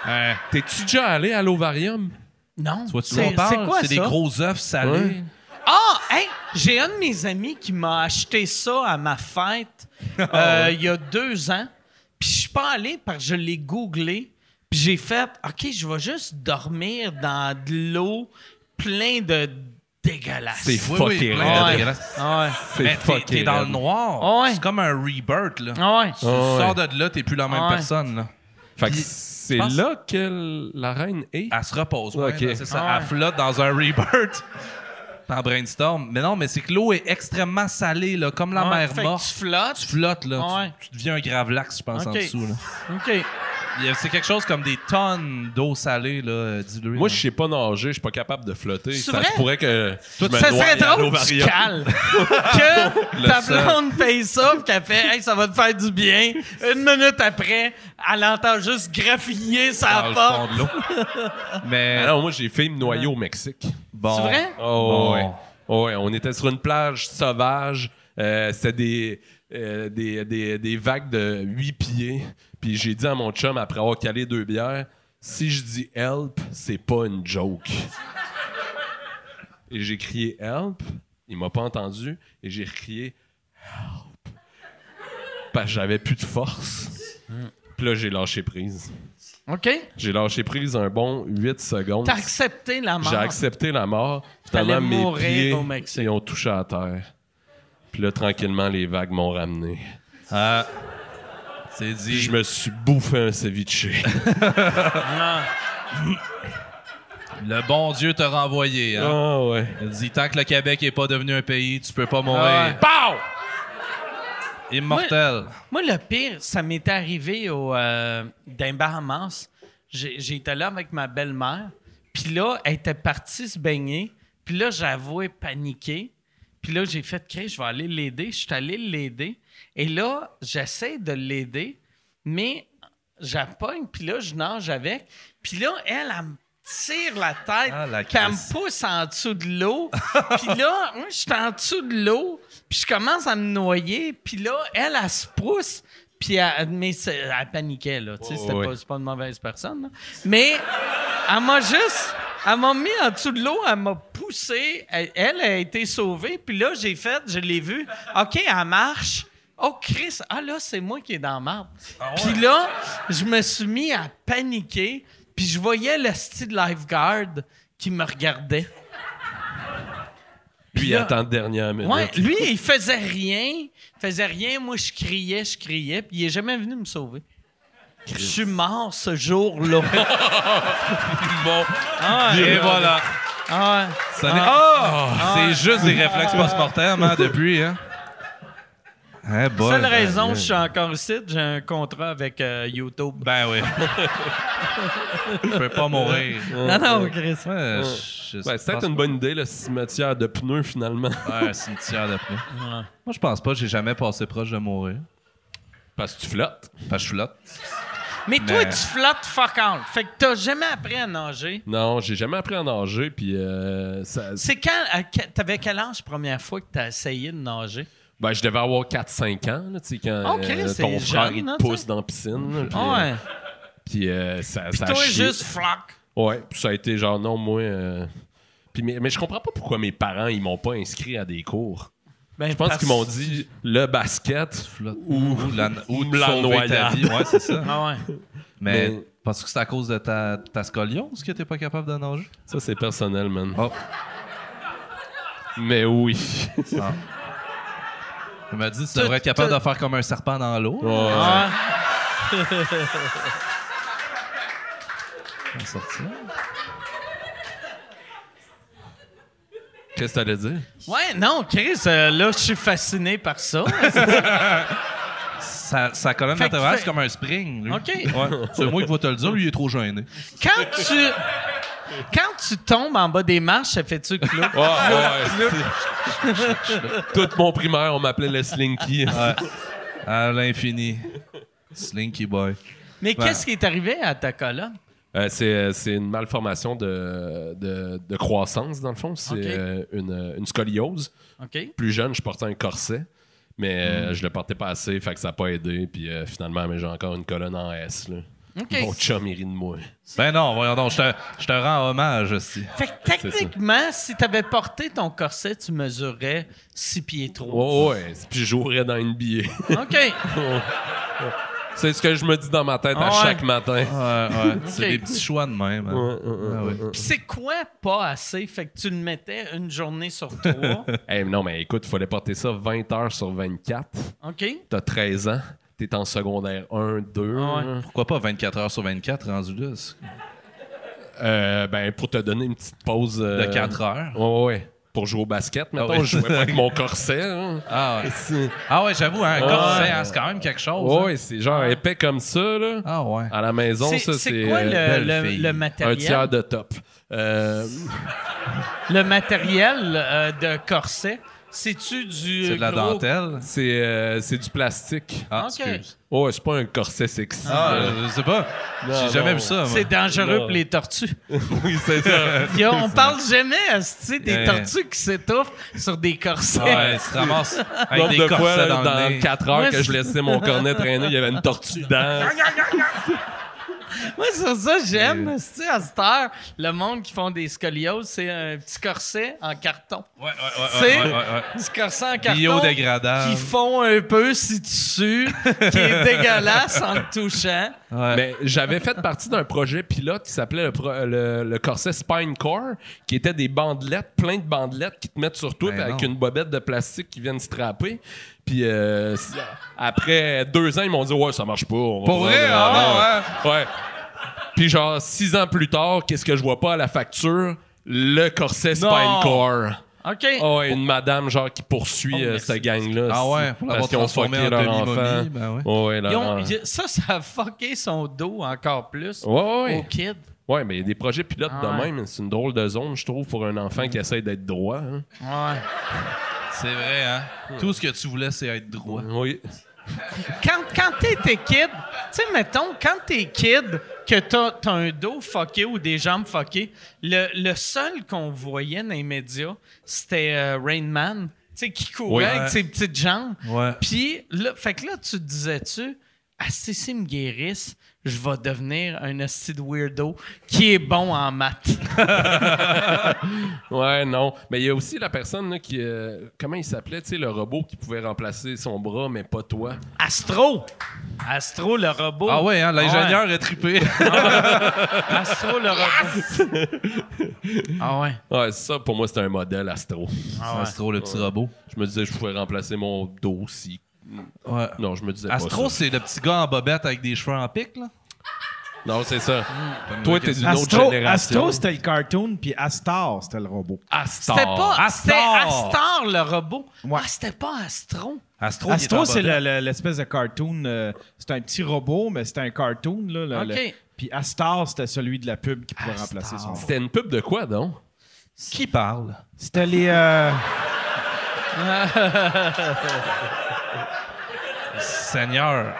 Speaker 5: Hein.
Speaker 6: T'es-tu déjà allé à l'ovarium?
Speaker 1: Non.
Speaker 5: Tu vois-tu de
Speaker 1: C'est-
Speaker 5: quoi on parle?
Speaker 1: C'est quoi
Speaker 5: C'est
Speaker 1: ça?
Speaker 5: des gros œufs salés.
Speaker 6: Ouais.
Speaker 1: Ah, hey, j'ai un de mes amis qui m'a acheté ça à ma fête
Speaker 5: Ah
Speaker 1: euh, il y a deux ans. Puis je suis pas allé parce que je l'ai googlé. Puis j'ai fait, OK, je vais juste dormir dans de l'eau plein de dégueulasse.
Speaker 6: C'est
Speaker 5: Oui, oui,
Speaker 6: fucking
Speaker 5: plein de
Speaker 6: raide.
Speaker 1: Ouais.
Speaker 5: dégueulasses.
Speaker 1: Ah ouais.
Speaker 6: C'est
Speaker 5: Mais t'es-
Speaker 6: fucking
Speaker 5: t'es dans le
Speaker 6: raide.
Speaker 5: noir.
Speaker 1: Ah ouais.
Speaker 5: C'est comme un rebirth, là.
Speaker 1: Ah ouais.
Speaker 5: Tu
Speaker 6: Ah ouais.
Speaker 5: sors de là, t'es plus la même
Speaker 1: Ah ouais.
Speaker 5: personne, là.
Speaker 6: Fait que
Speaker 5: Puis-
Speaker 6: c'est
Speaker 5: pense-
Speaker 6: là que la reine est.
Speaker 5: Elle se repose. ouais,
Speaker 6: Ok.
Speaker 5: là, c'est ça.
Speaker 1: Ah ouais.
Speaker 5: Elle flotte dans un rebirth. En brainstorm. Mais non, mais c'est que l'eau est extrêmement salée, là, comme la
Speaker 1: Ah ouais.
Speaker 5: mer
Speaker 1: Fait que
Speaker 5: morte.
Speaker 1: tu flottes.
Speaker 5: Tu flottes, là.
Speaker 1: Ah
Speaker 5: Tu-
Speaker 1: ouais.
Speaker 5: Tu, deviens un gravelax, je pense,
Speaker 1: Ok.
Speaker 5: en dessous, là.
Speaker 1: OK.
Speaker 5: Il y a- C'est quelque chose comme des tonnes d'eau salée, là, euh, diluée.
Speaker 6: Moi,
Speaker 5: dans-
Speaker 6: je sais pas nager, je suis pas capable de flotter.
Speaker 1: C'est
Speaker 6: Ça
Speaker 1: vrai?
Speaker 6: se pourrait que. je me
Speaker 1: ça serait
Speaker 6: noie à
Speaker 1: drôle que tu
Speaker 6: l'ovarium.
Speaker 1: cales. que ta
Speaker 5: seul.
Speaker 1: blonde paye ça pis qu'elle fait Hey, ça va te faire du bien. Une minute après, elle entend juste graffiller
Speaker 5: dans
Speaker 1: sa
Speaker 5: le
Speaker 1: porte.
Speaker 5: fond de l'eau. Mais
Speaker 6: Ah non, moi, j'ai fait me noyer au Mexique.
Speaker 5: bon.
Speaker 1: C'est vrai?
Speaker 6: Oh,
Speaker 5: Bon.
Speaker 6: ouais. Oh, ouais. On était sur une plage sauvage. Euh, C'était des, euh, des, des, des vagues de 8 pieds. Puis j'ai dit à mon chum, après avoir calé deux bières, si je dis help, c'est pas une joke. Et j'ai crié help. Il m'a pas entendu. Et j'ai crié help. Parce que j'avais plus de force. Puis là, j'ai lâché prise.
Speaker 1: OK?
Speaker 6: J'ai lâché prise un bon 8 secondes.
Speaker 1: T'as accepté la mort.
Speaker 6: J'ai accepté la mort.
Speaker 1: T'allais
Speaker 6: Finalement, mes
Speaker 1: mourir
Speaker 6: pieds,
Speaker 1: au Mexique.
Speaker 6: ils ont touché à terre. Puis là, tranquillement, les vagues m'ont ramené.
Speaker 5: Ah. C'est
Speaker 6: Puis
Speaker 5: dit.
Speaker 6: je me suis bouffé un ceviche.
Speaker 1: Ah.
Speaker 5: Le bon Dieu t'a renvoyé. Hein?
Speaker 6: Ah ouais.
Speaker 5: Il dit tant que le Québec n'est pas devenu un pays, tu peux pas mourir.
Speaker 1: Ah Ouais.
Speaker 6: Pow!
Speaker 5: Immortel.
Speaker 1: Moi, le pire, ça m'est arrivé au, euh, dans les Bahamas. J'ai- J'étais là avec ma belle-mère. Puis là, elle était partie se baigner. Puis là, j'avouais paniqué. Puis là, j'ai fait, Chris, je vais aller l'aider. Je suis allé l'aider. Et là, j'essaie de l'aider, mais j'appogne, puis là, je nage avec. Puis là, elle, elle, me tire la tête,
Speaker 5: Ah, la
Speaker 1: puis elle
Speaker 5: Chris.
Speaker 1: me pousse en dessous de l'eau. puis là, moi, je suis en dessous de l'eau, puis je commence à me noyer. Puis là, elle, elle se pousse, puis elle, mais c'est- elle paniquait, là. Tu sais, c'était
Speaker 6: ouais.
Speaker 1: pas, c'est pas une mauvaise personne, là. Mais elle m'a juste... Elle m'a mis en dessous de l'eau, elle m'a poussé. Elle, elle a été sauvée. Puis là, j'ai fait, je l'ai vue. OK, elle marche. Oh, Chris, ah là, c'est moi qui est dans la marde. Puis là, je me suis mis à paniquer. Puis je voyais le style lifeguard qui me regardait.
Speaker 6: Lui, il
Speaker 1: là-
Speaker 6: attend de dernière minute.
Speaker 1: Ouais, lui, il faisait rien. Il faisait rien. Moi, je criais, je criais. Puis il est jamais venu me sauver. Je suis mort ce jour-là.
Speaker 5: Bon,
Speaker 1: Ah,
Speaker 5: et
Speaker 1: ouais.
Speaker 5: voilà.
Speaker 1: Ah, ouais.
Speaker 5: Ça n'est- Oh! C'est juste des réflexes post-mortem, hein, depuis, hein? Eh, boy,
Speaker 1: Seule
Speaker 5: ben,
Speaker 1: raison,
Speaker 5: ben.
Speaker 1: je suis encore ici, j'ai un contrat avec euh, YouTube.
Speaker 5: Ben oui. Je peux pas mourir.
Speaker 6: Oh,
Speaker 1: Non, non, Chris.
Speaker 5: Ouais,
Speaker 6: Ben, c'est peut-être une bonne idée, le cimetière de pneus, finalement.
Speaker 5: un cimetière de pneus. Moi, je pense pas, j'ai jamais passé proche de mourir.
Speaker 6: Parce que tu flottes.
Speaker 5: Parce que je flotte.
Speaker 1: Mais, toi,
Speaker 5: Mais-
Speaker 1: tu flottes fuck all. Fait que t'as jamais appris à nager.
Speaker 6: Non, j'ai jamais appris à nager, puis euh, ça-
Speaker 1: C'est quand. à que- T'avais quel âge première fois que t'as essayé de nager?
Speaker 6: ben, je devais avoir 4-5 ans, là, tu sais, quand
Speaker 1: Ok,
Speaker 6: euh,
Speaker 1: c'est
Speaker 6: ton frère,
Speaker 1: jeune,
Speaker 6: il
Speaker 1: hein,
Speaker 6: te
Speaker 1: tu
Speaker 6: pousse
Speaker 1: sais.
Speaker 6: dans la piscine, là, puis,
Speaker 1: Ah ouais.
Speaker 6: euh, puis euh, ça, ça a
Speaker 1: toi,
Speaker 6: chié.
Speaker 1: juste flock.
Speaker 6: Ouais, puis ça a été genre, non, moi... euh, Puis, mais, mais je comprends pas pourquoi mes parents, ils m'ont pas inscrit à des cours.
Speaker 1: Ben,
Speaker 6: Je pense qu'ils m'ont dit, le basket,
Speaker 5: Ou, la, ou
Speaker 6: ou
Speaker 5: de
Speaker 6: la
Speaker 5: sauver ta
Speaker 6: noyade.
Speaker 5: vie. Ouais, c'est ça.
Speaker 1: Ah ouais.
Speaker 5: Mais,
Speaker 6: Mais-
Speaker 5: penses-tu que c'est à cause de ta, ta scoliose que t'es pas capable de nager?
Speaker 6: ça, c'est personnel, man.
Speaker 5: Oh.
Speaker 6: Mais oui.
Speaker 5: Je me dis, tu devrais être capable de faire comme un serpent dans l'eau. là,
Speaker 6: Ouais.
Speaker 1: Ah
Speaker 5: en sortir.
Speaker 6: Qu'est-ce que t'allais dire?
Speaker 1: ouais. Ouais, non, Chris, euh, là, je suis fasciné par ça.
Speaker 5: Sa, sa colonne
Speaker 1: Fait que
Speaker 5: vertébrale,
Speaker 1: fait-
Speaker 5: c'est comme un spring. lui.
Speaker 1: OK.
Speaker 5: Ouais. C'est moi qui vais te le dire, lui, il est trop gêné.
Speaker 1: quand tu. Quand tu tombes en bas des marches, ça fait-tu que là?
Speaker 6: Ouais, ouais, c'est- Tout mon primaire, on m'appelait le Slinky.
Speaker 5: À l'infini. Slinky boy.
Speaker 1: Mais
Speaker 5: Ouais.
Speaker 1: qu'est-ce qui est arrivé à ta colonne?
Speaker 6: Euh, c'est, c'est une malformation de, de, de croissance, dans le fond. C'est
Speaker 1: Ok.
Speaker 6: euh, une, une scoliose.
Speaker 1: OK?
Speaker 6: Plus jeune, je portais un corset, mais euh, je le portais pas assez, fait que ça n'a pas aidé. Puis euh, finalement, mais j'ai encore une colonne en S. Là.
Speaker 1: OK.
Speaker 6: Mon chum, il rit de moi.
Speaker 5: Ben non, voyons donc, je te, je te rends hommage aussi.
Speaker 1: Fait que techniquement, si tu avais porté ton corset, tu mesurais 6 pieds 3.
Speaker 6: Ouais, ouais. Puis je jouerais dans NBA.
Speaker 1: OK.
Speaker 6: c'est ce que je me dis dans ma tête à
Speaker 1: Ah ouais.
Speaker 6: chaque matin.
Speaker 5: Ouais, ouais. C'est
Speaker 1: Ok.
Speaker 5: des petits choix de même. hein.
Speaker 6: Ouais, ouais, ouais,
Speaker 5: Ah oui.
Speaker 1: Pis c'est quoi pas assez? Fait que tu le mettais une journée sur trois.
Speaker 6: Hey, mais non, mais écoute, il fallait porter ça 20 heures sur 24.
Speaker 1: OK?
Speaker 6: t'as 13 ans, t'es en secondaire 1, 2.
Speaker 1: Ah
Speaker 6: là.
Speaker 5: Pourquoi pas 24 heures sur 24 rendu là? c'est-
Speaker 6: Euh, ben, pour te donner une petite pause. euh,
Speaker 5: De 4 heures.
Speaker 6: Ouais, ouais. Pour jouer au basket,
Speaker 1: Ah
Speaker 6: mettons,
Speaker 5: ouais.
Speaker 6: je jouais pas avec mon corset. hein.
Speaker 5: Ah ouais,
Speaker 6: C'est-
Speaker 5: ah ouais j'avoue, hein, un
Speaker 6: Ouais.
Speaker 5: corset, hein, c'est quand même quelque chose. hein.
Speaker 6: Ouais, c'est genre épais comme ça, là.
Speaker 5: Ah ouais.
Speaker 6: À la maison,
Speaker 1: C'est-
Speaker 6: ça,
Speaker 1: c'est
Speaker 6: c'est
Speaker 1: quoi
Speaker 6: euh,
Speaker 1: le,
Speaker 5: belle
Speaker 1: le-
Speaker 5: fille.
Speaker 1: le
Speaker 6: un tiers
Speaker 1: matériel?
Speaker 6: de top. Euh,
Speaker 1: Le matériel euh, de corset, c'est-tu du.
Speaker 5: C'est de la
Speaker 1: gros-
Speaker 5: dentelle.
Speaker 6: c'est euh, c'est du plastique.
Speaker 5: Ah,
Speaker 1: Ok.
Speaker 5: excuse.
Speaker 6: Ouais, c'est pas un corset sexy.
Speaker 5: Ah,
Speaker 6: là.
Speaker 5: je sais pas. J'ai jamais
Speaker 6: non.
Speaker 5: vu ça. moi.
Speaker 1: C'est dangereux pour les tortues.
Speaker 6: oui, c'est ça.
Speaker 1: Puis on parle jamais asti, des
Speaker 5: Ouais.
Speaker 1: tortues qui s'étouffent sur des corsets.
Speaker 5: Ah, Ouais, tu te ramasses avec
Speaker 6: Nombre
Speaker 5: des
Speaker 6: de
Speaker 5: corsets
Speaker 6: fois, là,
Speaker 5: dans, le
Speaker 6: dans
Speaker 5: nez.
Speaker 6: 4 heures
Speaker 1: Ouais,
Speaker 6: que je laissais mon cornet traîner, il y avait une tortue dedans.
Speaker 1: Moi, sur ça, j'aime. asti, à cette heure, le monde qui font des scolioses, c'est un petit corset en carton.
Speaker 5: Ouais, ouais, ouais,
Speaker 1: C'est-
Speaker 5: ouais, ouais, ouais.
Speaker 1: Du corset en carton.
Speaker 5: Biodégradable.
Speaker 1: qui font un peu si tu qui est dégueulasse en te touchant.
Speaker 5: Ouais.
Speaker 6: Mais j'avais fait partie d'un projet pilote qui s'appelait le, pro- le- le corset Spine Core, qui était des bandelettes, plein de bandelettes qui te mettent sur toi
Speaker 5: Ben
Speaker 6: puis avec
Speaker 5: non.
Speaker 6: une bobette de plastique qui viennent strapper. Puis euh, si- après deux ans, ils m'ont dit Ouais, ça marche pas. on va
Speaker 5: Pour
Speaker 6: prendre,
Speaker 5: vrai,
Speaker 6: euh,
Speaker 5: ah
Speaker 6: ouais. Ouais. Puis genre, six ans plus tard, qu'est-ce que je vois pas à la facture Le corset
Speaker 5: Non.
Speaker 6: Spine Core.
Speaker 1: OK.
Speaker 6: Ah ouais, une madame genre qui poursuit euh,
Speaker 1: merci.
Speaker 6: cette gang-là.
Speaker 5: Oh, Ah
Speaker 6: si-
Speaker 5: ouais, pour l'avoir
Speaker 6: parce qu'ils ont
Speaker 5: transformé
Speaker 6: fucké
Speaker 5: en
Speaker 6: leur
Speaker 5: demi-momie,
Speaker 6: enfant.
Speaker 5: ben ouais.
Speaker 6: ouais, Oh, leur
Speaker 1: Ils ont-
Speaker 6: en-
Speaker 1: y- ça, ça a fucké son dos encore plus
Speaker 6: Ouais, ouais, ouais.
Speaker 1: au kid.
Speaker 6: Ouais, mais il y a des projets pilotes
Speaker 1: Ah ouais.
Speaker 6: de même, c'est une drôle de zone, je trouve, pour un enfant qui essaie d'être droit. hein.
Speaker 1: Ouais.
Speaker 5: C'est vrai, hein? Tout ce que tu voulais, c'est être droit.
Speaker 6: Oui.
Speaker 1: Quand, quand t'étais kid, tu sais, mettons, quand t'es kid, que t'as as un dos fucké ou des jambes fuckées, le, le seul qu'on voyait dans les médias, c'était euh, Rain Man, tu sais, qui courait
Speaker 6: Oui.
Speaker 1: avec ses petites jambes.
Speaker 5: Ouais.
Speaker 1: Puis, là, fait que là, tu te disais-tu, ah, si s'ils me guérissent, je vais devenir un acide weirdo qui est bon en maths.
Speaker 6: Ouais, non. Mais il y a aussi la personne là, qui. euh, comment il s'appelait, tu sais, le robot qui pouvait remplacer son bras, mais pas toi.
Speaker 1: Astro! Astro, le robot.
Speaker 5: Ah ouais, hein? L'ingénieur est trippé.
Speaker 1: Astro, le robot. ah ouais.
Speaker 6: Ouais, ça, pour moi, c'était un modèle astro.
Speaker 5: Astro, le petit robot.
Speaker 6: Je me disais, je pouvais remplacer mon dos aussi.
Speaker 5: Ouais.
Speaker 6: Non, je me disais
Speaker 5: Astro,
Speaker 6: pas. ça.
Speaker 5: c'est le petit gars en bobette avec des cheveux en pique, là?
Speaker 6: Non, c'est ça. Toi, t'es d'une autre
Speaker 3: Astro,
Speaker 6: génération.
Speaker 3: Astro c'était le cartoon, puis Astar, c'était le robot.
Speaker 6: Astor.
Speaker 1: C'était pas Astor.
Speaker 5: Astor.
Speaker 1: Astor, le robot.
Speaker 3: Ouais.
Speaker 1: Ah, c'était pas Astro.
Speaker 5: Astro, il est en
Speaker 3: Astro, c'est
Speaker 5: bobette.
Speaker 3: le- le- l'espèce de cartoon. euh, c'est un petit robot, mais c'était un cartoon. Là, le-
Speaker 1: Ok.
Speaker 3: le- puis Astar, c'était celui de la pub qui pouvait remplacer son nom.
Speaker 6: C'était une pub de quoi, donc?
Speaker 5: Qui parle?
Speaker 3: C'était les. euh,
Speaker 5: Seigneur.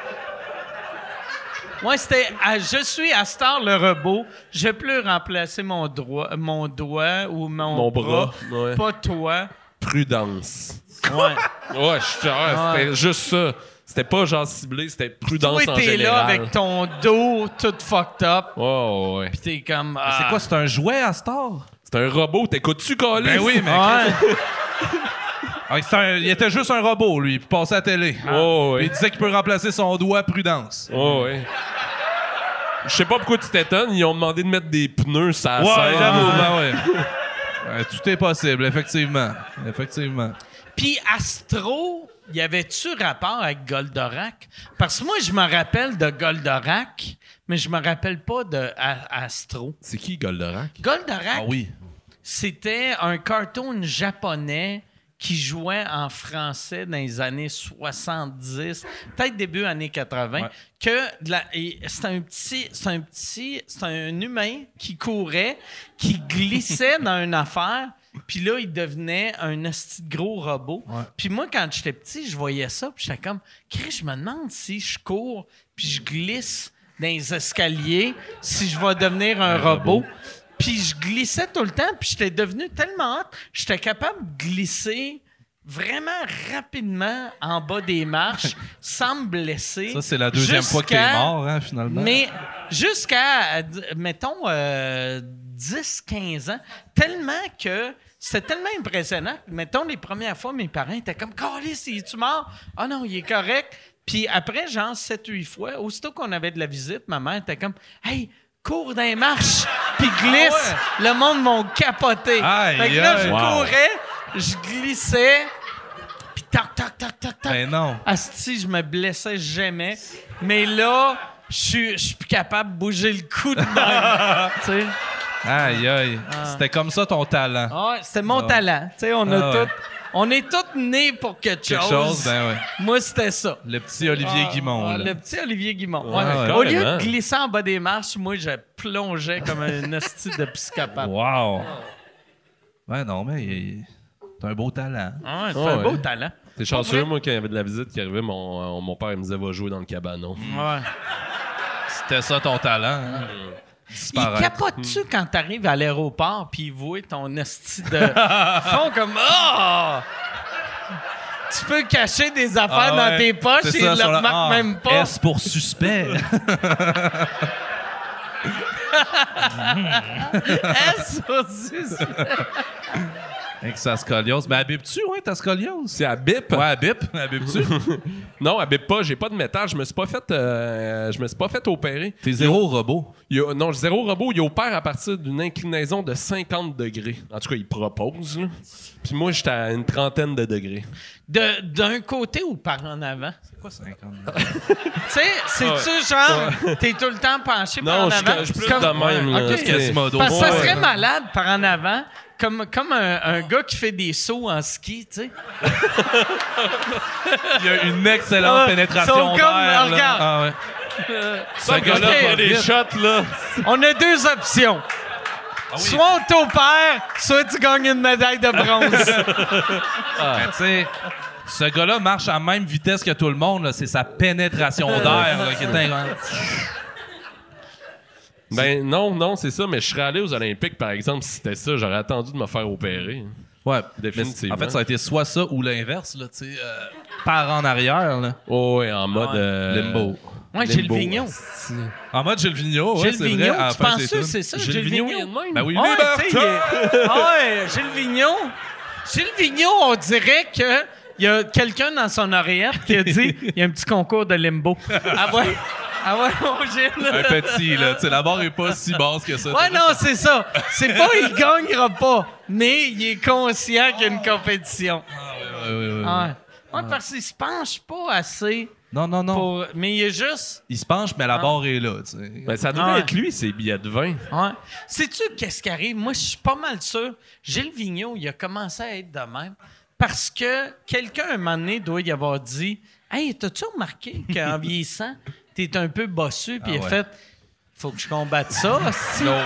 Speaker 1: Ouais, c'était ah, Je suis Astor, le robot. Je peux remplacer mon, droit, mon doigt ou mon,
Speaker 6: Mon bras, ouais.
Speaker 1: Pas toi.
Speaker 6: Prudence.
Speaker 1: Ouais.
Speaker 6: Ouais, je- ouais, c'était juste ça. C'était pas genre ciblé, c'était prudence
Speaker 1: Toi,
Speaker 6: en
Speaker 1: t'es là
Speaker 6: général.
Speaker 1: avec ton dos tout fucked up.
Speaker 6: Oh, ouais.
Speaker 1: Pis t'es comme. ah.
Speaker 5: C'est quoi, c'est un jouet, Astor?
Speaker 6: C'est un robot, t'écoutes-tu, Colin?
Speaker 5: Ben oui, mais.
Speaker 1: Ouais.
Speaker 5: Ah, c'est un- il était juste un robot, lui, puis passait à la télé.
Speaker 6: Oh,
Speaker 5: Puis
Speaker 6: ouais.
Speaker 5: Il disait qu'il peut remplacer son doigt prudence.
Speaker 6: Oh, ouais. Je sais pas pourquoi tu t'étonnes, ils ont demandé de mettre des pneus sur la scène.
Speaker 5: ben ouais. Ouais, tout est possible, effectivement. Effectivement.
Speaker 1: Puis Astro, y avait-tu rapport avec Goldorak? Parce que moi, je me rappelle de Goldorak, mais je me rappelle pas de A- Astro.
Speaker 6: C'est qui, Goldorak?
Speaker 1: Goldorak,
Speaker 5: Ah oui.
Speaker 1: c'était un cartoon japonais qui jouait en français dans les années 70, peut-être début années 80, que de la- et c'est un petit, c'est un petit, c'est un humain qui courait, qui glissait dans une affaire, puis là il devenait un asti de gros robot. Puis moi quand j'étais petit, je voyais ça, puis j'étais comme, Chris, je me demande si je cours puis je glisse dans les escaliers, si je vais devenir un, robot. Puis je glissais tout le temps, puis j'étais devenu tellement hâte, j'étais capable de glisser vraiment rapidement en bas des marches sans me blesser.
Speaker 5: Ça, c'est la deuxième fois que t'es
Speaker 1: Jusqu'à-
Speaker 5: mort, hein, finalement.
Speaker 1: Mais jusqu'à, euh, d- mettons, euh, 10-15 ans, tellement que c'était tellement impressionnant. que, Mettons, les premières fois, mes parents étaient comme, Carlis, es-tu mort? Ah non, il est correct. Puis après, genre, 7-8 fois, aussitôt qu'on avait de la visite, ma mère était comme, Hey, cours d'un marche, puis glisse. Le monde m'ont capoté.
Speaker 5: Ah Aïe,
Speaker 1: fait que là,
Speaker 5: aïe.
Speaker 1: je
Speaker 5: Wow.
Speaker 1: courais, je glissais, puis tac, tac, tac, tac, tac.
Speaker 5: Ben non.
Speaker 1: Asti, je me blessais jamais. Mais là, je suis- je suis plus capable de bouger le cou de même. Tu sais.
Speaker 5: Aïe, aïe. C'était comme ça ton talent.
Speaker 1: Ah ouais, c'était mon talent. Tu sais, on, a
Speaker 5: Ah ouais.
Speaker 1: tout- on est tous nés pour quelque,
Speaker 5: Quelque chose, ben ouais.
Speaker 1: Moi, c'était ça.
Speaker 5: Le petit Olivier Guimond,
Speaker 1: Ah,
Speaker 5: là.
Speaker 1: le petit Olivier Guimont.
Speaker 6: Ouais,
Speaker 1: Ouais. Au lieu
Speaker 6: carrément.
Speaker 1: de glisser en bas des marches, moi, je plongeais comme un asti de psychopathe.
Speaker 5: Wow. Ouais, non, mais il- t'as un beau talent.
Speaker 1: Ah ouais, c'est
Speaker 6: Ah
Speaker 1: un
Speaker 6: ouais.
Speaker 1: beau talent.
Speaker 6: T'es chanceux, moi, quand il y avait de la visite qui arrivait, mon, euh, mon père il me disait va jouer dans le cabanon.
Speaker 1: Ouais.
Speaker 5: C'était ça ton talent. hein?
Speaker 1: Il
Speaker 5: Disparaître.
Speaker 1: capote-tu quand t'arrives à l'aéroport puis ils voient ton esti de fond comme Ah! Tu peux cacher des affaires
Speaker 5: Ah
Speaker 1: dans
Speaker 5: ouais,
Speaker 1: tes poches
Speaker 5: c'est
Speaker 1: et ils
Speaker 5: ça,
Speaker 1: le
Speaker 5: sur le-
Speaker 1: remarquent
Speaker 5: ah,
Speaker 1: même pas.
Speaker 5: S pour suspect.
Speaker 1: S oh, pour suspect.
Speaker 5: Avec sa scoliose. Mais abîmes-tu, ouais, ta scoliose?
Speaker 6: C'est à BIP?
Speaker 5: Ouais, abîme. Abîme-tu?
Speaker 6: Non, à BIP pas, j'ai pas de métal, je me suis pas fait euh, je me suis pas fait opérer.
Speaker 5: T'es zéro robot.
Speaker 6: Il y a- non, zéro robot, il opère à partir d'une inclinaison de 50 degrés. En tout cas, il propose. là. Puis moi, j'étais à une trentaine de degrés.
Speaker 1: De- D'un côté ou par en avant? Ah, C'est quoi 50? tu sais, c'est-tu genre, t'es tout le temps penché par
Speaker 6: Non,
Speaker 1: en
Speaker 6: je suis-
Speaker 1: avant?
Speaker 6: je suis plus
Speaker 1: Comme-
Speaker 6: de même. là.
Speaker 1: Ok.
Speaker 6: C'est- euh,
Speaker 5: Quasimodo.
Speaker 1: Parce que ça
Speaker 6: Ouais.
Speaker 1: serait malade par en avant, comme, comme un, un gars qui fait des sauts en ski, tu sais.
Speaker 5: euh, Il y a une excellente
Speaker 1: Ah,
Speaker 5: pénétration
Speaker 1: sont comme-
Speaker 5: d'air.
Speaker 1: ah,
Speaker 5: là.
Speaker 1: regarde.
Speaker 5: Ah, ouais.
Speaker 6: Ce gars-là
Speaker 1: ok.
Speaker 6: prend des shots, là.
Speaker 1: On a deux options.
Speaker 5: Ah oui.
Speaker 1: Soit on t'opère, soit tu gagnes une médaille de bronze.
Speaker 5: Mais tu sais, ce gars-là marche à la même vitesse que tout le monde. là. C'est sa pénétration
Speaker 1: Euh,
Speaker 5: d'air là, qui est incroyable.
Speaker 6: Ben non, non, c'est ça, mais je serais allé aux Olympiques, par exemple, si c'était ça, j'aurais attendu de me faire opérer.
Speaker 5: Ouais,
Speaker 6: Définitivement.
Speaker 5: En fait, ça a été soit ça ou l'inverse, là, tu sais, euh, par en arrière, là.
Speaker 6: Oh, ouais, en mode. euh,
Speaker 5: Limbo.
Speaker 1: Moi, j'ai le vignon.
Speaker 5: En mode Gilles Vigneault, ouais,
Speaker 1: Gilles
Speaker 5: c'est
Speaker 1: Vigneault,
Speaker 5: vrai. à la
Speaker 1: tu
Speaker 5: fin de
Speaker 1: penses
Speaker 5: ses
Speaker 1: ça,
Speaker 5: tunes.
Speaker 1: c'est ça,
Speaker 5: Gilles
Speaker 1: Gilles
Speaker 5: Vigneault?
Speaker 1: Vigneault?
Speaker 5: Ben oui,
Speaker 1: Ah ouais,
Speaker 5: liberté!
Speaker 1: tu sais, il est- Ah ouais, Gilles Vignon. Gilles Vignon, on dirait que il y a quelqu'un dans son oreillette qui a dit il y a un petit concours de limbo. ah ouais. Ah ouais, mon Gilles.
Speaker 5: Un petit, là. Tu sais, la barre est pas si basse que ça.
Speaker 1: Ouais, non, c'est ça. C'est pas il gagnera pas, mais il est conscient qu'il y a une compétition.
Speaker 5: Ouais, ouais, ouais.
Speaker 1: Ah. Ouais, parce qu'il se penche pas assez
Speaker 5: Non, non, non.
Speaker 1: pour. Mais il est juste.
Speaker 5: Il se penche, mais la barre est là, tu sais.
Speaker 6: Ben, ça devrait
Speaker 1: Ouais.
Speaker 6: être lui, ses billets de vin.
Speaker 1: Ouais. Sais-tu qu'est-ce qui arrive? Moi, je suis pas mal sûr. Gilles Vigneault, il a commencé à être de même parce que quelqu'un, un moment donné, doit y avoir dit Hey, t'as-tu remarqué qu'en vieillissant, t'es un peu bossu? Puis
Speaker 5: Ah
Speaker 1: il a
Speaker 5: ouais.
Speaker 1: fait Faut que je combatte ça, si.
Speaker 5: Non, ouais.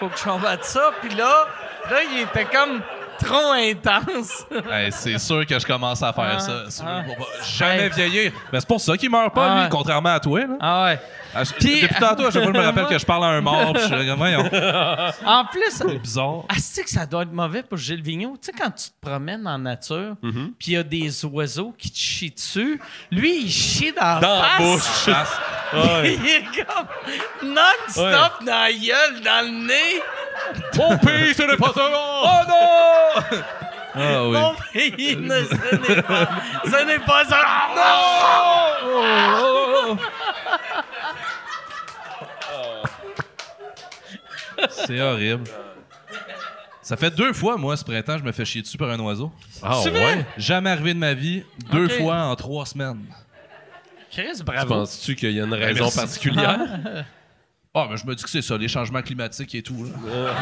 Speaker 1: Faut que je combatte ça. Puis là, là, il était comme trop intense.
Speaker 5: Hey, c'est sûr que je commence à faire
Speaker 1: Ah,
Speaker 5: ça. C'est-
Speaker 1: ah.
Speaker 5: on va jamais
Speaker 1: Hey.
Speaker 5: vieillir. Mais c'est pour ça qu'il meurt pas,
Speaker 1: Ah, ouais.
Speaker 5: lui, contrairement à toi. Là.
Speaker 1: Ah ouais.
Speaker 5: Ah, je-
Speaker 1: Puis-
Speaker 5: Depuis tantôt, à chaque fois, je me rappelle que je parle à un mort. puis je suis comme, voyons,
Speaker 1: En plus,
Speaker 5: c'est bizarre.
Speaker 1: Asti que ça doit être mauvais pour Gilles Vigneault. Tu sais, quand tu te promènes en nature,
Speaker 5: Mhm.
Speaker 1: puis il y a des oiseaux qui te chient dessus, lui, il chie dans, la
Speaker 6: Dans
Speaker 5: Ah,
Speaker 6: la
Speaker 1: face.
Speaker 6: bouche.
Speaker 1: il est comme non-stop dans la gueule, dans le nez.
Speaker 6: Mon pays, ce n'est pas ça!
Speaker 5: Oh non! Ah oui.
Speaker 1: Mon pays, ne- ce n'est pas, ce n'est pas un...
Speaker 5: C'est horrible. Ça fait deux fois, moi, ce printemps, je me fais chier dessus par un oiseau.
Speaker 6: Ah ouais?
Speaker 5: Jamais arrivé de ma vie, deux
Speaker 1: Ok.
Speaker 5: fois en trois semaines.
Speaker 1: Chris,
Speaker 6: Tu
Speaker 1: bravo.
Speaker 6: Penses-tu qu'il y a une raison
Speaker 5: Ben, merci.
Speaker 6: particulière?
Speaker 5: Ah, mais je me dis que c'est ça, les changements climatiques et tout. là.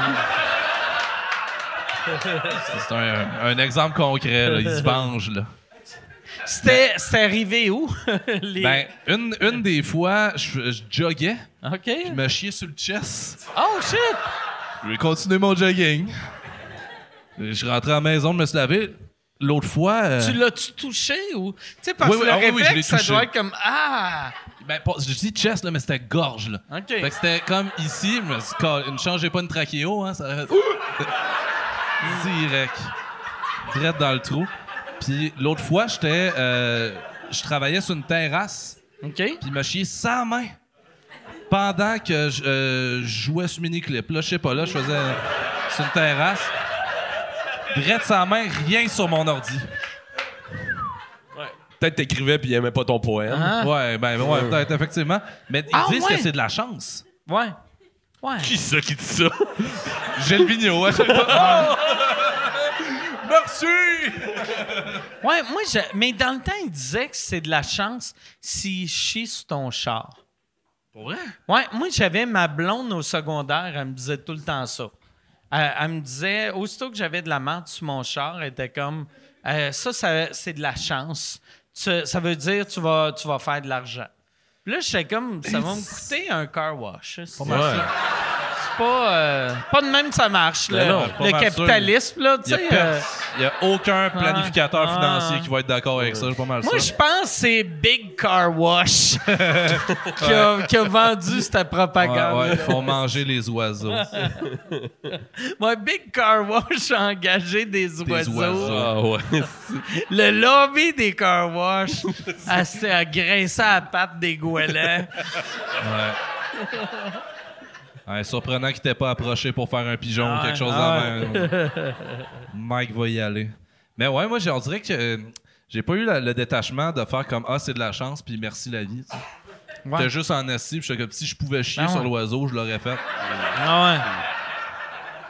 Speaker 5: c'est un, un exemple concret, là. Ils se vengent, là.
Speaker 1: C'était c'est arrivé où? Les-
Speaker 5: Ben, une, une des fois, je, je joguais,
Speaker 1: OK.
Speaker 5: je me chiais sur le chest.
Speaker 1: Oh, shit!
Speaker 5: Je vais continuer mon jogging. Je rentrais à la maison, je me suis lavé. L'autre fois. euh,
Speaker 1: Tu l'as-tu touché ou... Tu sais, parce
Speaker 5: Oui,
Speaker 1: que
Speaker 5: oui,
Speaker 1: le
Speaker 5: ah oui, oui, je
Speaker 1: réflexe,
Speaker 5: l'ai
Speaker 1: ça
Speaker 5: touché.
Speaker 1: doit être comme... Ah!
Speaker 5: ben, pas- je dis chest, là, mais c'était gorge,
Speaker 6: Ah.
Speaker 5: là.
Speaker 1: OK.
Speaker 5: Fait que c'était comme ici, je me suis cal- ne changez pas une trachéo, hein, ça reste- Direct. Direct dans le trou. Puis l'autre fois, j'étais. euh, je travaillais sur une terrasse,
Speaker 1: OK.
Speaker 5: puis il m'a chié sans main pendant que je euh, je jouais ce mini-clip. Là, je sais pas, là, je faisais. sur une terrasse. Direct sans main, rien sur mon ordi.
Speaker 6: Peut-être t'écrivais puis il aimait pas ton poème.
Speaker 1: Ah.
Speaker 5: Ouais, ben, ouais, peut-être, effectivement. Mais ils
Speaker 1: Ah,
Speaker 5: disent
Speaker 1: ouais?
Speaker 5: que c'est de la chance.
Speaker 1: Ouais. Ouais.
Speaker 6: Qui ça qui dit ça?
Speaker 5: J'ai le vigno, ouais.
Speaker 1: Ouais, moi, je... mais dans le temps, il disait que c'est de la chance s'il chie sur ton char. Pour vrai? Ouais, moi, j'avais ma blonde au secondaire, elle me disait tout le temps ça. Elle, elle me disait, aussitôt que j'avais de la merde sur mon char, elle était comme, Euh, ça, ça c'est de la chance. Tu- ça veut dire tu vas, tu vas faire de l'argent. Puis Là, j'étais comme, ça va me coûter un car wash. hein, C'est
Speaker 6: mal
Speaker 1: pas-
Speaker 6: sûr.
Speaker 1: c'est pas, euh, pas de même que ça marche, le,
Speaker 5: Ben non, pas
Speaker 1: le
Speaker 5: mal sûr.
Speaker 1: capitalisme, là, tu
Speaker 5: Il y a,
Speaker 1: sais. euh,
Speaker 5: pers- y a aucun planificateur
Speaker 1: ah,
Speaker 5: financier
Speaker 1: ah.
Speaker 5: qui va être d'accord avec ça, j'ai pas mal
Speaker 1: Moi, je
Speaker 5: sûr.
Speaker 1: pense que c'est Big Car Wash qui, a, qui a vendu cette propagande.
Speaker 5: Ouais, ouais, ils font manger les oiseaux.
Speaker 1: Moi, Big Car Wash a engagé des, oiseaux.
Speaker 5: oiseaux.
Speaker 6: Ah ouais.
Speaker 1: Le lobby des Car Wash a, s'est- a grincé à la patte des goélands.
Speaker 5: Ouais, surprenant qu'ils t'aient pas approché pour faire un pigeon ou quelque chose
Speaker 6: Ah
Speaker 5: dans la main. Mike va y aller. Mais ouais, moi, j'ai- on dirait que euh, j'ai pas eu la- le détachement de faire comme Ah, c'est de la chance, puis merci la vie. tu sais.
Speaker 1: Ouais.
Speaker 5: J'étais juste en assis, puis j'étais comme si je pouvais chier
Speaker 1: Ben
Speaker 5: sur
Speaker 1: ouais.
Speaker 5: l'oiseau, je l'aurais fait. Ah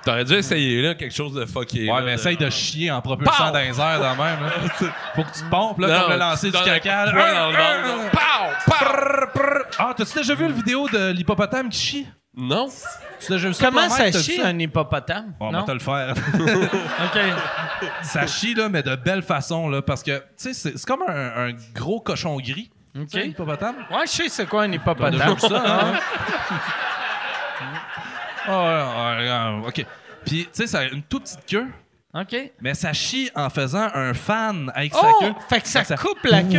Speaker 6: T'aurais dû essayer là quelque chose de fucké.
Speaker 5: Ouais,
Speaker 6: là,
Speaker 5: mais
Speaker 6: de-
Speaker 5: essaye de chier en propulsant
Speaker 6: Pow!
Speaker 5: dans les airs dans même. hein. Faut que tu te pompes, là,
Speaker 6: Non,
Speaker 5: comme le
Speaker 6: tu
Speaker 5: lancer du
Speaker 6: donnes un
Speaker 5: caca.
Speaker 6: coup de
Speaker 5: là.
Speaker 6: poing dans le ventre, là.
Speaker 5: Prrr, prrr. Ah, t'as-tu déjà vu la vidéo de l'hippopotame qui chie?
Speaker 6: Non?
Speaker 5: Tu l'as déjà vu ça
Speaker 1: Comment
Speaker 5: toi-même?
Speaker 1: ça
Speaker 5: T'as vu
Speaker 1: chie un hippopotame?
Speaker 5: Bon, on
Speaker 1: non?
Speaker 5: va te le faire.
Speaker 1: OK.
Speaker 5: ça chie, là, mais de belle façon, là, parce que, tu sais, c'est c'est comme un, un gros cochon gris.
Speaker 1: OK.
Speaker 5: Tu sais, l'hippopotame.
Speaker 1: Ouais, je sais c'est quoi un
Speaker 5: T'as déjà
Speaker 1: hippopotame.
Speaker 5: vu ça, hein? Ah, ouais, ouais, ouais, OK. Puis, tu sais, ça a une toute petite queue,
Speaker 1: OK.
Speaker 5: mais ça chie en faisant un fan avec sa
Speaker 1: Oh!
Speaker 5: queue.
Speaker 1: Fait que ça coupe la queue.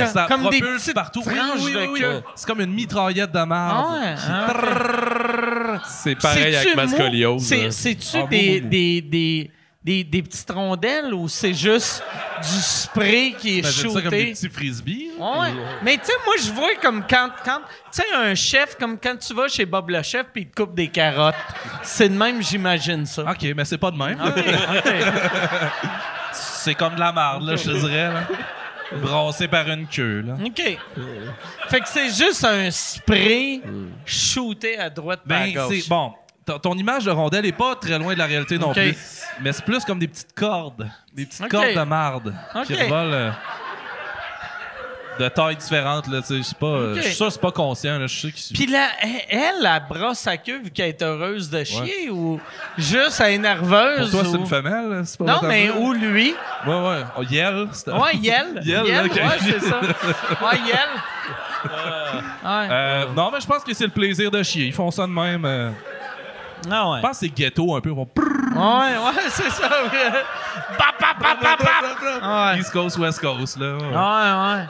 Speaker 5: Hey, ça
Speaker 1: comme des
Speaker 5: propulse
Speaker 1: petites
Speaker 5: partout. Oui,
Speaker 1: franges
Speaker 5: oui,
Speaker 1: de
Speaker 5: oui, oui.
Speaker 1: queue.
Speaker 5: C'est comme une mitraillette de
Speaker 1: Ah
Speaker 5: marde.
Speaker 1: ouais, hein?
Speaker 6: C'est pareil avec
Speaker 1: C'est-tu
Speaker 6: ma
Speaker 1: mou?
Speaker 6: scoliose.
Speaker 1: C'est-
Speaker 6: là.
Speaker 1: C'est-tu
Speaker 5: Ah,
Speaker 1: des, des, des, des, des petites rondelles ou c'est juste du spray qui est
Speaker 5: Imagine ça comme des
Speaker 1: shooté?
Speaker 5: petits frisbees. là.
Speaker 1: Ouais. Mais tu sais, moi, je vois comme quand. quand tu sais, un chef, comme quand tu vas chez Bob le chef puis il te coupe des carottes. C'est de même, j'imagine ça.
Speaker 5: OK, mais c'est pas de même.
Speaker 1: OK.
Speaker 5: C'est comme de la marde, là, je te dirais. Là. Brassé par une queue, là.
Speaker 1: OK. Fait que c'est juste un spray shooté à droite par à
Speaker 5: Ben,
Speaker 1: gauche.
Speaker 5: c'est... Bon, ton- ton image de rondelle est pas très loin de la réalité non
Speaker 1: OK.
Speaker 5: plus. Mais c'est plus comme des petites cordes. Des petites
Speaker 1: OK.
Speaker 5: cordes de marde qui
Speaker 1: OK.
Speaker 5: revolent... euh, de tailles différentes, là, tu sais, je sais pas... euh,
Speaker 1: OK.
Speaker 5: Je suis sûr que c'est pas conscient, là, je sais que...
Speaker 1: Puis là, elle, elle, elle brosse à queue vu qu'elle est heureuse de chier ou juste elle est nerveuse.
Speaker 5: Pour toi, c'est
Speaker 1: ou-
Speaker 5: une femelle, là, c'est pas
Speaker 1: Non,
Speaker 5: votre
Speaker 1: mais
Speaker 5: affaire.
Speaker 1: ou lui.
Speaker 5: Ouais, ouais. Oh, Yel, c'est...
Speaker 1: Ouais, Yel.
Speaker 5: Yel, là, ok.
Speaker 1: ouais, c'est ça. Ouais, Yel. Ouais.
Speaker 5: Euh, non, mais je pense que c'est le plaisir de chier. Ils font ça de même. euh.
Speaker 1: Ah ouais.
Speaker 5: Je pense que c'est ghetto un peu. Ils vont prrr,
Speaker 1: Ouais, ouais, c'est ça. oui. Bap, bap, bap, bap, bap. Ah Ouais.
Speaker 5: East Coast, West Coast, là. Ouais.
Speaker 1: Ah ouais, ouais.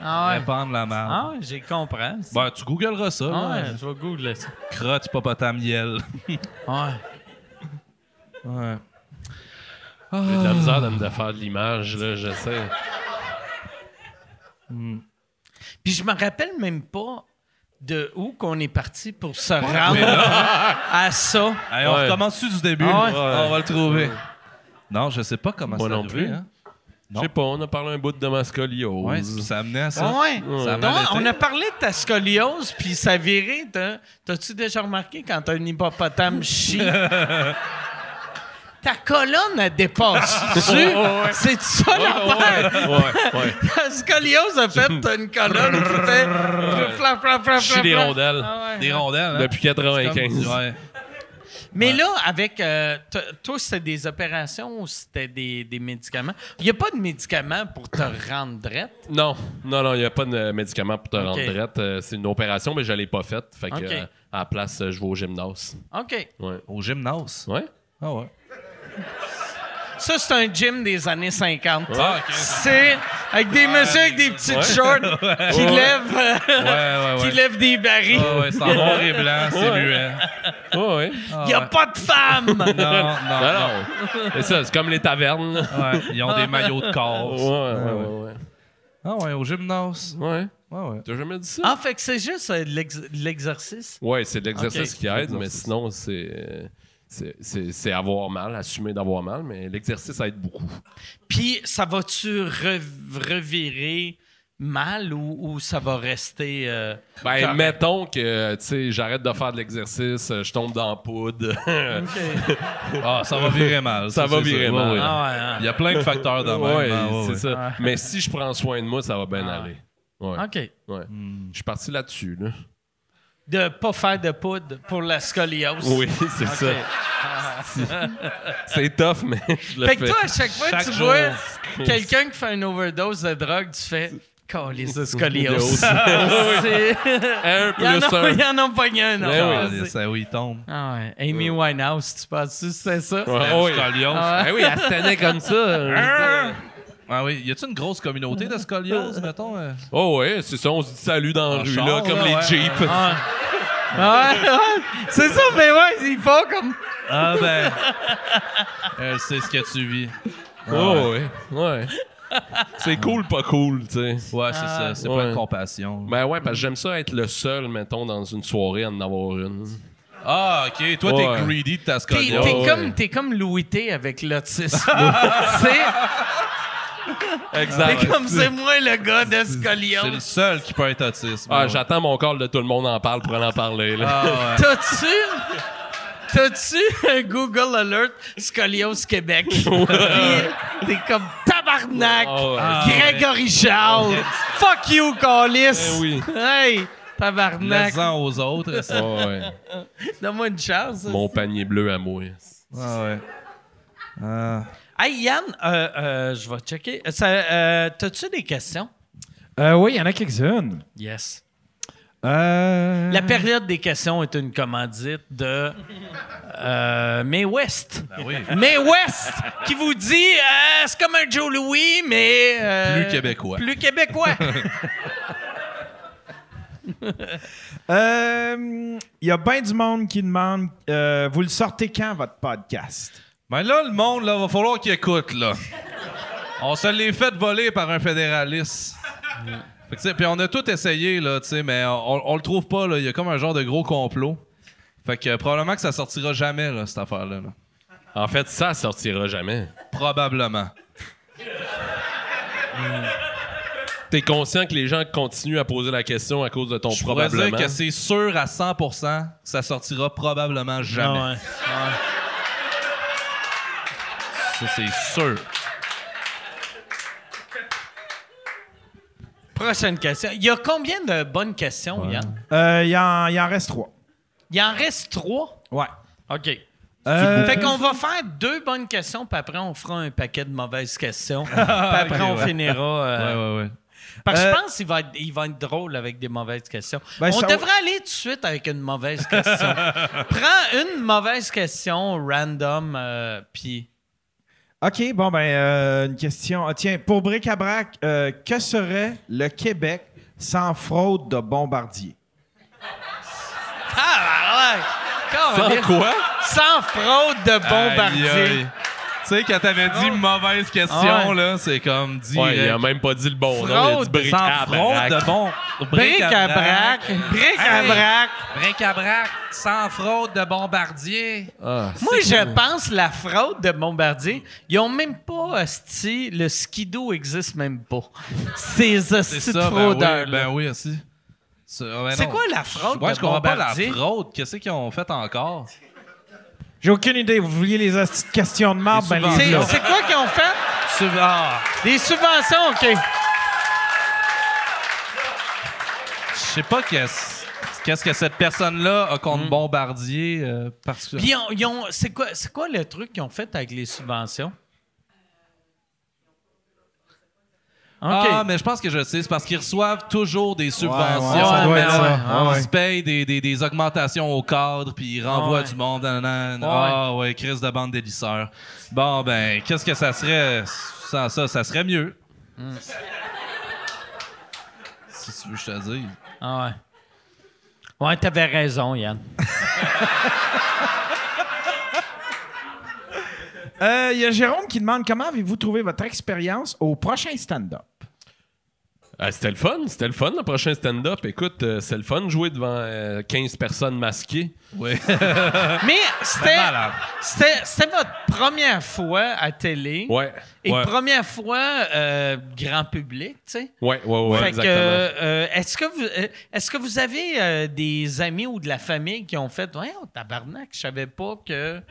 Speaker 1: Ah ouais.
Speaker 5: Répandre la merde.
Speaker 1: Ah ouais, j'ai compris.
Speaker 5: Ben, tu googleras ça.
Speaker 1: Ah
Speaker 5: là.
Speaker 1: ouais, je vais googler ça.
Speaker 5: Crotte, hippopotame, miel.
Speaker 1: Ouais.
Speaker 5: Ouais.
Speaker 6: J'ai de la misère de me faire de l'image, là, je sais.
Speaker 1: Puis je me rappelle même pas de où qu'on est parti pour se rendre à ça.
Speaker 5: Allez, on
Speaker 6: Ouais.
Speaker 5: recommence du début.
Speaker 1: Ah ouais?
Speaker 5: On va le trouver. Non, je sais pas comment
Speaker 6: Moi
Speaker 5: ça
Speaker 6: non
Speaker 5: arrivé,
Speaker 6: plus.
Speaker 5: hein.
Speaker 6: Je sais pas, on a parlé un bout de ma scoliose.
Speaker 5: Ouais, ça amenait à ça.
Speaker 1: Ouais.
Speaker 5: Ah Ça
Speaker 1: Donc,
Speaker 5: valait
Speaker 1: on
Speaker 5: la
Speaker 1: a parlé de ta scoliose, puis ça virait. de- T'as-tu déjà remarqué quand t'as un hippopotame chie? Ta colonne, elle dépasse-tu? C'est ça l'affaire?
Speaker 6: ouais, ouais.
Speaker 1: Ta scoliose, en fait, t'as une colonne qui fait... flap, flap, flap, flap,
Speaker 6: Je suis des
Speaker 1: flap.
Speaker 6: rondelles.
Speaker 1: Ah ouais.
Speaker 5: Des rondelles, hein?
Speaker 6: Depuis
Speaker 5: Comme-
Speaker 6: 95.
Speaker 5: Ouais.
Speaker 1: Mais là, avec... euh, t- toi, c'était des opérations ou c'était des, des médicaments? Il n'y a pas de médicaments pour te rendre drette?
Speaker 6: Non, non, non, il n'y a pas de euh, médicament pour te
Speaker 1: Ok.
Speaker 6: rendre drette. Euh, c'est une opération, mais je l'ai pas faite. Fait que,
Speaker 1: Ok.
Speaker 6: euh, à la place, euh, je vais au gymnase.
Speaker 1: OK.
Speaker 6: Ouais.
Speaker 5: Au gymnase.
Speaker 6: Ouais?
Speaker 5: Ah ouais.
Speaker 1: Ça, c'est un gym des années 50.
Speaker 6: Ah,
Speaker 1: C'est avec des messieurs avec des petites shorts qui lèvent, euh,
Speaker 5: Ouais, ouais,
Speaker 1: qui
Speaker 5: ouais.
Speaker 1: lèvent des barils.
Speaker 5: Ah ouais, c'est en noir et blanc, c'est muet.
Speaker 6: Ouais, ouais.
Speaker 5: Ah
Speaker 1: Il n'y a
Speaker 5: ouais.
Speaker 1: pas de femme.
Speaker 5: Non, non,
Speaker 6: Non,
Speaker 5: non.
Speaker 6: Ah, non. c'est ça, c'est comme les tavernes. là.
Speaker 5: Ouais, Ah, ils ont des maillots de corps.
Speaker 6: Ouais, ouais, ouais, ouais.
Speaker 5: Ah ouais, au gymnase.
Speaker 6: Ouais.
Speaker 5: Ouais, ouais.
Speaker 6: T'as jamais dit ça?
Speaker 1: ah, fait que c'est juste euh, de l'ex- de l'exercice.
Speaker 6: Ouais, c'est de l'exercice
Speaker 1: Ok.
Speaker 6: qui aide, mais sinon, c'est. euh, c'est- C'est c'est avoir mal, assumer d'avoir mal, mais l'exercice aide beaucoup.
Speaker 1: Puis, ça va-tu re- revirer mal ou, ou ça va rester. euh,
Speaker 6: Ben,
Speaker 1: Correct.
Speaker 6: mettons que, tu sais, j'arrête de faire de l'exercice, euh, je tombe dans la poudre.
Speaker 5: Ah, ça va virer mal.
Speaker 6: Ça va
Speaker 5: c'est
Speaker 6: virer
Speaker 5: sûr.
Speaker 6: mal.
Speaker 5: Ouais, ouais.
Speaker 1: Ah,
Speaker 5: Il y a plein de facteurs de même.
Speaker 6: ouais,
Speaker 5: Ah, ouais,
Speaker 6: c'est
Speaker 5: ouais.
Speaker 6: ça. Mais si je prends soin de moi, ça va bien
Speaker 1: Ah.
Speaker 6: aller. Ouais.
Speaker 1: ouais, ouais. OK.
Speaker 6: ouais. Je suis parti là-dessus, là.
Speaker 1: De pas faire de poudre pour la scoliose.
Speaker 6: c'est
Speaker 1: OK.
Speaker 6: C'est tough, mais je le
Speaker 1: Fait que
Speaker 6: fais.
Speaker 1: toi, à chaque fois que tu vois quelqu'un qui fait une overdose de drogue, tu fais Calice de scoliose. C'est-
Speaker 6: un
Speaker 1: Il y en
Speaker 6: plus
Speaker 1: a-
Speaker 6: un.
Speaker 1: il y en a pas un, non.
Speaker 6: Ben
Speaker 5: Ah,
Speaker 1: Ah, c'est-
Speaker 5: ça, oui, il tombe.
Speaker 1: Ah ouais. Amy Winehouse, tu penses que c'est ça?
Speaker 6: Ouais, ouais.
Speaker 1: Ah ouais.
Speaker 6: Ben oui, elle se tenait comme ça.
Speaker 5: Ah oui, y a-tu une grosse communauté de
Speaker 1: Ah.
Speaker 5: scoliose, mettons? euh?
Speaker 6: oh ouais, c'est ça, on se dit salut dans
Speaker 5: En
Speaker 6: la rue,
Speaker 5: char,
Speaker 6: là, comme
Speaker 5: là, ouais,
Speaker 6: les Jeeps.
Speaker 1: Ah ouais, ouais. C'est ça, mais ouais, ils font comme.
Speaker 5: Ah ben, elle sait Euh, ce que tu vis.
Speaker 6: Oh ouais, ouais. C'est cool, pas cool, Ah. tu sais.
Speaker 5: Ouais, c'est ça, c'est
Speaker 6: Ouais.
Speaker 5: pas de compassion.
Speaker 6: Ben ouais, parce que j'aime ça être le seul, mettons, dans une soirée à en avoir une.
Speaker 5: Ah, ok, toi,
Speaker 6: Ouais.
Speaker 5: t'es greedy de ta
Speaker 1: T'es
Speaker 5: scoliose.
Speaker 1: t'es
Speaker 6: oh, ouais.
Speaker 1: comme, t'es comme Louis T avec l'autisme. c'est
Speaker 6: Exact.
Speaker 1: t'es comme c'est moi le gars de
Speaker 5: C'est le
Speaker 1: scoliose.
Speaker 5: seul qui peut être autiste. ben
Speaker 6: Ah,
Speaker 5: ouais.
Speaker 6: j'attends mon call de tout le monde en parle pour en parler, là.
Speaker 5: Ah, ouais.
Speaker 1: T'as-tu. T'as-tu un Google Alert Scoliose Québec? Puis T'es comme tabarnak!
Speaker 6: Ah ouais.
Speaker 1: Grégory Charles! Fuck you, Callis!
Speaker 6: Eh oui.
Speaker 1: Hey! Tabarnak!
Speaker 5: Laisse-en aux autres. ça.
Speaker 6: Ah ouais.
Speaker 1: Donne-moi une chance.
Speaker 6: Mon panier bleu à moi.
Speaker 5: Ah ouais. Ah.
Speaker 1: Hey, Yann, euh, euh, je vais checker. Ça, euh, T'as-tu des questions?
Speaker 3: Euh, oui, il y en a quelques-unes.
Speaker 1: Yes.
Speaker 4: Euh,
Speaker 1: La période des questions est une commandite de euh, May West.
Speaker 5: Ben oui.
Speaker 1: May West qui vous dit euh, c'est comme un Joe Louis, mais. euh,
Speaker 5: Plus québécois.
Speaker 1: Plus québécois.
Speaker 3: Euh, Il y a bien du monde qui demande euh, vous le sortez quand votre podcast
Speaker 5: Ben là, le monde, là, va falloir qu'il écoute, là. On se l'est fait voler par un fédéraliste. Fait que, tu sais, Puis on a tout essayé, là, tu sais, mais on, on le trouve pas, là. Il y a comme un genre de gros complot. Fait que euh, probablement que ça sortira jamais, là, cette affaire-là. là.
Speaker 6: En fait, ça sortira jamais.
Speaker 5: Probablement.
Speaker 6: T'es conscient que les gens continuent à poser la question à cause de ton
Speaker 5: Je pourrais dire
Speaker 6: probablement.
Speaker 5: que c'est sûr à 100% que ça sortira probablement jamais.
Speaker 1: Ah ouais.
Speaker 5: Ça, c'est sûr.
Speaker 1: Prochaine question. Il y a combien de bonnes questions, Yann?
Speaker 3: Euh, Il y en- il en reste trois.
Speaker 1: Il en reste trois.
Speaker 3: Ouais.
Speaker 1: OK.
Speaker 3: Euh,
Speaker 1: Fait qu'on va faire deux bonnes questions, puis après, on fera un paquet de mauvaises questions. puis après, on finira. euh,
Speaker 5: Ouais, ouais, ouais.
Speaker 1: Parce que
Speaker 3: Euh,
Speaker 1: je pense qu'il va, être- il va être drôle avec des mauvaises questions.
Speaker 3: Ben,
Speaker 1: on
Speaker 3: ça-
Speaker 1: devrait aller tout de suite avec une mauvaise question. Prends une mauvaise question random, euh, puis
Speaker 3: OK, bon, ben, euh, une question. Ah, tiens, pour Bric-à-Brac, euh, que serait le Québec sans fraude de Bombardier?
Speaker 1: Ah, ouais!
Speaker 6: Sans quoi?
Speaker 1: Sans fraude de
Speaker 5: Aïe,
Speaker 1: bombardier.
Speaker 5: aïe. Tu sais, quand t'avais dit mauvaise question,
Speaker 1: Ah ouais.
Speaker 5: là, c'est comme dire.
Speaker 6: Ouais, il a même pas dit le bon nom. Il a
Speaker 1: Fraude,
Speaker 6: dit Ah, ben, bric
Speaker 5: sans fraude de bon.
Speaker 1: Bric-à-brac. Bric-à-brac.
Speaker 5: Ah, Bric-à-brac, sans fraude de Bombardier.
Speaker 1: Moi, je pense la fraude de Bombardier, ils ont même pas sti, le skido existe même pas. Ces
Speaker 5: C'est
Speaker 1: hosties de
Speaker 5: ça, ben
Speaker 1: fraudeurs.
Speaker 5: oui, ben oui aussi. C'est ah, ben
Speaker 1: C'est
Speaker 5: non.
Speaker 1: quoi la fraude
Speaker 5: Ouais,
Speaker 1: de
Speaker 5: je comprends pas la
Speaker 1: Bombardier?
Speaker 5: fraude. Qu'est-ce qu'ils ont fait encore?
Speaker 3: J'ai aucune idée. Vous vouliez les hosties de questions de marbre? Ben,
Speaker 5: Les
Speaker 3: les
Speaker 1: C'est
Speaker 3: là.
Speaker 1: c'est quoi qu'ils ont fait?
Speaker 5: Ah,
Speaker 1: Des subventions, OK.
Speaker 5: je sais pas qu'est-ce qu'est-ce que cette personne-là a contre Bombardier. euh, parce que...
Speaker 1: Puis ils ont- ils ont- c'est quoi, c'est quoi le truc qu'ils ont fait avec les subventions? OK.
Speaker 5: Ah, mais je pense que je sais. C'est parce qu'ils reçoivent toujours des subventions.
Speaker 3: ouais, ça doit être ça.
Speaker 5: mais
Speaker 3: Ah, ouais.
Speaker 5: Ils se payent des, des, des augmentations au cadre, puis ils renvoient du monde. nan, nan, nan. Ah ouais, crise de bande d'élisseurs. Bon, ben, qu'est-ce que ça serait sans ça? Ça serait mieux.
Speaker 1: Hmm.
Speaker 5: Si tu veux, je te dis.
Speaker 1: Ah ouais. Ouais, t'avais raison, Yann.
Speaker 3: Euh, Il y a Jérôme qui demande comment avez-vous trouvé votre expérience au prochain stand-up?
Speaker 6: Ah, c'était le fun, c'était le fun le prochain stand-up. Écoute, euh, c'est le fun de jouer devant euh, 15 personnes masquées.
Speaker 1: Mais c'était c'était- c'était votre première fois à télé.
Speaker 6: Ouais.
Speaker 1: Et
Speaker 6: ouais.
Speaker 1: première fois euh, grand public, tu sais.
Speaker 6: ouais, ouais, ouais,
Speaker 1: Fait que,
Speaker 6: exactement.
Speaker 1: euh, est-ce que vous euh, est-ce que vous avez euh, des amis ou de la famille qui ont fait ouais oh, tabarnak, je savais pas que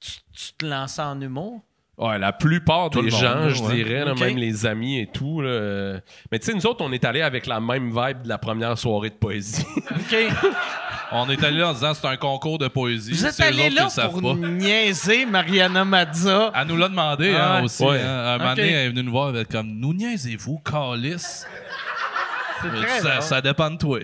Speaker 1: tu, tu te lançais en humour.
Speaker 6: Ouais, la plupart
Speaker 5: le
Speaker 6: des
Speaker 5: monde,
Speaker 6: gens,
Speaker 5: là,
Speaker 6: je
Speaker 5: ouais.
Speaker 6: dirais, là,
Speaker 1: Ok.
Speaker 6: même les amis et tout. là, euh, Mais tu sais, nous autres, on est allés avec la même vibe de la première soirée de poésie.
Speaker 1: OK.
Speaker 5: On est allé là en disant c'est un concours de poésie.
Speaker 1: vous êtes
Speaker 5: C'est eux
Speaker 1: allé
Speaker 5: autres qui
Speaker 1: là
Speaker 5: le savent
Speaker 1: pour
Speaker 5: pas.
Speaker 1: niaiser Mariana Mazza.
Speaker 5: Elle nous l'a demandé
Speaker 1: Ah
Speaker 5: hein,
Speaker 1: ouais.
Speaker 5: aussi.
Speaker 6: Ouais.
Speaker 5: hein. Un moment
Speaker 1: Ok.
Speaker 5: donné, elle est venue nous voir, elle était comme Nous niaisez-vous, calice.
Speaker 1: C'est
Speaker 5: Elle dit,
Speaker 1: très
Speaker 5: Ça,
Speaker 1: drôle.
Speaker 5: ça dépend de toi.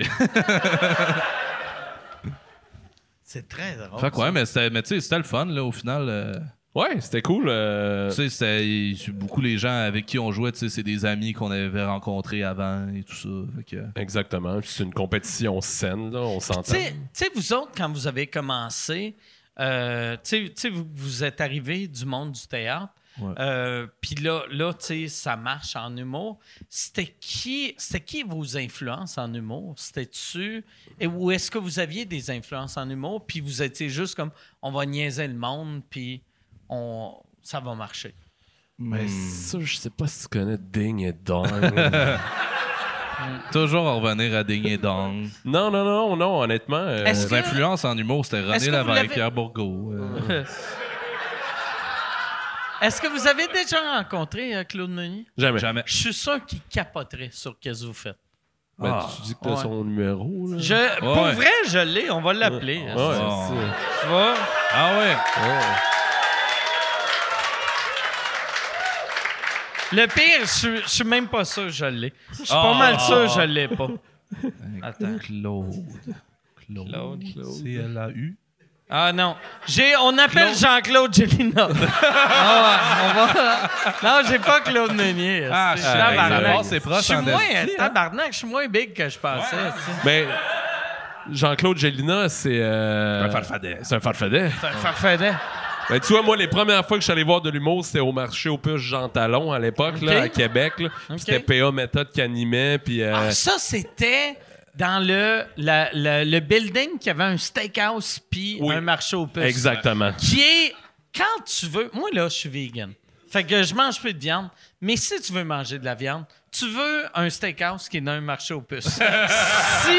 Speaker 1: C'est très drôle.
Speaker 5: Fait que ouais, mais c'était mais tu sais, c'était le fun là, au final. euh,
Speaker 6: ouais, c'était cool. euh,
Speaker 5: Tu sais, c'est- il- c'est beaucoup les gens avec qui on jouait, tu sais, c'est des amis qu'on avait rencontrés avant et tout ça. Fait que-
Speaker 6: Exactement. Puis C'est une compétition saine, là, on
Speaker 1: Tu
Speaker 6: s'entend.
Speaker 1: sais- tu sais, vous autres, quand vous avez commencé, euh, tu sais- tu sais, vous, vous êtes arrivés du monde du théâtre. euh, Puis là, là tu sais, ça marche en humour. C'était qui, c'était qui vos influences en humour? C'était-tu... et- Ou est-ce que vous aviez des influences en humour? Puis vous étiez juste comme, on va niaiser le monde, puis on, ça va marcher.
Speaker 6: Mais ça, je sais pas si tu connais Ding et Dong.
Speaker 5: Toujours en revenir à Ding et Dong.
Speaker 6: non, non, non, non, honnêtement. euh,
Speaker 1: Est-ce
Speaker 5: Les
Speaker 1: que-
Speaker 5: influences en humour, c'était
Speaker 1: Est-ce
Speaker 5: René
Speaker 1: que vous
Speaker 5: Lavaille,
Speaker 1: l'avez-
Speaker 5: Pierre Bourgault. euh,
Speaker 1: Est-ce que vous avez déjà rencontré euh, Claude Meunier?
Speaker 6: jamais.
Speaker 5: Jamais.
Speaker 1: Je suis sûr qu'il capoterait sur qu'est-ce que vous faites.
Speaker 6: Mais tu dis que t'as
Speaker 1: ouais.
Speaker 6: son numéro, là.
Speaker 1: Je,
Speaker 5: Ouais.
Speaker 1: Pour vrai, je l'ai. On va l'appeler.
Speaker 6: Ouais,
Speaker 1: Est-ce
Speaker 5: Bon.
Speaker 6: c'est ça.
Speaker 1: que tu vas?
Speaker 5: Ah ouais?
Speaker 1: Le pire, je, suis- je suis même pas sûr que je l'ai. Je suis
Speaker 5: Oh. Ah.
Speaker 1: pas mal sûr que je l'ai pas. Attends.
Speaker 5: Claude.
Speaker 1: Claude.
Speaker 5: C-L-A-U.
Speaker 1: Ah non. J'ai, on appelle Jean-Claude Gélina. ah, on va... Non, j'ai pas Claude Meunier.
Speaker 5: Ah,
Speaker 1: c'est-
Speaker 5: je suis
Speaker 1: tabarnak.
Speaker 5: d'accord, c'est proche
Speaker 1: Je suis
Speaker 5: en
Speaker 1: moins
Speaker 5: esti, hein.
Speaker 1: tabarnak, je suis moins big que je pensais. tu sais.
Speaker 6: Mais Jean-Claude Gélina, c'est. euh,
Speaker 5: Un farfadet.
Speaker 6: C'est un farfadet.
Speaker 1: C'est un farfadet.
Speaker 6: Ben, tu vois, moi, les premières fois que je suis allé voir de l'humour, c'était au marché aux puces Jean Talon à l'époque, là,
Speaker 1: Ok.
Speaker 6: à Québec. là. Puis C'était PA Méthode qui animait. Puis, euh,
Speaker 1: Ah, ça, c'était dans le, la- la- le building qui avait un steakhouse puis
Speaker 6: Oui.
Speaker 1: un marché aux puces.
Speaker 6: exactement.
Speaker 1: Qui est, quand tu veux... Moi, là, je suis vegan. Fait que je mange plus de viande. Mais si tu veux manger de la viande, tu veux un steakhouse qui est dans un marché aux puces. si...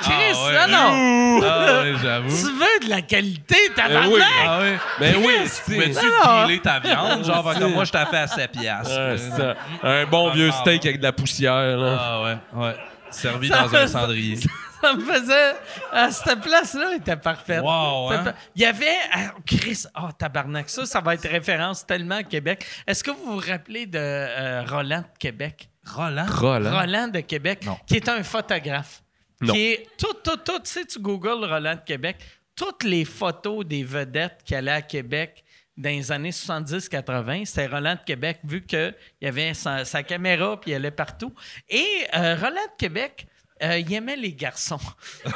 Speaker 1: Chris,
Speaker 5: ouais.
Speaker 1: non, non.
Speaker 5: Ah, oui, j'avoue.
Speaker 1: Tu veux de la qualité,
Speaker 6: Euh,
Speaker 1: tabarnak!
Speaker 6: oui.
Speaker 5: Ah, oui.
Speaker 6: Mais oui,
Speaker 5: Tu
Speaker 6: c'est-
Speaker 5: Pouvais-tu
Speaker 1: Alors?
Speaker 5: dealer ta viande? Genre, parce que moi, je t'ai fait à 7 piastres.
Speaker 6: Ah, c'est ça. Un bon
Speaker 1: Ah,
Speaker 6: vieux steak avec de la poussière. Là.
Speaker 5: Ah, ouais. Ouais. Servi dans un cendrier.
Speaker 1: Ça me faisait... à cette place-là était parfaite.
Speaker 5: Wow,
Speaker 1: Ça
Speaker 5: hein?
Speaker 1: fait- Il y avait... ah, Chris, ah, tabarnak, ça, ça va être référence tellement à Québec. Est-ce que vous vous rappelez de euh, Roland de Québec?
Speaker 5: Roland.
Speaker 6: Roland.
Speaker 1: Roland de Québec, qui est un photographe.
Speaker 6: Non.
Speaker 1: Qui est tout, tout, tout, tu sais, tu googles Roland de Québec, toutes les photos des vedettes qui allaient à Québec dans les années 70-80, c'était Roland de Québec, vu qu'il avait sa, sa caméra puis il allait partout. Et euh, Roland de Québec, euh, il aimait les garçons.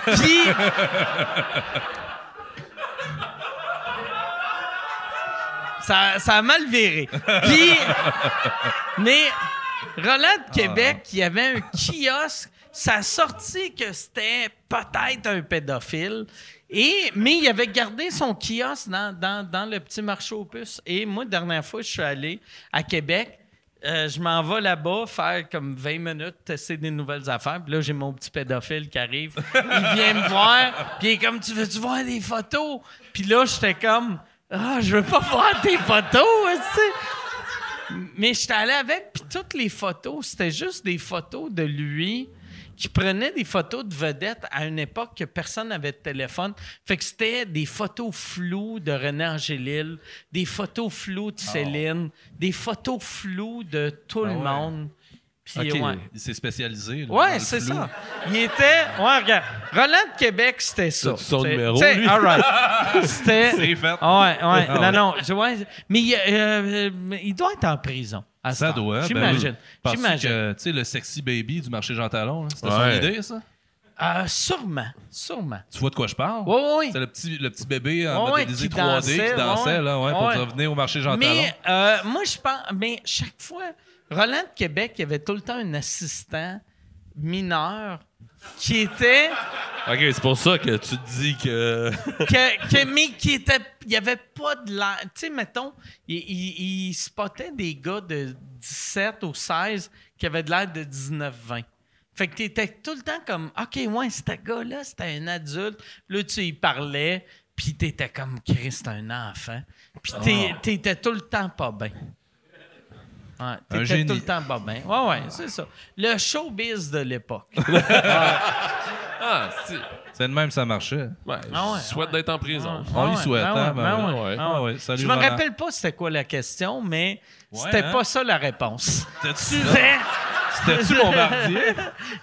Speaker 1: Puis. Ça, ça a mal viré. Puis, mais Roland de Québec, il y avait un kiosque. Ça a sorti que c'était peut-être un pédophile. Et, mais il avait gardé son kiosque dans, dans- dans le petit marché aux puces. Et moi, dernière fois, je suis allé à Québec. Euh, je m'en vais là-bas faire comme 20 minutes, tester des nouvelles affaires. Puis là, j'ai mon petit pédophile qui arrive. Il vient me voir. Puis il est comme, tu veux-tu voir des photos? Puis là, j'étais comme, ah, je veux pas voir tes photos, tu sais. Mais j'étais allé avec, puis toutes les photos, c'était juste des photos de lui qui prenait des photos de vedettes à une époque que personne n'avait de téléphone. Fait que c'était des photos floues de René Angélil, des photos floues
Speaker 6: Ah.
Speaker 1: de Céline, des photos floues de tout le monde. Puis
Speaker 5: Ok,
Speaker 1: ouais.
Speaker 5: Il s'est spécialisé. là, dans
Speaker 1: Ouais,
Speaker 5: le
Speaker 1: c'est
Speaker 5: flou.
Speaker 1: ça. Il était. Ouais, regarde. Roland de Québec, c'était ça.
Speaker 6: C'est son
Speaker 1: T'sais-
Speaker 6: numéro,
Speaker 1: t'sais,
Speaker 6: lui.
Speaker 1: all right. C'était.
Speaker 5: C'est fait.
Speaker 1: Ah ouais, ouais. non, non. je- ouais, mais il, euh, euh, il doit être en prison. à ce
Speaker 5: Ça
Speaker 1: temps.
Speaker 5: doit. ben
Speaker 1: J'imagine.
Speaker 5: oui. Penses-tu
Speaker 1: J'imagine.
Speaker 5: que, tu sais, le sexy baby du marché Jean Talon, là, c'était
Speaker 6: Ouais.
Speaker 5: son idée, ça?
Speaker 1: Euh, sûrement. Sûrement.
Speaker 5: Tu vois de quoi je parle?
Speaker 1: Oui, oui.
Speaker 5: Oh, C'est le petit, le petit bébé en
Speaker 1: Ouais,
Speaker 5: mode
Speaker 1: ouais,
Speaker 5: modélisé
Speaker 1: qui
Speaker 5: 3D
Speaker 1: dansait,
Speaker 5: qui dansait,
Speaker 1: ouais.
Speaker 5: là, ouais, pour
Speaker 1: Ouais.
Speaker 5: dire venez au marché Jean Talon.
Speaker 1: Mais euh, moi, je pense. Mais chaque fois, Roland de Québec, il y avait tout le temps un assistant mineur qui était.
Speaker 6: Ok, c'est pour ça que tu te dis que.
Speaker 1: que, que- mais qui était. Il n'y avait pas de la. Tu sais, mettons, il, il, il spottait des gars de 17 ou 16 qui avaient de l'air de 19-20. Fait que tu étais tout le temps comme, OK, ouais, ce gars-là, c'était un adulte. Là, tu y parlais, puis tu étais comme, Chris, c'est un enfant. Puis
Speaker 5: Ah.
Speaker 1: tu étais tout le temps pas bien. Ouais,
Speaker 5: Un
Speaker 1: t'étais tout
Speaker 5: génie.
Speaker 1: le temps pas bien. Ouais, ouais, c'est ça. Le showbiz de l'époque.
Speaker 6: Ah, si.
Speaker 5: C'est de même, ça marchait.
Speaker 6: Ouais,
Speaker 1: Ah ouais,
Speaker 6: je souhaite
Speaker 1: ouais.
Speaker 6: d'être en prison.
Speaker 1: Ah
Speaker 5: On
Speaker 1: ouais,
Speaker 5: lui souhaite,
Speaker 1: ah
Speaker 5: hein,
Speaker 1: ouais,
Speaker 5: ben
Speaker 1: ah
Speaker 5: ouais.
Speaker 1: ouais,
Speaker 5: Ah ouais, salut,
Speaker 1: Je me
Speaker 5: Roland.
Speaker 1: rappelle pas c'était quoi la question, mais
Speaker 5: Ouais,
Speaker 1: c'était
Speaker 5: hein?
Speaker 1: pas ça la réponse.
Speaker 5: T'as-tu
Speaker 1: C'était
Speaker 5: C'était-tu Bombardier?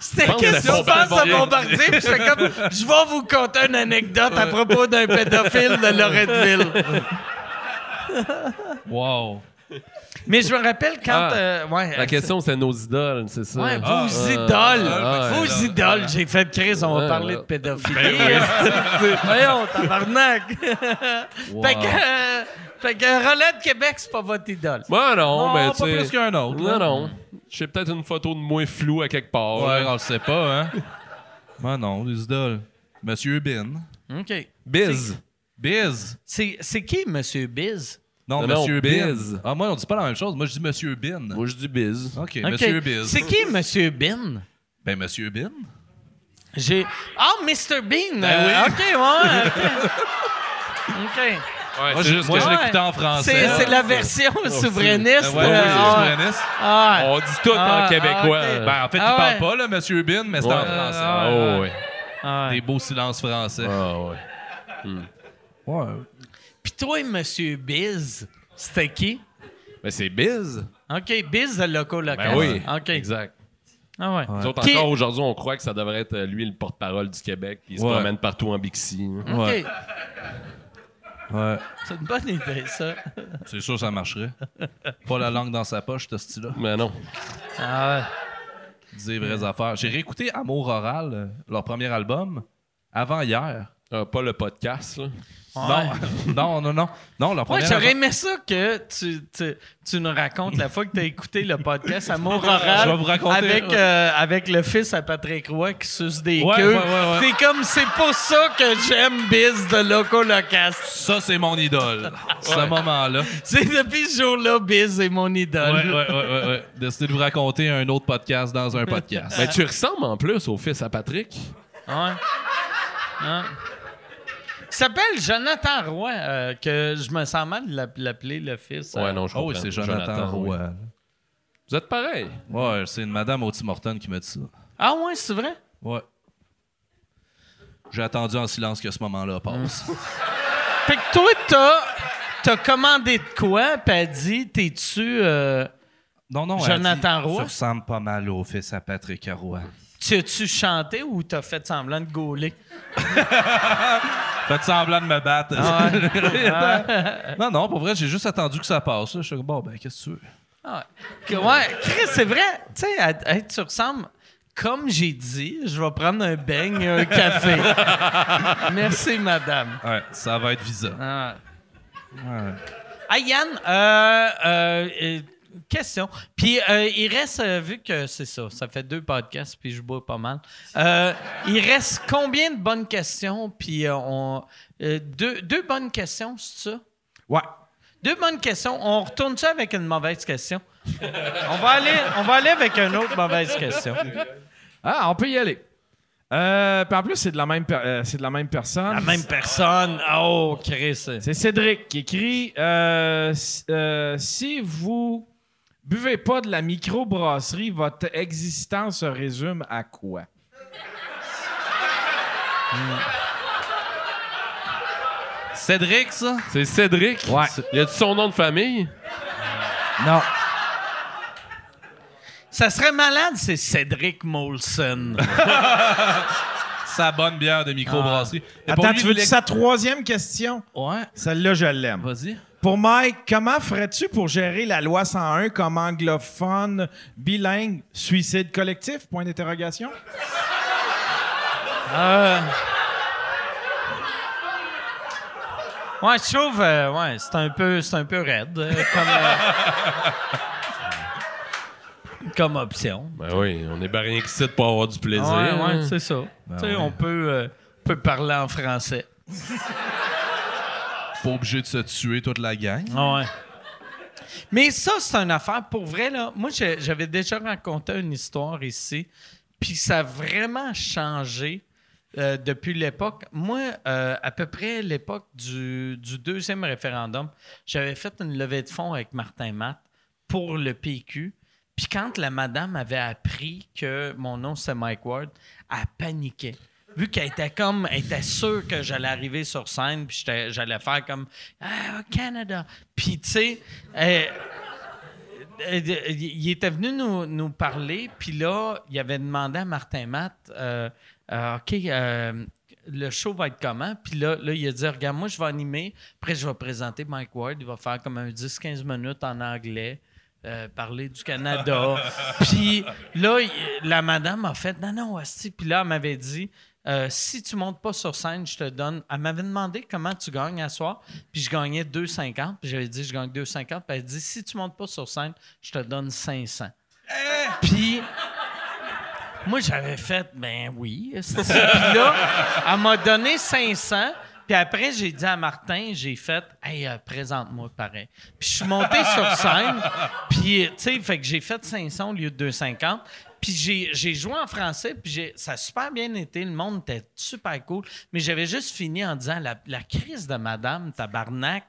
Speaker 1: c'était
Speaker 6: pense que
Speaker 1: question
Speaker 6: c'était
Speaker 1: je pense à
Speaker 6: Bombardier.
Speaker 1: Bombardier, puis j'étais comme je vais vous conter une anecdote à propos d'un pédophile de Loretteville.
Speaker 5: Wow.
Speaker 1: Mais je me rappelle quand
Speaker 6: Ah,
Speaker 1: euh, ouais,
Speaker 6: La question, c'est nos idoles, c'est ça?
Speaker 1: Ouais,
Speaker 5: Ah,
Speaker 1: vos
Speaker 6: ah,
Speaker 1: idoles,
Speaker 6: ah,
Speaker 1: vos
Speaker 5: ah,
Speaker 1: idoles, j'ai fait crise, on va
Speaker 6: Ah,
Speaker 1: parler
Speaker 6: ah.
Speaker 1: de pédophilie.
Speaker 6: Ben,
Speaker 1: Voyons, tabarnak. fait, que, euh, fait que Roland de Québec, c'est pas votre idole.
Speaker 6: Ouais, non, mais
Speaker 5: Ah,
Speaker 6: tu
Speaker 5: pas
Speaker 6: sais-
Speaker 5: plus qu'un autre. là.
Speaker 6: Non, non. J'ai peut-être une photo de moi floue à quelque part.
Speaker 5: Ouais, on le sait pas, hein? Ben non, les idoles. Monsieur Bin.
Speaker 1: OK.
Speaker 6: Biz.
Speaker 5: Biz.
Speaker 1: C'est, c'est qui, Monsieur Biz?
Speaker 5: Non,
Speaker 6: Non, non,
Speaker 5: Monsieur Bin.
Speaker 6: Biz.
Speaker 5: Ah, moi, on dit pas la même chose. Moi, je dis Monsieur Bin.
Speaker 6: Moi, je dis biz.
Speaker 5: OK,
Speaker 1: OK.
Speaker 5: Monsieur Biz.
Speaker 1: C'est qui, Monsieur Bean?
Speaker 5: Ben, Monsieur Bin.
Speaker 1: J'ai... Ah, Mr. Bean!
Speaker 5: Ben
Speaker 1: euh,
Speaker 5: oui.
Speaker 1: OK, ouais. OK. OK.
Speaker 6: Ouais,
Speaker 5: Moi,
Speaker 6: c'est
Speaker 5: je,
Speaker 6: juste
Speaker 5: moi,
Speaker 6: que-
Speaker 5: je
Speaker 1: Ouais.
Speaker 5: l'écoutais en français.
Speaker 1: C'est,
Speaker 5: là.
Speaker 1: c'est la version souverainiste.
Speaker 5: Ouais, ouais,
Speaker 1: euh,
Speaker 5: oui,
Speaker 1: ah ouais.
Speaker 5: souverainiste.
Speaker 1: Ah ouais.
Speaker 6: On dit tout
Speaker 1: Ah,
Speaker 6: en québécois.
Speaker 1: ah, ok.
Speaker 6: Ben,
Speaker 5: En fait,
Speaker 1: Ah
Speaker 5: il
Speaker 1: ouais.
Speaker 5: parle pas, là, Monsieur Bin, mais c'est en
Speaker 6: Ouais.
Speaker 5: français.
Speaker 6: Ah, ouais, ouais.
Speaker 1: Ah ouais.
Speaker 5: Des beaux silences français.
Speaker 6: Ah, ouais.
Speaker 1: Puis toi, Monsieur Biz, c'était qui?
Speaker 6: Ben, c'est biz.
Speaker 1: OK, Biz, le loco local.
Speaker 6: Ben oui.
Speaker 1: ah, OK.
Speaker 6: Exact.
Speaker 1: Ah ouais.
Speaker 6: Nous autres,
Speaker 1: Qui-
Speaker 6: encore aujourd'hui, on croit que ça devrait être euh, lui le porte-parole du Québec. puis Il se
Speaker 5: Ouais.
Speaker 6: promène partout en Bixi. hein.
Speaker 1: OK.
Speaker 5: Ouais.
Speaker 1: C'est une bonne idée, ça.
Speaker 5: C'est sûr, ça marcherait. Pas la langue dans sa poche, ce style-là.
Speaker 6: Mais non.
Speaker 1: Ah ouais.
Speaker 5: Dis les vraies affaires. J'ai réécouté Amour Oral, euh, leur premier album, avant hier.
Speaker 6: Euh, pas le podcast, là.
Speaker 5: Non, non, non, non. Non, leur
Speaker 1: Ouais,
Speaker 5: premier
Speaker 1: j'aurais
Speaker 5: album-
Speaker 1: aimé ça que tu, tu, tu nous racontes la fois que tu as écouté le podcast Amour
Speaker 5: Je vais
Speaker 1: Oral
Speaker 5: vous raconter.
Speaker 1: avec, euh, avec le fils à Patrick Roy qui suce des
Speaker 5: Ouais,
Speaker 1: queues.
Speaker 5: ouais, ouais, ouais.
Speaker 1: C'est comme, c'est pour ça que j'aime Biz de Loco Locast.
Speaker 5: Ça, c'est mon idole. Ce moment-là.
Speaker 1: C'est depuis ce jour-là, Biz est mon
Speaker 5: Ouais,
Speaker 1: idole.
Speaker 5: ouais, ouais, ouais, ouais. Décidé de vous raconter un autre podcast dans un
Speaker 1: Ah.
Speaker 5: podcast.
Speaker 6: Mais tu ressembles en plus au fils à Patrick.
Speaker 1: Ouais. Ouais. Il s'appelle Jonathan Roy, euh, que je me sens mal de l'app- l'appeler le fils. euh,
Speaker 6: Ouais, non, je
Speaker 5: oh,
Speaker 6: comprends.
Speaker 5: oui, c'est Jonathan,
Speaker 6: oui.
Speaker 5: Roy.
Speaker 6: Vous êtes pareil.
Speaker 5: Ouais, c'est une madame au Tim Hortons qui m'a dit ça.
Speaker 1: Ah ouais, c'est vrai?
Speaker 5: Ouais. J'ai attendu en silence que ce moment-là passe.
Speaker 1: Fait que toi, t'as, t'as commandé de quoi, puis elle dit, t'es-tu... euh,
Speaker 5: Non, non,
Speaker 1: Jonathan
Speaker 5: elle dit,
Speaker 1: Roy?
Speaker 5: Tu ressembles pas mal au fils à Patrick Roy.
Speaker 1: tu as-tu chanté ou t'as fait semblant de gauler?
Speaker 5: Faites semblant de me battre.
Speaker 1: Ah
Speaker 5: non, non, pour vrai, j'ai juste attendu que ça passe. là. Je suis comme, bon, ben, qu'est-ce que tu veux?
Speaker 1: Ah ouais. Que- ouais, Chris, c'est vrai. Tu sais, elle- elle, tu ressembles... Comme j'ai dit, je vais prendre un beigne et un café. Merci, madame.
Speaker 5: Ouais, ça va être visa.
Speaker 1: Ah, Ah, Yann, euh, euh, euh, question. Puis euh, il reste, euh, vu que c'est ça, ça fait deux podcasts, puis je bois pas mal. Euh, il reste combien de bonnes questions? Puis euh, on, euh, deux, deux bonnes questions, c'est ça?
Speaker 3: Ouais.
Speaker 1: Deux bonnes questions. On retourne ça avec une mauvaise question? on, va aller, on va aller avec une autre mauvaise question.
Speaker 2: Ah, on peut y aller. Euh, puis en plus, c'est de la même, per- euh, c'est de la même personne.
Speaker 1: La même personne. Oh, Chris.
Speaker 2: C'est Cédric qui écrit euh, si- euh, Si vous buvez pas de la microbrasserie, votre existence se résume à quoi?
Speaker 5: Cédric, ça?
Speaker 6: C'est Cédric.
Speaker 2: Ouais.
Speaker 6: Il a-tu son nom de famille?
Speaker 2: Non.
Speaker 1: Ça serait malade, c'est Cédric Molson.
Speaker 5: Sa bonne bière de microbrasserie. Et pour
Speaker 3: Attends,
Speaker 5: lui,
Speaker 3: tu veux
Speaker 5: il voulait-
Speaker 3: sa troisième question?
Speaker 1: Ouais.
Speaker 3: Celle-là, je l'aime.
Speaker 5: Vas-y.
Speaker 3: Pour Mike, comment ferais-tu pour gérer la loi 101 comme anglophone, bilingue, suicide collectif? Point d'interrogation.
Speaker 1: Euh. Ouais, je trouve, euh, ouais, c'est un peu, c'est un peu raide euh, comme, euh, comme option.
Speaker 6: Ben oui, on est bien rien que ici pour avoir du plaisir.
Speaker 1: Ouais, ouais,
Speaker 6: hein.
Speaker 1: c'est ça.
Speaker 5: Ben
Speaker 1: tu sais, on peut, euh, peut parler en français.
Speaker 5: Pas obligé de se tuer toute la gang.
Speaker 1: Ah Ouais. Mais ça, c'est une affaire. Pour vrai, là, moi, j'ai- j'avais déjà raconté une histoire ici, puis ça a vraiment changé euh, depuis l'époque. Moi, euh, à peu près l'époque du, du deuxième référendum, j'avais fait une levée de fonds avec Martin Matt pour le PQ. Puis quand la madame avait appris que mon nom, c'est Mike Ward, elle paniquait. Vu qu'elle était comme, elle était sûre que j'allais arriver sur scène, puis j'étais- j'allais faire comme Ah, Canada. Puis tu sais, elle- euh, il était venu nous, nous parler, puis là, il avait demandé à Martin Matt, euh, euh, OK, euh, le show va être comment? Puis là, là, il a dit, regarde, moi, je vais animer, après, je vais présenter Mike Ward, il va faire comme un 10-15 minutes en anglais. euh, parler du Canada. Puis là, il- la madame a fait non, non, asti. Puis là, elle m'avait dit euh, si tu montes pas sur scène, je te donne. Elle m'avait demandé comment tu gagnes à soir. Puis je gagnais 2,50. Puis j'avais dit je gagne 2,50. Puis elle a dit si tu montes pas sur scène, je te donne 500. Puis moi, j'avais fait ben oui. esti. Puis là, elle m'a donné 500. Puis après, j'ai dit à Martin, j'ai fait Hey, euh, présente-moi pareil. Puis je suis monté sur scène. Puis, euh, tu sais, fait que j'ai fait 500 au lieu de 250. Puis j'ai- j'ai joué en français, puis j'ai- ça a super bien été. Le monde était super cool. Mais j'avais juste fini en disant la, la crise de madame tabarnak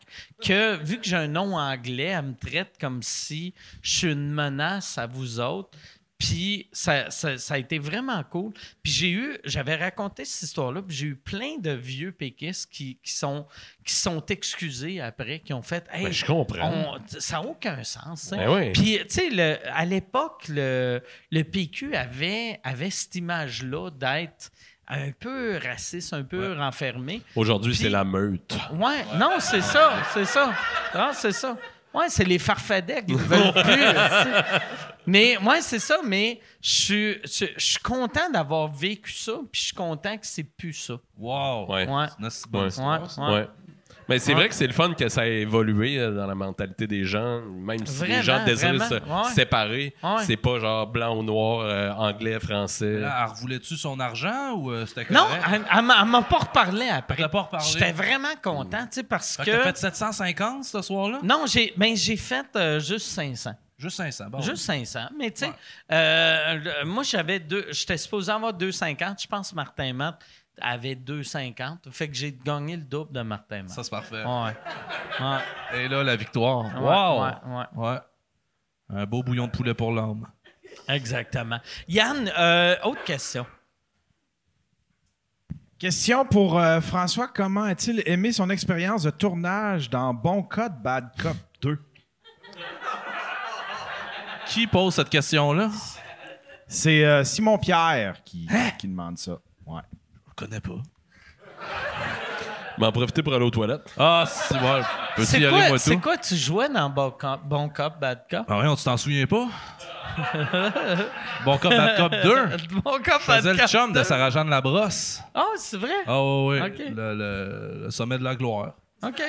Speaker 1: que, vu que j'ai un nom anglais, elle me traite comme si je suis une menace à vous autres. Puis ça, ça- ça a été vraiment cool. Puis j'ai eu, j'avais raconté cette histoire-là, puis j'ai eu plein de vieux péquistes qui, qui sont, qui sont excusés après, qui ont fait Hey,
Speaker 6: Ben, je comprends.
Speaker 1: on- t- ça n'a aucun sens. ça.
Speaker 6: Ben oui.
Speaker 1: Puis, tu sais, le- à l'époque, le, le PQ avait, avait cette image-là d'être un peu raciste, un peu renfermé.
Speaker 6: Aujourd'hui,
Speaker 1: Puis-
Speaker 6: c'est la meute.
Speaker 1: Ouais, non, c'est ça, c'est ça. Non, c'est ça. Ouais, c'est les farfadets qui ne veulent plus. aussi. mais ouais, c'est ça, mais je suis- je je suis content d'avoir vécu ça, puis je suis content que c'est plus ça.
Speaker 5: Wow!
Speaker 6: Ouais.
Speaker 1: Ouais.
Speaker 5: C'est une assez bonne
Speaker 6: Ouais.
Speaker 5: histoire,
Speaker 1: Ouais,
Speaker 5: ça.
Speaker 1: ouais.
Speaker 6: Ouais. Mais c'est
Speaker 1: Ouais.
Speaker 6: vrai que c'est le fun que ça a évolué euh, dans la mentalité des gens, même si
Speaker 1: Vraiment,
Speaker 6: les gens désirent
Speaker 1: vraiment.
Speaker 6: se
Speaker 1: Ouais.
Speaker 6: séparer.
Speaker 1: Ouais.
Speaker 6: C'est pas genre blanc ou noir, euh, anglais, français.
Speaker 5: Là, elle revoulait-tu son argent ou euh, c'était
Speaker 1: Euh, Non,
Speaker 5: correct?
Speaker 1: elle, elle m'a elle m'a pas reparlé après.
Speaker 5: Elle t'a pas reparlé?
Speaker 1: J'étais vraiment content, tu sais, parce
Speaker 5: Fait
Speaker 1: que.
Speaker 5: que t'as fait 750 ce soir-là?
Speaker 1: Non, j'ai, ben, j'ai fait euh, juste 500.
Speaker 5: Juste 500. Bon.
Speaker 1: Juste 500. Mais tu sais,
Speaker 5: Ouais.
Speaker 1: euh, le- moi, j'avais deux. J'étais supposé avoir 250. Je pense que Martin Matt avait 250. Fait que j'ai gagné le double de Martin Matt.
Speaker 5: Ça, c'est parfait.
Speaker 1: ouais. Ouais.
Speaker 5: Et là, la victoire.
Speaker 1: Ouais, ouais, ouais.
Speaker 5: wow! Ouais. Un beau bouillon de poulet pour l'âme.
Speaker 1: Exactement. Yann, euh, autre question.
Speaker 3: Question pour euh, François. Comment a-t-il aimé son expérience de tournage dans Bon Code, Bad Cop 2?
Speaker 5: Qui pose cette question-là?
Speaker 3: C'est euh, Simon Pierre qui, qui demande ça. Ouais.
Speaker 5: Je connais pas.
Speaker 6: M'en profiter pour aller aux toilettes.
Speaker 5: Ah, c'est bon. Peux-tu
Speaker 1: C'est
Speaker 5: y aller,
Speaker 1: quoi,
Speaker 5: moi,
Speaker 1: c'est
Speaker 5: tout?
Speaker 1: quoi tu jouais dans Bon Cop, Bon Cop, Bad Cop?
Speaker 5: Ah ouais, on t'en souvient pas? bon cop, bad cop 2.
Speaker 1: bon Cop,
Speaker 5: Je faisais
Speaker 1: Bad
Speaker 5: le
Speaker 1: Cop.
Speaker 5: chum de Sarah-Jeanne Labrosse.
Speaker 1: Ah, c'est vrai?
Speaker 5: Ah oui, oui.
Speaker 1: Ok.
Speaker 5: Le, le- le sommet de la gloire.
Speaker 1: OK.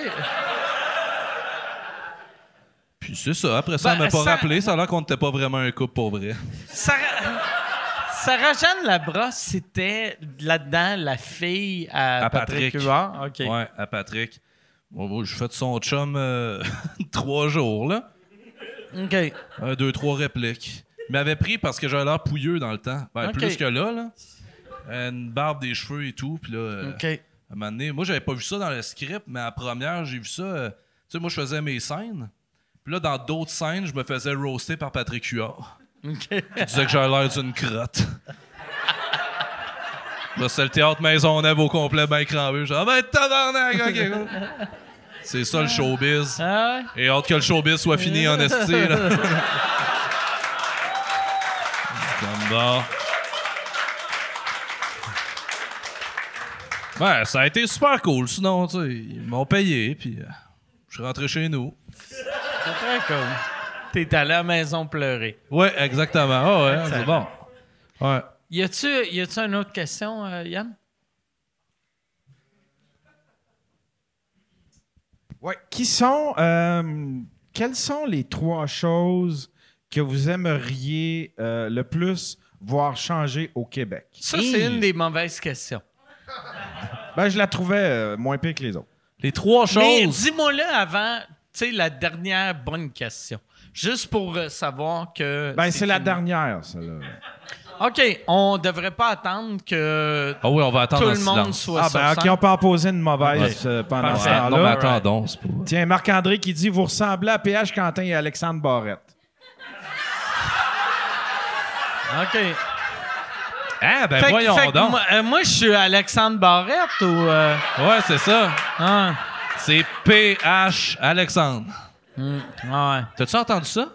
Speaker 5: Puis c'est ça. Après ça,
Speaker 1: Ben,
Speaker 5: on m'a pas
Speaker 1: ça-
Speaker 5: rappelé. Ça a l'air qu'on n'était pas vraiment un couple pour vrai.
Speaker 1: Sarah... Sarah-Jeanne Labrosse, c'était là-dedans la fille à,
Speaker 5: À
Speaker 1: Patrick.
Speaker 5: Patrick.
Speaker 1: Huard. OK.
Speaker 5: Ouais, à Patrick. Bon, bon, je fais de son chum euh, trois jours, là.
Speaker 1: OK.
Speaker 5: Un, deux, trois répliques. Il m'avait pris parce que j'avais l'air pouilleux dans le temps. Ben,
Speaker 1: Ok.
Speaker 5: Plus que là, là. Une barbe, des cheveux et tout. Puis là, euh,
Speaker 1: OK.
Speaker 5: à un moment donné, moi, j'avais pas vu ça dans le script, mais à la première, j'ai vu ça. euh, tu sais, moi, je faisais mes scènes. Puis là, dans d'autres scènes, je me faisais roaster par Patrick Huard. Qui disait que j'avais l'air d'une crotte. là, c'est le théâtre Maisonneuve au complet, ben crampé. J'ai dit, ah ben, tabarnak, OK. c'est ça, le showbiz.
Speaker 1: Ah ouais?
Speaker 5: Et hâte que le showbiz soit fini en esti, là. C'est comme bon. Ben, ça a été super cool. Sinon, tu sais, ils m'ont payé, puis euh, je suis rentré chez nous.
Speaker 1: C'est très cool. T'es allé à la maison pleurer.
Speaker 5: Ouais, exactement. Ah ouais, c'est bon. Ouais.
Speaker 1: Y a-tu, y a-tu une autre question, euh, Yann?
Speaker 3: Ouais. Qui sont. euh, quelles sont les trois choses que vous aimeriez euh, le plus voir changer au Québec?
Speaker 1: Ça, c'est une des mauvaises questions.
Speaker 3: Ben, je la trouvais euh, moins pire que les autres.
Speaker 5: Les trois
Speaker 1: Mais
Speaker 5: choses.
Speaker 1: dis-moi-le avant, tu sais, la dernière bonne question. Juste pour euh, savoir que.
Speaker 3: Ben, c'est la
Speaker 1: fini.
Speaker 3: dernière, celle-là.
Speaker 1: OK, on devrait pas attendre que
Speaker 5: Ah oui, on va
Speaker 1: tout
Speaker 5: attendre en
Speaker 1: le monde
Speaker 5: silence.
Speaker 1: soit
Speaker 3: Ah,
Speaker 1: sur
Speaker 3: ben, OK,
Speaker 1: scène.
Speaker 3: on peut en poser une mauvaise euh, pendant ce
Speaker 5: Ah, non, mais
Speaker 3: temps-là.
Speaker 5: attendons, c'est pas-
Speaker 3: Tiens, Marc-André qui dit Vous ressemblez à PH Quentin et Alexandre Barrette.
Speaker 1: OK.
Speaker 5: Ah, ben
Speaker 1: Fait que-
Speaker 5: Eh, voyons
Speaker 1: fait que
Speaker 5: donc.
Speaker 1: moi, euh, moi, je suis Alexandre Barrette ou. euh,
Speaker 5: Ouais, c'est ça.
Speaker 1: hein?
Speaker 5: C'est PH Alexandre.
Speaker 1: Ah
Speaker 5: T'as-tu entendu ça?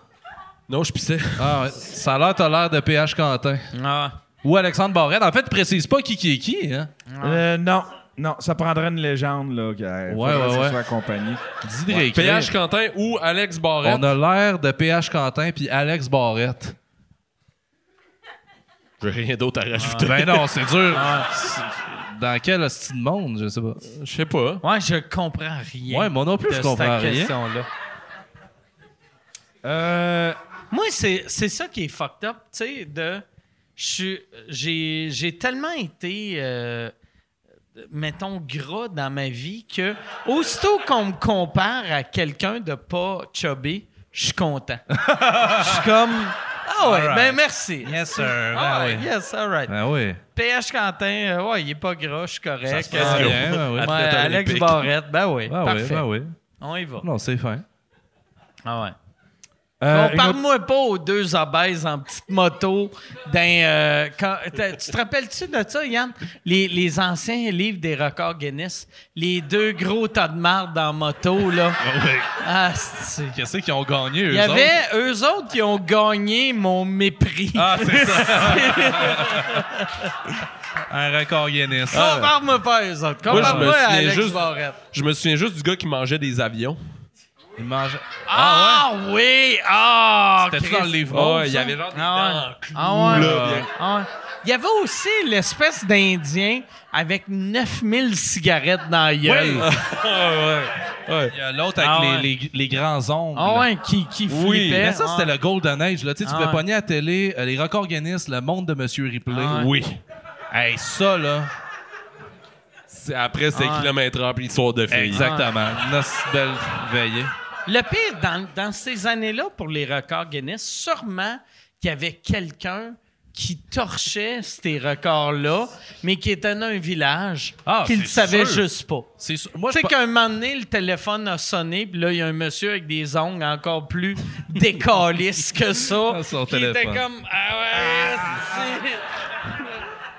Speaker 6: Non, je pissais.
Speaker 5: Ah ouais. Ça a l'air, t'as l'air de PH Quentin.
Speaker 1: ouais. Ah
Speaker 5: Ou Alexandre Barrette. En fait, précise pas qui qui est qui. Hein?
Speaker 3: Euh, non, non, ça prendrait une légende, là. qu'il faudrait
Speaker 5: ouais,
Speaker 3: que ça
Speaker 5: ouais.
Speaker 3: soit accompagné.
Speaker 5: Dis de réécrire.
Speaker 6: PH Quentin ou Alex Barrette.
Speaker 5: On a l'air de PH Quentin puis Alex Barrette.
Speaker 6: J'ai rien d'autre à rajouter.
Speaker 5: Ben non, c'est dur. C'est- Dans quel style de monde, je sais pas.
Speaker 6: Je sais pas.
Speaker 1: ouais. Ouais, je comprends rien.
Speaker 5: Ouais, moi non plus,
Speaker 1: de
Speaker 5: je
Speaker 1: cette
Speaker 5: comprends rien.
Speaker 1: question-là. Euh, Moi, c'est c'est ça qui est fucked up, tu sais, de... je suis- J'ai j'ai tellement été, euh, mettons, gras dans ma vie que aussitôt qu'on me compare à quelqu'un de pas chubby, je suis content. Je suis comme... Ah ouais,
Speaker 5: Alright.
Speaker 1: ben merci.
Speaker 5: Yes, sir.
Speaker 1: Ah
Speaker 5: Ben
Speaker 1: ouais,
Speaker 5: oui.
Speaker 1: yes, all right.
Speaker 5: Ben oui.
Speaker 1: PH Quentin, euh, ouais, il est pas gras, je suis correct.
Speaker 5: Ah,
Speaker 1: Euh,
Speaker 5: bien, ben oui.
Speaker 1: ouais,
Speaker 6: Athlète
Speaker 1: Alex
Speaker 6: olympique.
Speaker 1: Barrette, ben oui,
Speaker 5: Ben oui,
Speaker 1: parfait.
Speaker 5: ben oui.
Speaker 1: On y va.
Speaker 5: Non, c'est fin.
Speaker 1: Ah ouais.
Speaker 2: Euh, une autre-
Speaker 1: Compare-moi pas aux deux obèses en petite moto. d'un, euh, quand- t'as- tu te rappelles-tu de ça, Yann? Les, les anciens livres des records Guinness. Les deux gros tas de marde en moto, là. Ah, c'est...
Speaker 5: Qu'est-ce qu'ils ont gagné, eux
Speaker 1: Il y avait
Speaker 5: autres?
Speaker 1: eux autres qui ont gagné mon mépris.
Speaker 5: Ah, c'est ça. Un record Guinness.
Speaker 1: Compare-moi pas à eux autres.
Speaker 6: Moi, je me
Speaker 1: Compare-moi à
Speaker 6: souviens
Speaker 1: Alex
Speaker 6: juste-
Speaker 1: Barrette.
Speaker 6: Je me souviens juste du gars qui mangeait des avions.
Speaker 5: Il mange...
Speaker 1: Ah, oui! Ah!
Speaker 5: T'as-tu
Speaker 1: Christ.
Speaker 5: dans le livre
Speaker 6: Ah,
Speaker 5: mauve,
Speaker 6: il y
Speaker 5: ça?
Speaker 6: avait genre des dents
Speaker 1: Ah
Speaker 6: en clou,
Speaker 1: ouais. Ah ouais.
Speaker 6: là, bien.
Speaker 1: Ah ouais. Il y avait aussi l'espèce d'Indien avec 9000 cigarettes dans la gueule.
Speaker 5: Il y a l'autre avec
Speaker 1: Ah,
Speaker 5: les, les- les grands ongles.
Speaker 1: Ah ouais, qui, qui
Speaker 5: Oui,
Speaker 1: flippait.
Speaker 5: mais ça, c'était le Golden Age. Là. Tu sais, tu
Speaker 1: Ah
Speaker 5: pouvais
Speaker 1: ouais.
Speaker 5: pogner à la télé euh, les records Guinness, le monde de Monsieur Ripley.
Speaker 1: Ah,
Speaker 5: Oui. Hey, ça, là.
Speaker 6: C'est- Après, c'est
Speaker 1: Ah ouais.
Speaker 6: kilomètre heure puis histoire de filles.
Speaker 5: Exactement. Noce belle veillée.
Speaker 1: Le pire, dans, dans ces années-là, pour les records Guinness, sûrement qu'il y avait quelqu'un qui torchait ces records-là, mais qui était dans un village,
Speaker 5: Ah,
Speaker 1: qu'il ne
Speaker 5: c'est
Speaker 1: savait
Speaker 5: sûr.
Speaker 1: juste pas.
Speaker 5: C'est sûr. Moi,
Speaker 1: Tu sais
Speaker 5: je
Speaker 1: qu'un moment donné, le téléphone a sonné, puis là, il y a un monsieur avec des ongles encore plus décalistes que ça.
Speaker 5: Ah, son
Speaker 1: qui était
Speaker 5: téléphone.
Speaker 1: comme Ah ouais,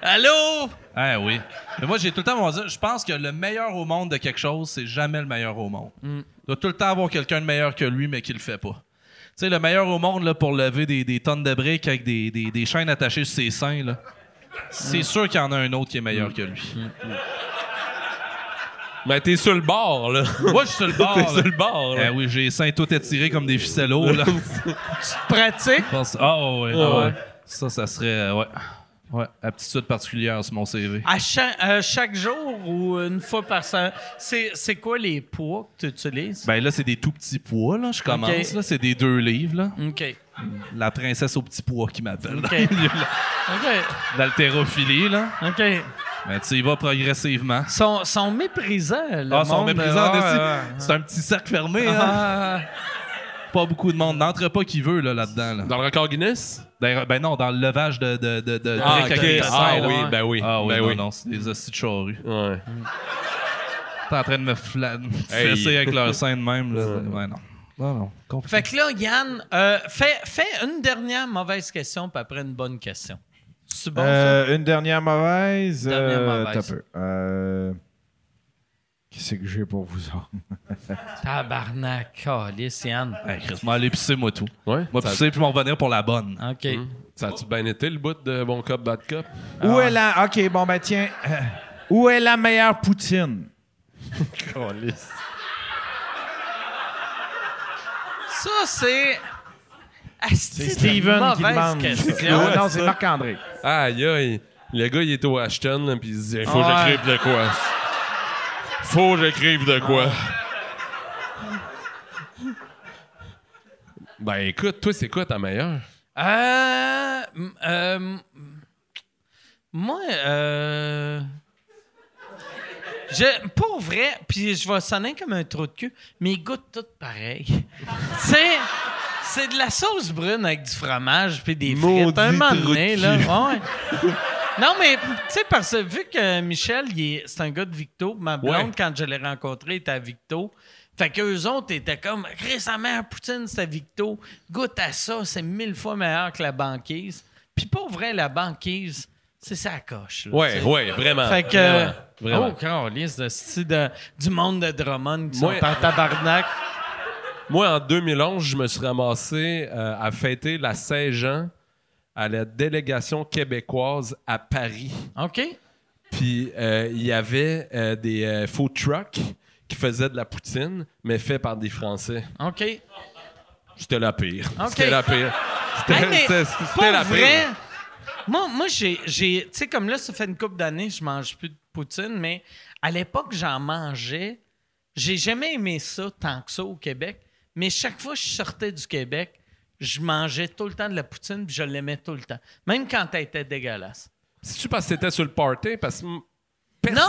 Speaker 1: c'est- Allô?
Speaker 5: Ah oui. Mais moi, j'ai tout le temps mon dire, je pense que le meilleur au monde de quelque chose, c'est jamais le meilleur au monde.
Speaker 6: Mm.
Speaker 5: Il doit tout le temps avoir quelqu'un de meilleur que lui, mais qui le fait pas. Tu sais, le meilleur au monde là, pour lever des, des tonnes de briques avec des, des- des chaînes attachées sur ses seins, là. C'est
Speaker 6: Mm.
Speaker 5: sûr qu'il y en a un autre qui est meilleur que lui.
Speaker 6: Mais Mm. Ben, t'es sur le bord, là.
Speaker 5: Moi, je suis sur le bord.
Speaker 6: t'es
Speaker 5: là.
Speaker 6: sur le bord, là.
Speaker 5: Ah oui, j'ai les seins tout étirés comme des ficelles au, là.
Speaker 1: Pratique?
Speaker 5: Je pense- Ah ouais, ah
Speaker 6: Ouais.
Speaker 5: ouais. Ça, ça serait. euh, ouais. Ouais, aptitude particulière sur mon CV.
Speaker 1: À chaque, à chaque jour ou une fois par semaine, c'est, c'est quoi les poids que tu utilises?
Speaker 5: Ben là, c'est des tout petits poids, là. Je commence,
Speaker 1: Ok.
Speaker 5: là. C'est des deux livres, là.
Speaker 1: OK.
Speaker 5: La princesse au petit pois qui m'appelle.
Speaker 1: OK. OK.
Speaker 5: L'haltérophilie, là.
Speaker 1: OK.
Speaker 5: Ben, tu sais, il va progressivement.
Speaker 1: Sont, sont méprisants, le
Speaker 5: Ah,
Speaker 1: monde.
Speaker 5: son méprisant
Speaker 1: euh,
Speaker 5: d'ici.
Speaker 1: ouais, ouais.
Speaker 5: C'est un petit cercle fermé, hein.
Speaker 6: Ah.
Speaker 5: Pas beaucoup de monde. N'entre pas qui veut, là, là-dedans, là.
Speaker 6: Dans le record Guinness?
Speaker 5: D'ailleurs, Ben non, dans le levage de. de, de, de
Speaker 6: Ah,
Speaker 5: de-
Speaker 6: ok.
Speaker 5: de-
Speaker 6: Ah
Speaker 5: là.
Speaker 6: oui, ben oui.
Speaker 5: Ah oui,
Speaker 6: ben
Speaker 5: non,
Speaker 6: oui.
Speaker 5: non, c'est des hosties de charrues.
Speaker 6: Ouais.
Speaker 5: T'es en train de me flatter,
Speaker 6: Hey.
Speaker 5: avec leur sein de même, là. Ouais, non. Non, non. Compliqué.
Speaker 1: Fait que là, Yann, euh, fais, fais une dernière mauvaise question, puis après une bonne question. C'est bon,
Speaker 3: Euh, une dernière mauvaise.
Speaker 1: Dernière
Speaker 3: euh,
Speaker 1: mauvaise.
Speaker 3: t'as peu. Euh, Qu'est-ce que j'ai pour vous autres?
Speaker 1: ça? Tabarnak, calice, Yann.
Speaker 5: Hey, Chris, moi, aller pisser, moi, tout.
Speaker 6: Ouais.
Speaker 5: Moi,
Speaker 6: Ça-
Speaker 5: pisser, puis m'en revenir pour la bonne.
Speaker 1: OK.
Speaker 3: Hmm.
Speaker 6: Ça a-tu bien été le bout de bon cop, bad cop?
Speaker 1: Ah.
Speaker 3: Où est la. Ok, bon, ben tiens. euh, Où est la meilleure poutine?
Speaker 1: Ça, c'est... C'est
Speaker 3: Steven qui demande. Oh,
Speaker 1: question.
Speaker 3: non, c'est Marc-André.
Speaker 6: Aïe, aïe. Le gars, il était au Ashton, là, puis il se disait Faut
Speaker 1: Ouais.
Speaker 6: que j'écrive de quoi. Faut que j'écrive de quoi. Ben écoute, toi, c'est quoi ta meilleure?
Speaker 1: Euh, m- euh, m- moi, euh, je, pour vrai, puis je vais sonner comme un trou de cul, mais ils goûtent toutes pareil. c'est, c'est de la sauce brune avec du fromage puis des frites. Un moment donné, là. ouais. Non, mais, tu sais, parce que vu que Michel, il est- c'est un gars de Victo, ma blonde,
Speaker 6: Ouais.
Speaker 1: quand je l'ai rencontré, était à Victo. Fait qu'eux autres étaient comme, récemment, Poutine, c'est à Victo. Goûte à ça, c'est mille fois meilleur que la banquise. Puis pour vrai, la banquise, c'est ça coche. là, tu
Speaker 6: Ouais,
Speaker 1: sais.
Speaker 6: ouais, vraiment.
Speaker 1: Fait que.
Speaker 6: Vraiment. vraiment.
Speaker 1: Oh, câlisse, de style de- du monde de Drummond qui
Speaker 6: Moi-
Speaker 1: sont en tabarnak.
Speaker 6: Moi, en 2011, je me suis ramassé euh, à fêter la Saint-Jean à la délégation québécoise à Paris.
Speaker 1: OK?
Speaker 6: Puis euh, il y avait euh, des euh, food trucks qui faisaient de la poutine, mais fait par des Français.
Speaker 1: OK.
Speaker 6: C'était la pire.
Speaker 1: Ok.
Speaker 6: C'était la pire.
Speaker 1: Hey, mais
Speaker 6: c'était- c'était
Speaker 1: pour
Speaker 6: la
Speaker 1: vrai,
Speaker 6: pire.
Speaker 1: moi, moi j'ai. j'ai- Tu sais, comme là, ça fait une couple d'années, je mange plus de poutine, mais à l'époque, j'en mangeais. J'ai jamais aimé ça tant que ça au Québec, mais chaque fois que je sortais du Québec, je mangeais tout le temps de la poutine puis je l'aimais tout le temps, même quand elle était dégueulasse.
Speaker 6: C'est-tu parce que c'était sur le party? Parce que mm,
Speaker 1: Non,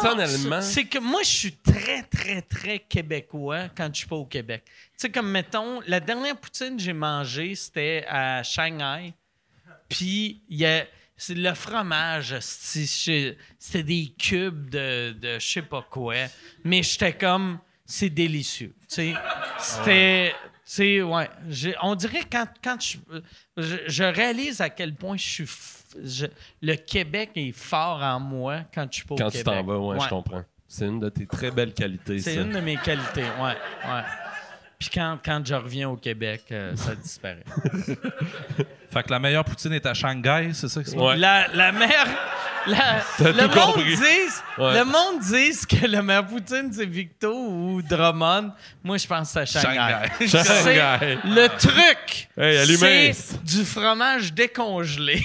Speaker 6: personnellement...
Speaker 1: c'est c'est que moi, je suis très, très, très québécois quand je suis pas au Québec. Tu sais, comme mettons, la dernière poutine que j'ai mangée, c'était à Shanghai. Puis, il y a. C'est le fromage, c'est- c'est- c'était des cubes de, de je sais pas quoi. Mais j'étais comme, c'est délicieux. Tu sais, c'était. C'est, ouais. j'ai- on dirait quand, quand je, je, je réalise à quel point je suis. f- je- le Québec est fort en moi quand je suis pas au
Speaker 6: Quand tu
Speaker 1: Québec.
Speaker 6: t'en vas, ouais,
Speaker 1: Ouais.
Speaker 6: je comprends. C'est une de tes très belles qualités, ça.
Speaker 1: C'est une de mes qualités, ouais. ouais. Puis quand, quand je reviens au Québec, euh, ça disparaît.
Speaker 5: Fait que la meilleure poutine est à Shanghai, c'est ça que c'est?
Speaker 6: Ouais.
Speaker 1: La, la mère. la- le,
Speaker 6: tout
Speaker 1: monde
Speaker 6: compris.
Speaker 1: dise,
Speaker 6: Ouais.
Speaker 1: le monde dise que le maire Poutine, c'est Victo ou Drummond. Moi, je pense que c'est Shanghai. C'est
Speaker 6: Shanghai.
Speaker 1: le truc.
Speaker 6: Hey, allumez.
Speaker 1: c'est du fromage décongelé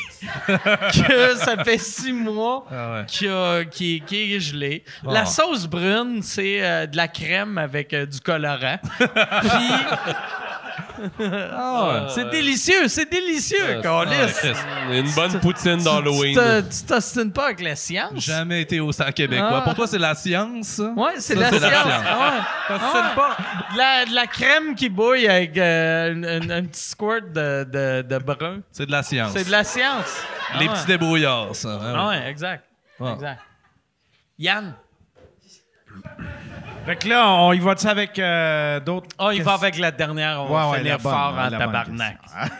Speaker 1: que ça fait six mois
Speaker 5: Ah ouais.
Speaker 1: qui, a- qui- qui est gelé. La sauce brune, c'est euh, de la crème avec euh, du colorant. Puis... Ah, c'est délicieux, c'est délicieux, câlisse.
Speaker 6: Une bonne poutine
Speaker 1: Tu- tu
Speaker 6: d'Halloween.
Speaker 1: te- Tu t'ostines pas avec la science?
Speaker 5: Jamais été au sang québécois.
Speaker 1: Ah.
Speaker 5: Pour toi, c'est la science. ça?
Speaker 1: Ouais, c'est de la
Speaker 5: Ça, c'est
Speaker 1: science.
Speaker 5: la science.
Speaker 1: Ah ouais. Ah ouais. De la, de la crème qui bouille avec euh, une- une- un petit squirt de, de, de brun.
Speaker 5: C'est de la science.
Speaker 1: C'est de la science. Ah
Speaker 5: Les
Speaker 1: ouais.
Speaker 5: petits débrouillards, ça. hein,
Speaker 1: Ah ouais, exact. Exact. Yann.
Speaker 3: Fait que là, on y va-tu avec euh, d'autres.
Speaker 1: Oh, il va avec la dernière. On
Speaker 3: Ouais,
Speaker 1: va
Speaker 3: ouais,
Speaker 1: finir
Speaker 3: la bonne,
Speaker 1: fort
Speaker 3: ouais,
Speaker 1: en
Speaker 3: la bonne
Speaker 1: tabarnak.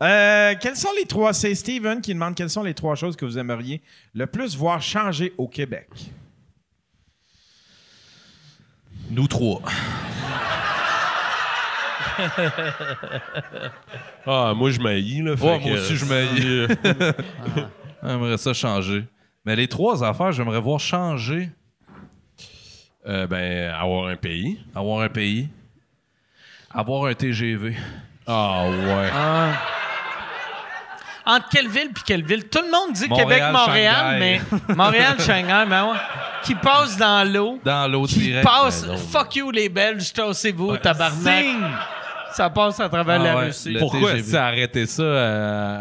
Speaker 3: Euh, quels sont les trois. C'est Steven qui demande quelles sont les trois choses que vous aimeriez le plus voir changer au Québec.
Speaker 5: Nous trois.
Speaker 6: Ah, moi, je maillis, là.
Speaker 5: Ouais,
Speaker 6: fait
Speaker 5: moi
Speaker 6: que-
Speaker 5: aussi, je me. J'aimerais ça changer. Mais les trois affaires, j'aimerais voir changer.
Speaker 6: Euh, ben, avoir un pays.
Speaker 5: Avoir un pays. Avoir un TGV.
Speaker 6: Ah, ouais.
Speaker 1: Entre quelle ville puis quelle ville? Tout le monde dit
Speaker 5: Montréal,
Speaker 1: Québec-Montréal,
Speaker 5: Shanghai.
Speaker 1: mais Montréal, Shanghai, mais ouais. Qui passe dans l'eau.
Speaker 5: Dans l'autre
Speaker 1: qui
Speaker 5: direct.
Speaker 1: passe.
Speaker 6: Ben non.
Speaker 1: fuck you les Belges, c'est vous, tabarnak. Ça passe à travers
Speaker 5: Ah
Speaker 1: la
Speaker 5: ouais,
Speaker 1: Russie.
Speaker 5: le
Speaker 6: Pourquoi
Speaker 5: TGV.
Speaker 6: tu as arrêté ça euh,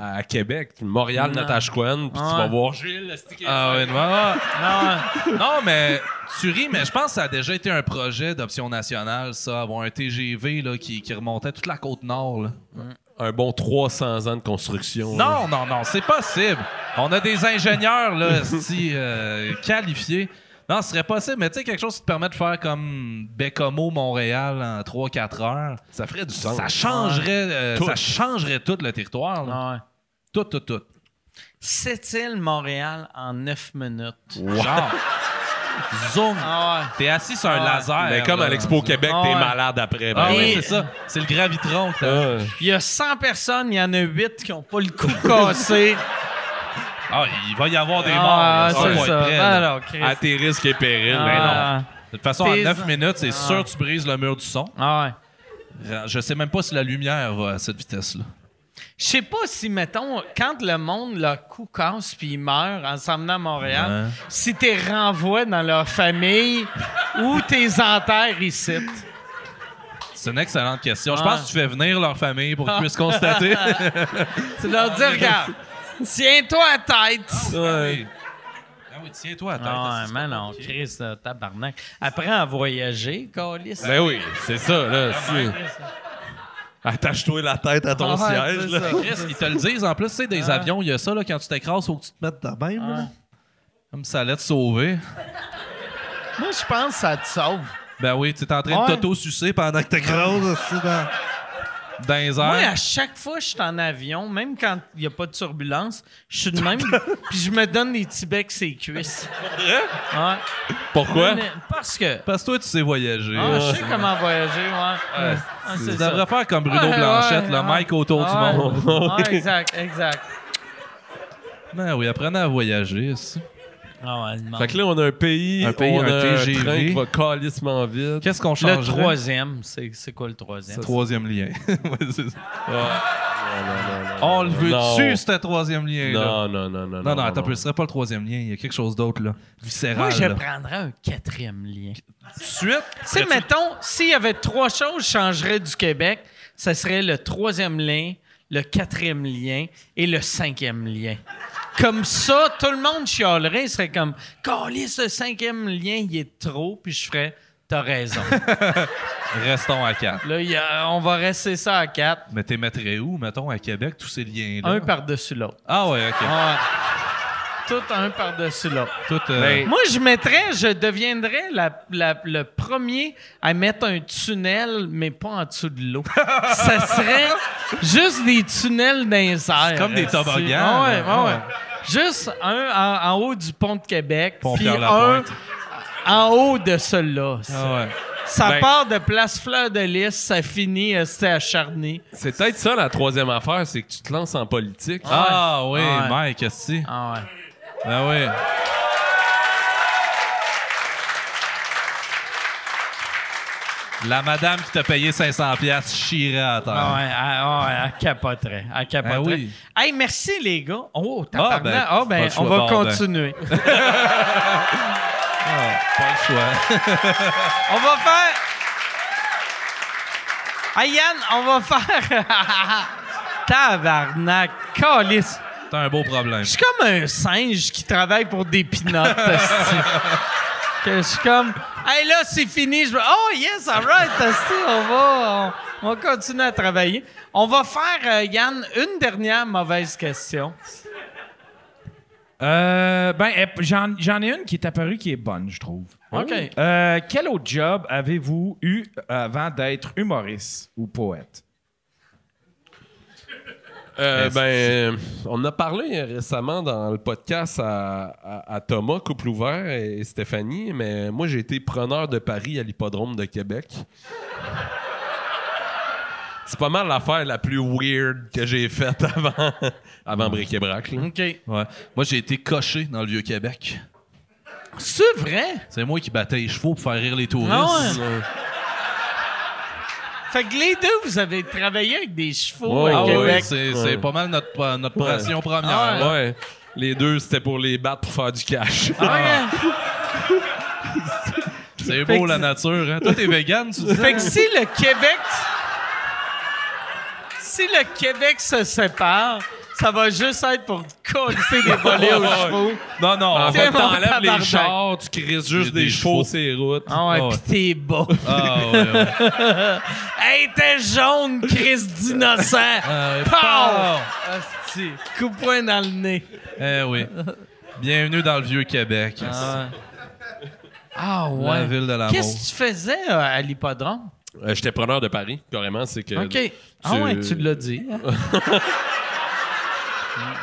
Speaker 6: à, à- à Québec? Montréal, Natashquan, puis tu vas voir Gilles.
Speaker 5: Ah ouais, non, non, non, mais tu ris, mais je pense que ça a déjà été un projet d'option nationale, ça, avoir un TGV là, qui, qui remontait toute la côte nord. là.
Speaker 6: Un bon 300 ans de construction. là.
Speaker 5: Non, non, non, c'est possible. On a des ingénieurs là, esti, euh, qualifiés. Non, ce serait possible, mais tu sais, quelque chose qui te permet de faire comme Bécomo, Montréal en 3-4 heures.
Speaker 6: Ça ferait du sens.
Speaker 5: Ça changerait, euh,
Speaker 6: Tout.
Speaker 5: ça changerait tout le territoire. là.
Speaker 1: Ah ouais.
Speaker 5: Tout, tout, tout.
Speaker 1: Sept-Îles, Montréal en neuf minutes.
Speaker 5: Genre, zoom.
Speaker 1: Ah
Speaker 5: T'es assis sur un
Speaker 1: Ah.
Speaker 5: laser.
Speaker 6: Mais comme à
Speaker 5: là.
Speaker 6: l'Expo Québec,
Speaker 1: Ah
Speaker 6: t'es
Speaker 1: ouais.
Speaker 6: malade après.
Speaker 5: Ah
Speaker 6: ben
Speaker 5: oui,
Speaker 1: Et-
Speaker 5: c'est ça. C'est le gravitron. que t'as.
Speaker 6: Ah.
Speaker 1: ouais. Il y a 100 personnes, il y en a 8 qui n'ont pas le cou cassé.
Speaker 5: Ah, il va y avoir des morts.
Speaker 1: ah,
Speaker 5: là. Ça,
Speaker 1: c'est
Speaker 5: faut être
Speaker 1: ça.
Speaker 5: prêt, là.
Speaker 1: Alors, Chris.
Speaker 6: À tes risques et périls. Ah, ben non.
Speaker 1: Ah,
Speaker 5: De toute façon, en
Speaker 1: Tes-
Speaker 5: 9 minutes, c'est sûr que tu brises le mur du son.
Speaker 1: ah ouais.
Speaker 5: Je sais même pas si la lumière va à cette vitesse-là.
Speaker 1: Je sais pas si, mettons, quand le monde, leur cou casse puis il meurt en s'emmenant à Montréal, si t'es renvoies dans leur famille ou t'es enterres ici.
Speaker 5: C'est une excellente question. Je
Speaker 1: Ah.
Speaker 5: pense que tu fais venir leur famille pour qu'ils puissent constater.
Speaker 1: Tu leur dis, regarde, tiens-toi à tête.
Speaker 5: Ouais. Ah oui, tiens-toi à tête.
Speaker 1: Ah, ouais,
Speaker 5: c'est
Speaker 1: man,
Speaker 5: pas
Speaker 1: on
Speaker 5: compliqué.
Speaker 1: crise euh, tabarnak. Après, à voyager, câlisse.
Speaker 6: Ben oui, c'est ça, là.
Speaker 5: Ah,
Speaker 6: si. Attache-toi la tête à ton
Speaker 1: Ah ouais,
Speaker 6: siège,
Speaker 1: c'est
Speaker 6: là.
Speaker 1: ça.
Speaker 5: Chris, ils te le disent. En plus, tu sais,
Speaker 6: Ah.
Speaker 5: des avions, il y a ça, là, quand tu t'écrases, faut que tu te mettes ta même. là. Comme ça allait te sauver.
Speaker 7: Moi, je pense que ça te sauve.
Speaker 5: Ben oui, tu es en train
Speaker 7: Ouais.
Speaker 5: de t'auto-sucer pendant que t'écrases aussi dans, dans les
Speaker 1: Moi,
Speaker 5: airs.
Speaker 1: à chaque fois que je suis en avion, même quand il n'y a pas de turbulence, je suis de même, puis je me donne des petits becs ses cuisses. Ouais.
Speaker 6: Pourquoi?
Speaker 1: Ah, Mais Parce que...
Speaker 5: Parce que toi, tu sais voyager.
Speaker 1: Ah, je sais comment voyager, ouais.
Speaker 5: Ouais.
Speaker 1: Ah,
Speaker 5: Tu
Speaker 1: c'est ça.
Speaker 5: devrais faire comme Bruno
Speaker 1: Ouais,
Speaker 5: Blanchette,
Speaker 1: ouais,
Speaker 5: le
Speaker 1: ouais.
Speaker 5: Mike autour
Speaker 1: Ah,
Speaker 5: du monde.
Speaker 1: ouais. Ah, exact, exact.
Speaker 5: Ben oui, apprenez à voyager. ça.
Speaker 1: Ah, ouais, le monde.
Speaker 6: Fait que là, on a un pays,
Speaker 5: Un pays,
Speaker 6: on
Speaker 5: un
Speaker 6: a
Speaker 5: TGV.
Speaker 6: un train qui va calissement vite.
Speaker 5: Qu'est-ce qu'on
Speaker 1: le
Speaker 5: changerait?
Speaker 1: troisième, c'est c'est quoi le troisième?
Speaker 5: Troisième lien. Ouais, c'est ça.
Speaker 6: Non, non, non, non,
Speaker 5: On le
Speaker 6: non,
Speaker 5: veut
Speaker 6: non.
Speaker 5: dessus, ce troisième lien-là.
Speaker 6: Non, non, non, non.
Speaker 5: Non, non, attends, un peu, ce serait pas le troisième lien. Il y a quelque chose d'autre, là. Viscéral.
Speaker 1: Moi, je
Speaker 5: là.
Speaker 1: prendrais un quatrième lien.
Speaker 5: Tout de suite.
Speaker 1: Tu sais, mettons, s'il y avait trois choses qui changeraient du Québec, ça serait le troisième lien, le quatrième lien et le cinquième lien. Comme ça, tout le monde chialerait, il serait comme « Calais, ce cinquième lien, il est trop. » Puis je ferais « T'as raison.
Speaker 5: Restons à quatre. »
Speaker 1: Là, il y a- on va rester ça à quatre,
Speaker 5: Mais t'es mettrais où, mettons, à Québec, tous ces liens-là?
Speaker 1: un par-dessus l'autre.
Speaker 5: Ah ouais, OK.
Speaker 1: Ah tout un par-dessus l'autre.
Speaker 5: Tout, euh,
Speaker 6: Ben,
Speaker 1: Moi, je mettrais, je deviendrais la- la- le premier à mettre un tunnel, mais pas en dessous de l'eau. Ça serait juste des tunnels d'un air.
Speaker 5: comme des
Speaker 1: Esti.
Speaker 5: toboggans,
Speaker 1: Ouais,
Speaker 5: là.
Speaker 1: ouais, ouais. Juste un en, en haut du pont de Québec,
Speaker 5: Pont
Speaker 1: puis un
Speaker 5: Pierre-Lapointe.
Speaker 1: en haut de celui-là.
Speaker 5: ah ouais.
Speaker 1: Ça
Speaker 6: Ben-
Speaker 1: part de Place Fleur de Lys, ça finit euh, c'est à Charny.
Speaker 6: C'est peut-être ça la troisième affaire, c'est que tu te lances en politique.
Speaker 5: Ah oui,
Speaker 1: Ah ouais.
Speaker 5: Mike, qu'est-ce que c'est?
Speaker 1: Ah ouais.
Speaker 5: Ah oui. La madame qui t'a payé 500 pièces chirait à terre.
Speaker 1: Ah ouais, ah ouais, elle capoterait. Elle capoterait.
Speaker 5: Ah oui.
Speaker 1: Hey, merci les gars. Oh, tabarnak.
Speaker 5: ben,
Speaker 1: Ah, ben,
Speaker 5: pas le choix,
Speaker 1: on va
Speaker 5: bordel.
Speaker 1: continuer.
Speaker 5: Pas le choix.
Speaker 1: on va faire. Hey Yann, on va faire. tabarnak. Calice.
Speaker 5: T'as un beau problème.
Speaker 1: Je suis comme un singe qui travaille pour des pinottes. que je suis comme. Hey là, c'est fini. Je... vais- Oh yes, alright, on va. On, on va continuer à travailler. On va faire, euh, Yann, une dernière mauvaise question.
Speaker 4: Euh, ben, eh, j'en j'en ai une qui est apparue qui est bonne, je trouve.
Speaker 1: OK.
Speaker 4: Euh, quel autre job avez-vous eu avant d'être humoriste ou poète?
Speaker 6: Euh, ben, euh, on a parlé euh, récemment dans le podcast à, à- à Thomas Couple Ouvert et Stéphanie, mais moi j'ai été preneur de Paris à l'hippodrome de Québec. C'est pas mal l'affaire la plus weird que j'ai faite avant, avant Bric et Brac. là.
Speaker 1: OK.
Speaker 5: Ouais. Moi, j'ai été coché dans le Vieux-Québec.
Speaker 1: C'est vrai?
Speaker 5: C'est moi qui battais les chevaux pour faire rire les touristes.
Speaker 1: Ah ouais. Fait que les deux, vous avez travaillé avec des chevaux
Speaker 6: Ouais,
Speaker 1: à
Speaker 5: Ah ouais,
Speaker 1: Québec.
Speaker 5: c'est c'est pas mal notre, notre passion première.
Speaker 1: Ah
Speaker 5: là.
Speaker 6: Ouais. Les deux, c'était pour les battre pour faire du cash.
Speaker 1: Ah ouais.
Speaker 5: C'est
Speaker 1: Fait
Speaker 5: beau,
Speaker 1: que-
Speaker 5: la nature. Hein? Toi, t'es vegan, tu dis?
Speaker 1: Fait que si le Québec... Si le Québec se sépare, ça va juste être pour coller des volets aux chevaux.
Speaker 5: Non, non.
Speaker 6: En
Speaker 1: Tiens,
Speaker 6: fait,
Speaker 1: mon
Speaker 6: t'enlèves les
Speaker 1: tabarnak.
Speaker 6: chars, tu crises juste
Speaker 5: des
Speaker 6: des, chevaux sur les routes.
Speaker 1: Ah ouais,
Speaker 5: Ah ouais.
Speaker 1: pis t'es beau.
Speaker 5: Ah, ouais, ouais.
Speaker 1: hey, t'es jaune, Chris d'innocent!
Speaker 5: Euh,
Speaker 1: Pow!
Speaker 5: pow!
Speaker 1: Asti, Coup-point dans le nez.
Speaker 5: Eh oui. Bienvenue dans le Vieux-Québec.
Speaker 1: Ah ah ouais.
Speaker 5: La ville de l'amour.
Speaker 1: Qu'est-ce que tu faisais euh, à l'hippodrome?
Speaker 6: Euh, J'étais preneur de Paris, carrément. C'est
Speaker 5: Ben,
Speaker 6: que
Speaker 1: OK. Ah ouais, tu l'as dit. hein?
Speaker 6: Ah,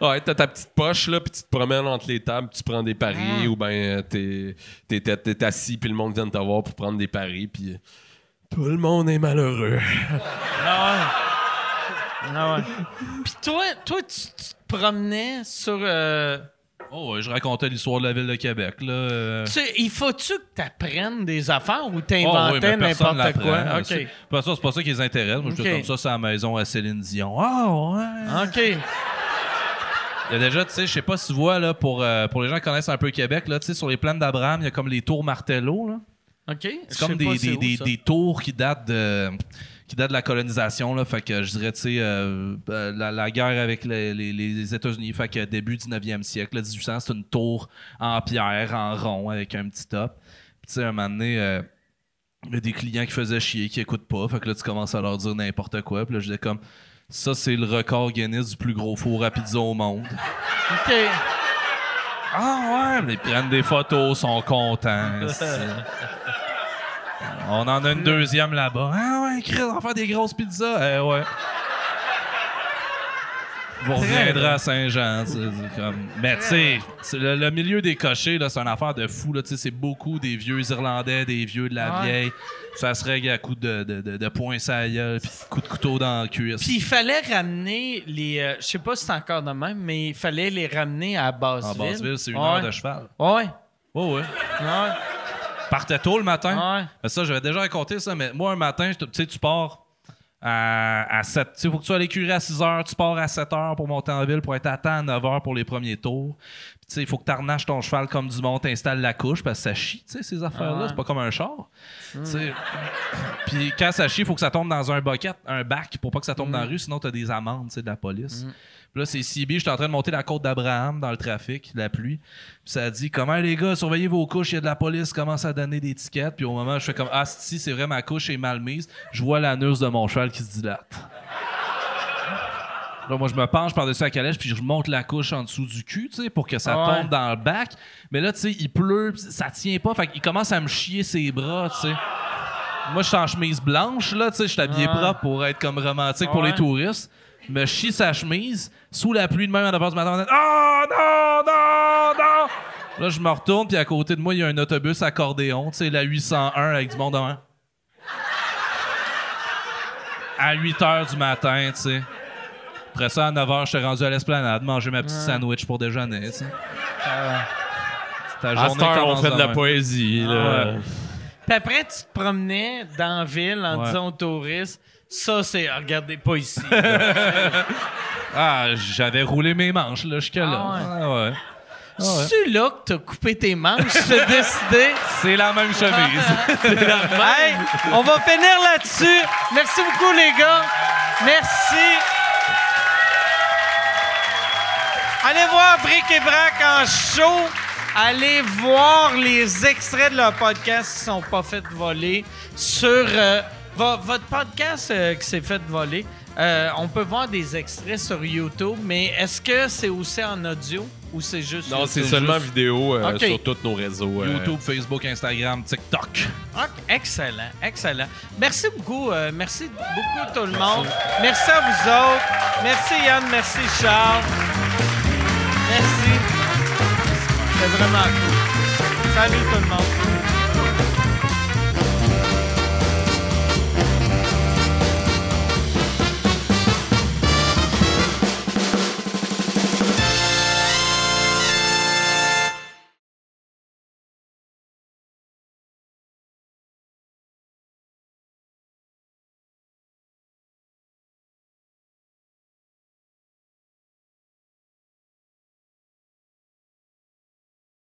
Speaker 6: Ouais, t'as ta petite poche, là, puis tu te promènes entre les tables, tu prends des paris, ou ben euh, t'es, t'es, t'es- t'es assis, puis le monde vient de te voir pour prendre des paris, puis euh, tout le monde est malheureux.
Speaker 1: Ah ouais. Puis toi, toi tu, tu te promenais sur. euh,
Speaker 5: Oh, ouais, je racontais l'histoire de la ville de Québec. Là. Euh,
Speaker 1: tu- il faut-tu que tu apprennes des affaires ou
Speaker 5: oh, oui,
Speaker 1: t'inventais
Speaker 5: mais personne
Speaker 1: n'importe quoi?
Speaker 5: l'apprend.
Speaker 1: OK.
Speaker 5: C'est pas ça, c'est pas ça qui les intéresse. Moi,
Speaker 1: Ok.
Speaker 5: j'étais comme ça, c'est à la maison à Céline Dion. Ah, ouais.
Speaker 1: OK.
Speaker 5: Il y a déjà, tu sais, je sais pas si tu vois, là, pour, euh, pour les gens qui connaissent un peu Québec, là, tu sais, sur les plaines d'Abraham, il y a comme les tours Martello, là.
Speaker 1: OK.
Speaker 5: C'est comme des, des, des, des tours qui datent de qui datent de la colonisation là fait que je dirais tu sais euh, euh, la, la guerre avec les, les- les États-Unis fait que début 19e siècle là, 1800 c'est une tour en pierre en rond avec un petit top Puis, tu sais un moment donné euh, il y a des clients qui faisaient chier qui écoutent pas fait que là tu commences à leur dire n'importe quoi puis là je disais comme ça c'est le record Guinness du plus gros four à pizza au monde
Speaker 1: OK.
Speaker 5: ah ouais, mais ils prennent des photos, sont contents. c'est- On en a une deuxième là-bas. Ah ouais, Chris, on va faire des grosses pizzas. Eh ouais. Vous reviendrez à Saint-Jean. tu sais, c'est comme- Mais tu sais, c'est le, le milieu des cochers, là, c'est une affaire de fou. là, tu sais, C'est beaucoup des vieux Irlandais, des vieux de la
Speaker 1: Ah Ouais.
Speaker 5: vieille. Ça se règle à coups de, de, de, de poing sa gueule, puis de coups de couteau dans la cuisse.
Speaker 1: Puis il fallait ramener les. euh, je sais pas si c'est encore de même, mais il fallait les ramener à Basseville.
Speaker 5: en Basseville, c'est une
Speaker 1: Ah Ouais.
Speaker 5: heure de cheval.
Speaker 1: Ouais.
Speaker 5: Oh, ouais.
Speaker 1: Ouais.
Speaker 5: Partait tôt le matin.
Speaker 1: Ah Ouais.
Speaker 5: Ben, ça, j'avais déjà raconté ça, mais moi, un matin, je te- tu sais, tu pars à, 7. Tu sais, faut que tu sois à l'écurie à 6 h, tu pars à 7 h pour monter en ville pour être à temps à 9 h pour les premiers tours. Puis, tu sais, il faut que tu arnaches ton cheval comme du monde, t'installes la couche parce que ça chie, tu sais, ces affaires-là. C'est pas comme un char. Tu sais. Puis quand ça chie, il faut que ça tombe dans un bucket, un bac, pour pas que ça tombe dans la rue, sinon t'as des amendes, tu sais, de la police. Puis là, c'est CB, j'étais en train de monter la côte d'Abraham dans le trafic, la pluie. Puis ça dit Comment les gars, surveillez vos couches, il y a de la police, commence à donner des tickets. Puis au moment, où je fais comme Ah, si, c'est vrai, ma couche est mal mise, je vois l'anus de mon cheval qui se dilate. Là, moi, je me penche par-dessus la calèche, puis je remonte la couche en dessous du cul, tu sais, pour que ça
Speaker 1: Ouais.
Speaker 5: tombe dans le bac. Mais là, tu sais, il pleut, puis ça tient pas. Fait qu'il commence à me chier ses bras, tu sais. Moi, je suis en chemise blanche, là, tu sais, je suis habillé propre pour être comme romantique pour les touristes. Me chie sa chemise, sous la pluie de même à 9 du matin. on est, Ah, non, non, non! Là, je me retourne, puis à côté de moi, il y a un autobus accordéon, tu sais, la 801 avec du monde devant. À 8 h du matin, tu sais. Après ça, à 9 h, je suis rendu à l'esplanade manger ma petite sandwich pour déjeuner, tu sais. Ta
Speaker 6: Ah. À
Speaker 5: journée
Speaker 6: cette heure, on
Speaker 5: commence
Speaker 6: fait de la
Speaker 5: même.
Speaker 6: poésie.
Speaker 5: Ah.
Speaker 6: là.
Speaker 1: Puis après, tu te promenais dans la ville en
Speaker 5: Ouais.
Speaker 1: disant aux touristes, ça, c'est ah, regardez pas ici.
Speaker 5: Ah, j'avais roulé mes manches, là, jusque-là.
Speaker 1: Ah
Speaker 5: Ah, ouais.
Speaker 1: C'est là que t'as coupé tes manches, t'as décidé.
Speaker 5: C'est la même chemise.
Speaker 1: Hey, on va finir là-dessus. Merci beaucoup, les gars. Merci. Allez voir Bric et Brac en show. Allez voir les extraits de leur podcast qui ne sont pas fait voler. Sur euh, vo- votre podcast euh, qui s'est fait voler, euh, on peut voir des extraits sur YouTube, mais est-ce que c'est aussi en audio ou c'est juste
Speaker 6: Non, c'est
Speaker 1: YouTube?
Speaker 6: seulement vidéo euh,
Speaker 1: Ok.
Speaker 6: sur tous nos réseaux. euh,
Speaker 5: YouTube, Facebook, Instagram, TikTok.
Speaker 1: Ok, excellent, excellent. Merci beaucoup, euh, merci beaucoup tout le monde. Merci à vous autres. Merci Yann, merci Charles. Merci. C'est vraiment cool. Salut tout le monde.